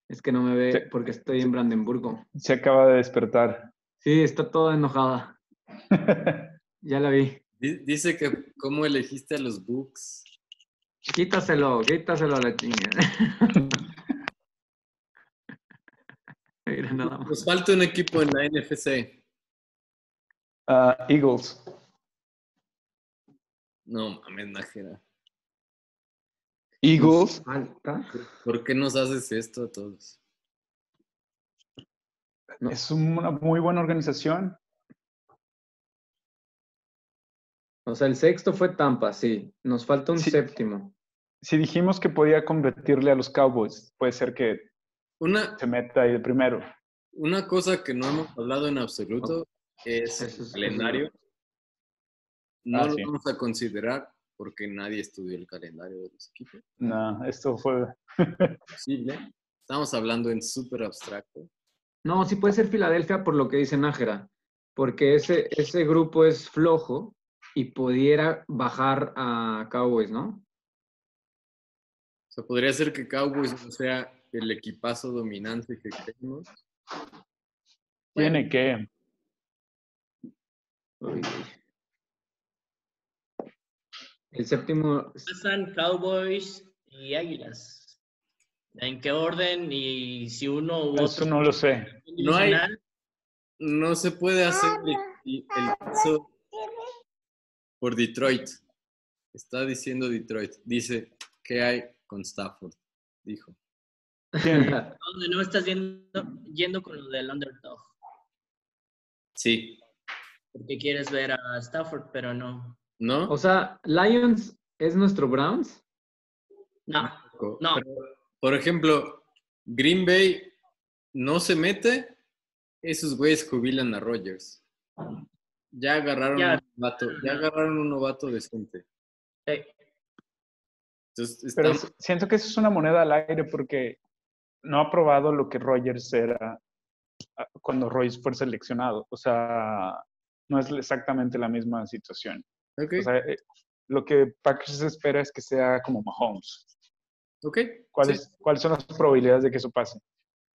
S1: Es que no me ve
S2: Sí.
S1: porque estoy en Brandenburgo.
S2: se acaba de despertar.
S1: Sí, está toda enojada. Ya la vi.
S3: Di- Dice que cómo elegiste a los Bucks.
S1: Quítaselo, quítaselo a la chingada. Mira, nada más.
S3: Nos falta un equipo en la NFC.
S2: Ah, Eagles.
S3: No, mames, Najera.
S2: Eagles.
S1: Falta.
S3: ¿Por qué nos haces esto a todos?
S2: Es una muy buena organización.
S1: O sea, el sexto fue Tampa, sí. Nos falta un
S2: Sí.
S1: séptimo.
S2: Si dijimos que podía competirle a los Cowboys, puede ser que
S3: Una,
S2: se meta ahí de primero.
S3: Una cosa que no hemos hablado en absoluto es
S1: Eso
S3: el
S1: es-
S3: calendario. No
S2: Ah,
S3: lo
S2: sí.
S3: vamos a considerar porque nadie estudió el calendario de los equipos.
S2: No, esto fue.
S3: Posible. Estamos hablando en súper abstracto.
S1: No, sí puede ser Filadelfia por lo que dice Nájera, porque ese, ese grupo es flojo y pudiera bajar a Cowboys, ¿no?
S3: O sea, podría ser que Cowboys no sea el equipazo dominante que creemos.
S2: Tiene que.
S1: Uy. El séptimo,
S4: Pasan Cowboys y Águilas. ¿En qué orden? Y si uno u
S2: Eso
S4: otro.
S2: no lo sé.
S3: Pues No hay-
S4: divisional,
S3: No se puede hacer el, el caso por Detroit. Está diciendo Detroit. Dice, ¿qué hay con Stafford? Dijo.
S2: ¿Quién?
S4: donde no estás yendo, yendo con lo del underdog.
S3: Sí.
S4: Porque quieres ver a Stafford, pero no.
S3: ¿No?
S1: o sea, Lions es nuestro Browns.
S4: No,
S3: Co-
S4: no.
S3: Ah, pero, por ejemplo, Green Bay no se mete, esos güeyes jubilan a Rogers. Ya agarraron
S4: Ya.
S3: un novato, ya agarraron un novato decente.
S4: eh,
S3: Entonces,
S2: Pero
S3: estamos-
S2: es- siento que eso es una moneda al aire porque no ha probado lo que Rogers era ah, cuando Royce fue seleccionado. O sea, no es exactamente la misma situación.
S3: ok,
S2: O sea, eh, lo que Packers espera es que sea como Mahomes.
S3: ok, sí.
S2: ¿Cuáles, ¿Cuáles son las probabilidades de que eso pase?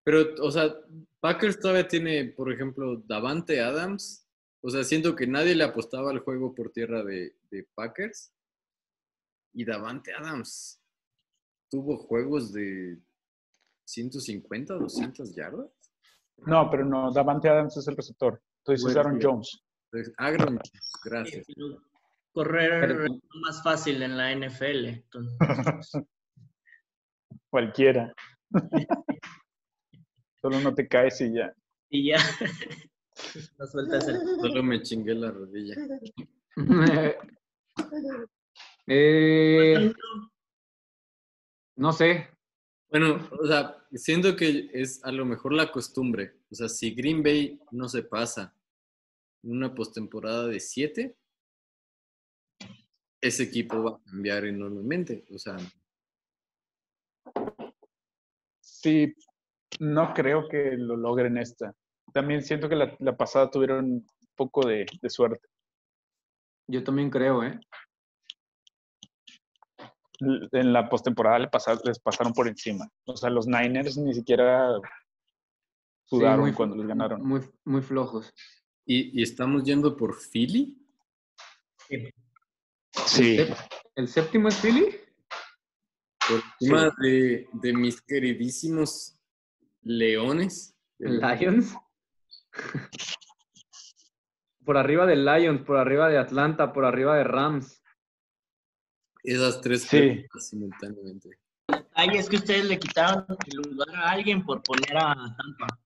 S3: Pero, o sea, Packers todavía tiene, por ejemplo, Davante Adams. O sea, siento que nadie le apostaba al juego por tierra de, de Packers. Y Davante Adams tuvo juegos de 150, 200 yardas.
S2: No, pero no, Davante Adams es el receptor. Entonces es Aaron Jones.
S3: Entonces, Aaron, gracias.
S4: eh, Correr es más fácil en la NFL. entonces.
S2: Cualquiera. Solo no te caes y ya.
S4: y ya. No sueltas el.
S3: Solo me chingué la rodilla.
S1: Eh, no sé.
S3: Bueno, o sea, siento que es a lo mejor la costumbre. O sea, si Green Bay no se pasa en una postemporada de 7, ese equipo va a cambiar enormemente. O sea,
S2: Sí, no creo que lo logren esta. También siento que la, la pasada tuvieron un poco de, de suerte.
S1: Yo también creo, ¿eh?
S2: L- En la postemporada le pasa- les pasaron por encima. O sea, los Niners ni siquiera
S1: Sí,
S2: sudaron
S1: muy fl-
S2: cuando les ganaron.
S1: Muy, muy flojos.
S3: y, y estamos yendo por Philly.
S2: Sí.
S1: ¿El, sép- el séptimo es Philly?
S3: Por encima de, de mis queridísimos leones.
S1: Lions. Por arriba de Lions, por arriba de Atlanta, por arriba de Rams.
S3: Esas tres
S2: Sí.
S3: preguntas simultáneamente.
S4: Ay, es que ustedes le quitaron el lugar a alguien por poner a Tampa.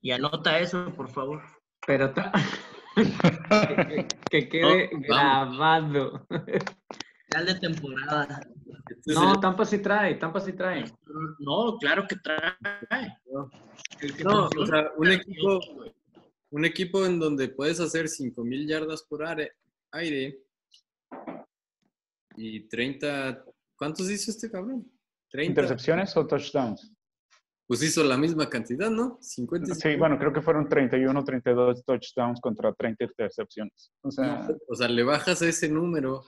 S4: Y anota eso, por favor.
S1: Pero ta- que, que quede
S3: No, vamos.
S1: grabado.
S4: Final de temporada.
S3: Este es
S1: No,
S3: el-
S1: Tampa sí trae, Tampa sí trae.
S4: No, claro que trae. El que
S3: no,
S4: menciona-
S3: o sea, un equipo, un equipo en donde puedes hacer 5.000 yardas por are- aire y 30... ¿Cuántos hizo este cabrón? 30.
S2: ¿Intercepciones o touchdowns?
S3: Pues hizo la misma cantidad, ¿no? 50. y
S2: Sí, bueno, creo que fueron 31 32 touchdowns contra 30 intercepciones. O sea,
S3: O sea, le bajas a ese número.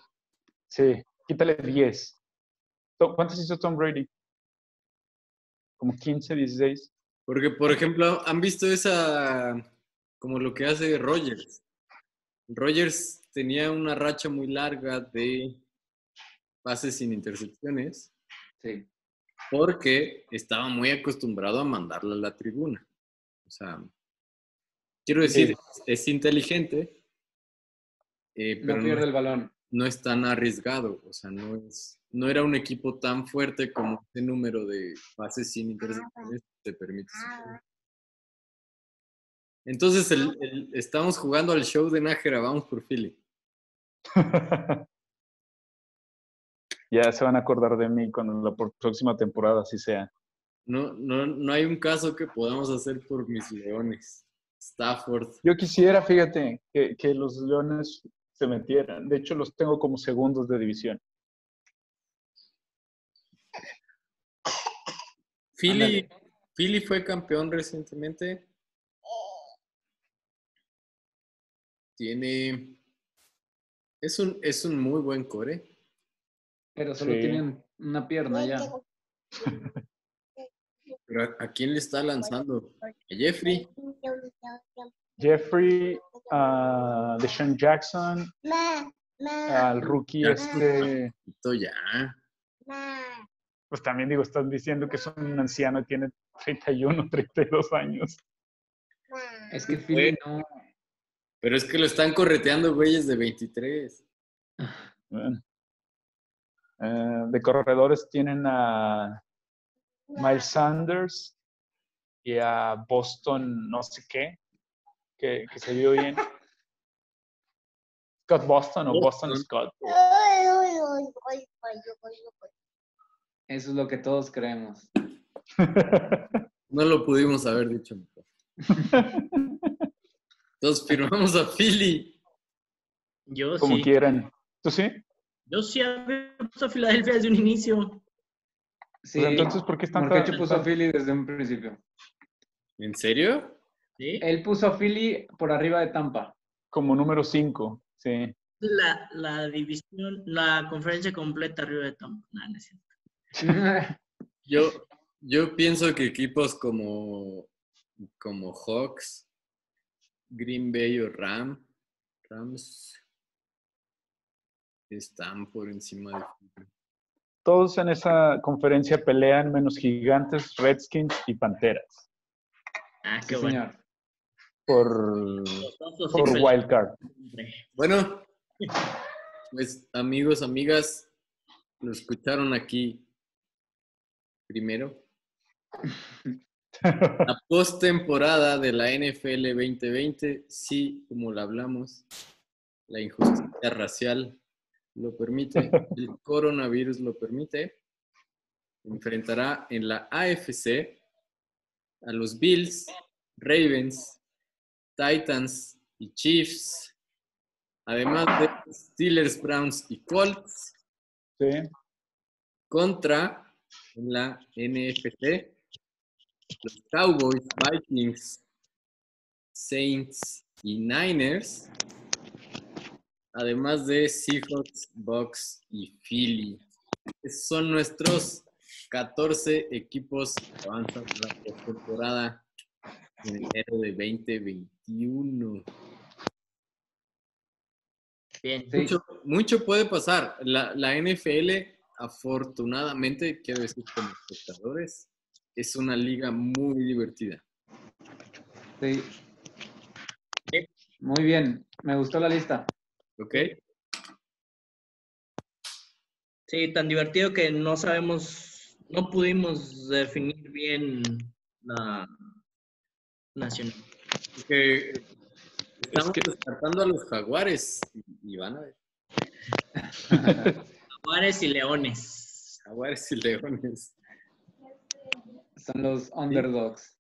S2: sí, quítale 10. To- ¿Cuántos hizo Tom Brady? Como 15, 16.
S3: Porque, por ejemplo, han visto esa, como lo que hace Rogers. Rogers tenía una racha muy larga de pases sin intercepciones
S1: Sí.
S3: porque estaba muy acostumbrado a mandarla a la tribuna. O sea, quiero decir, es inteligente, eh, pero no,
S1: el balón.
S3: no es tan arriesgado. O sea, no, es, no era un equipo tan fuerte como este número de pases sin intercepciones te permite. superar. Entonces, el- el- estamos jugando al show de Nájera, vamos por Philly.
S2: ya se van a acordar de mí cuando la por- próxima temporada así sea.
S3: No, no, no hay un caso que podamos hacer por mis leones. Stafford.
S2: Yo quisiera, fíjate, que, que los Leones se metieran. De hecho, los tengo como segundos de división.
S3: Philly,
S2: Ándale.
S3: Philly fue campeón recientemente. Tiene. Es un, es un muy buen core.
S1: Pero solo
S2: Sí.
S1: tienen una pierna ya.
S3: Pero ¿a- ¿a quién le está lanzando? ¿A Jeffrey?
S2: Jeffrey, a Deshaun Jackson,
S1: ah,
S2: al rookie
S3: Jackson.
S2: este...
S3: Esto ya.
S2: Pues también digo, están diciendo que es un anciano, y tiene 31, 32 años.
S1: Es que Philly no.
S3: Pero es que lo están correteando güeyes de 23.
S2: Bueno. Eh, de corredores tienen a Miles Sanders y a Boston no sé qué, que, que se vio bien. Scott Boston o Boston Scott.
S1: Eso es lo que todos creemos.
S3: No lo pudimos haber dicho mejor. Entonces firmamos a Philly.
S4: Yo
S2: Como
S4: Pues sí.
S2: quieran. ¿Tú sí? Pues
S4: Yo sí había puesto a Filadelfia desde un inicio.
S1: Sí.
S2: Pues entonces, ¿por qué están
S1: Morquecho
S2: tan-
S1: puso a Philly desde un principio.
S3: ¿En serio?
S4: ¿Sí?
S1: Él puso a Philly por arriba de Tampa.
S2: como número 5? Sí.
S4: La, la división, la conferencia completa arriba de Tampa. Nah, no es cierto.
S3: Yo, yo pienso que equipos como, como Hawks, Green Bay o Ram, Rams están por encima de Philly.
S2: Todos en esa conferencia pelean menos gigantes, Redskins y Panteras.
S4: Ah, qué
S1: Sí,
S4: bueno.
S1: señor.
S2: por,
S4: Nosotros
S2: por
S4: siempre-
S2: Wildcard.
S3: Bueno, pues amigos, amigas, lo escucharon aquí primero. La postemporada de la NFL 2020, sí, como la hablamos, la injusticia racial lo permite, el coronavirus lo permite, enfrentará en la AFC a los Bills, Ravens, Titans y Chiefs. Además de Steelers, Browns y Colts
S2: Sí.
S3: contra en la NFC los Cowboys, Vikings, Saints y Niners. Además de Seahawks, Bucks y Philly. Esos son nuestros 14 equipos que avanzan a la temporada en enero de 2021.
S4: Bien.
S2: Sí.
S3: Mucho, mucho puede pasar. La, la NFL, afortunadamente, quiero decir, como espectadores, es una liga muy divertida.
S1: Sí. Muy bien, me gustó la lista.
S3: ¿Ok?
S4: Sí, tan divertido que no sabemos, no pudimos definir bien la nacional.
S3: Porque estamos
S2: que-
S3: descartando a los jaguares y, y van a ver.
S4: Jaguares y Leones.
S3: Jaguares y leones.
S1: Son los underdogs.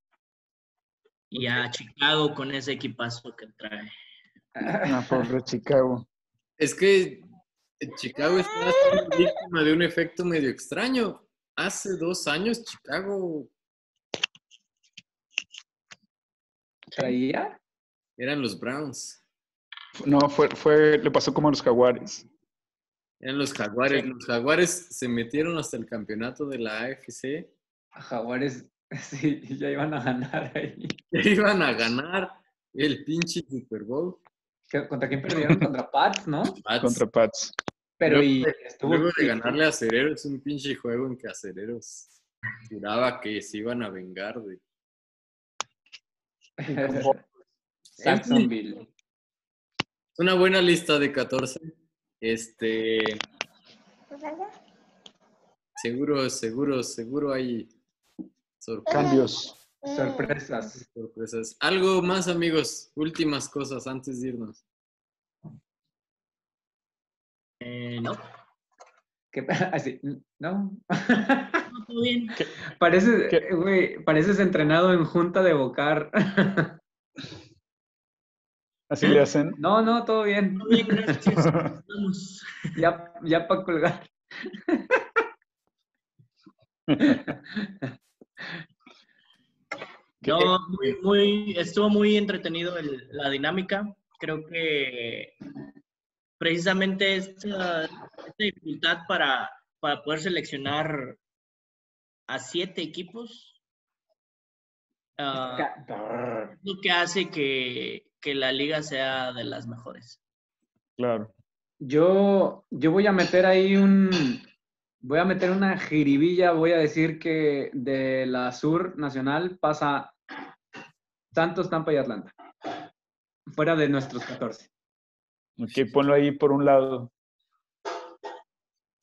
S4: Y a Chicago con ese equipazo que trae.
S2: Ah, pobre Chicago.
S3: Es que Chicago está siendo víctima de un efecto medio extraño. Hace dos años Chicago
S1: ¿Traía?
S3: eran los Browns.
S2: No, fue, fue, le pasó como a los jaguares.
S3: Eran los jaguares. Los jaguares se metieron hasta el campeonato de la AFC.
S1: A Jaguares, sí, ya iban a ganar ahí.
S3: Ya iban a ganar el pinche Super Bowl.
S1: ¿Qué- ¿Contra quién perdieron? Contra Pats, ¿no?
S3: Pats.
S2: Contra Pats.
S1: Pero y
S3: Luego
S1: estuvo.
S3: Luego de ganarle a Acereros, un pinche juego en que Acereros juraba que se iban a vengar de...
S1: Saxonville.
S3: Es una buena lista de 14. Este... Seguro, seguro, seguro hay sorpresas.
S2: Cambios.
S1: Sorpresas.
S3: sorpresas. Algo más, amigos. Últimas cosas antes de irnos.
S4: Eh, no,
S1: ¿Qué pa- Así, ¿no?
S4: no, todo bien.
S1: Pareces,
S2: ¿Qué?
S1: eh, güey, pareces entrenado en junta de bocar.
S2: Así le hacen.
S1: No, no, todo bien.
S4: Todo bien, gracias. Vamos.
S1: Ya, ya para colgar.
S4: No, muy, muy, estuvo muy entretenido el- la dinámica. Creo que precisamente esta, esta dificultad para, para poder seleccionar a siete equipos ah,
S1: Ca-
S4: es lo que hace que, que la liga sea de las mejores.
S2: Claro.
S1: Yo, yo voy a meter ahí un. Voy a meter una jiribilla. Voy a decir que de la Sur Nacional pasa Santos, Tampa y Atlanta. Fuera de nuestros 14.
S2: Ok, ponlo ahí por un lado.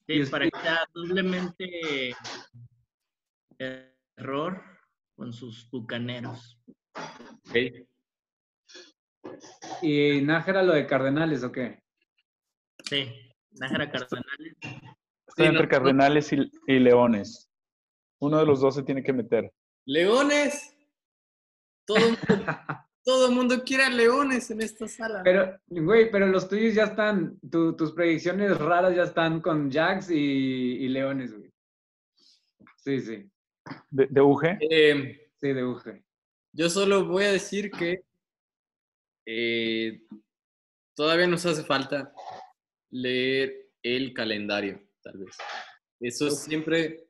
S1: Y
S4: Sí,
S1: es-
S4: para que sea doblemente error con sus bucaneros.
S3: Ok.
S1: ¿Y Nájera lo de Cardenales o qué?
S4: Sí, Nájera Cardenales.
S2: Está
S3: Sí,
S2: entre
S3: no-
S2: Cardenales y, y Leones. Uno de los dos se tiene que meter.
S3: ¡Leones! Todo mundo, todo mundo quiere a leones en esta sala.
S1: Pero, güey, pero los tuyos ya están. tu- tus predicciones raras ya están con Jax y, y Leones, güey. Sí, sí.
S2: De, de UG.
S3: Eh,
S1: Sí, de UG.
S3: Yo solo voy a decir que eh, todavía nos hace falta leer el calendario, tal vez. Eso siempre,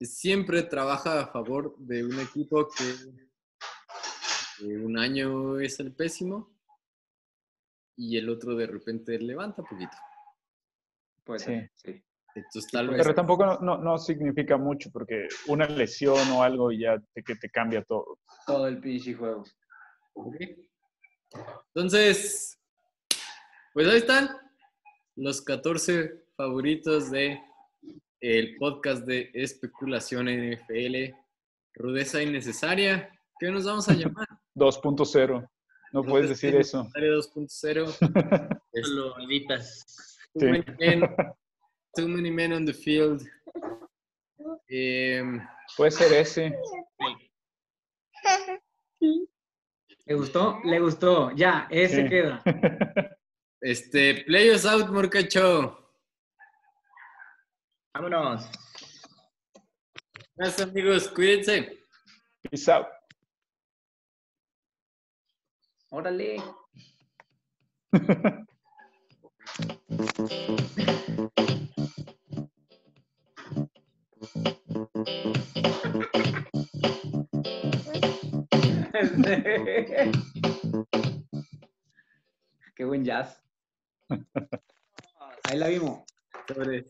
S3: siempre trabaja a favor de un equipo que eh, un año es el pésimo y el otro de repente levanta poquito.
S1: Pues
S2: Sí.
S1: sí. sí.
S3: Entonces tal vez
S2: Pero tampoco no, no, no significa mucho porque una lesión o algo y ya te, que te cambia todo.
S1: Todo el pinche juego.
S3: Ok. Entonces, pues ahí están los 14 favoritos de el podcast de especulación NFL. Rudeza innecesaria. ¿Qué nos vamos a llamar?
S2: 2.0. No puedes decir eso.
S3: Innecesaria 2.0. Es
S4: Solo malditas.
S3: Too
S2: Sí.
S3: many men- too many men on the field. Em,
S2: Puede ser ese.
S1: ¿Le gustó? Le gustó. Ya, ese
S2: Sí.
S1: queda.
S3: este, players out, Morcacho.
S4: Vámonos.
S3: Gracias, amigos. Cuídense.
S2: Peace out.
S1: Órale. Qué buen jazz. Ahí la vimos.
S3: Sobre.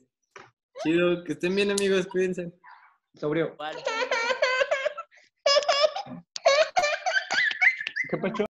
S3: Chido, que estén bien, amigos. Cuídense.
S1: Sobrio.
S4: Bye.
S2: ¿Qué pacho?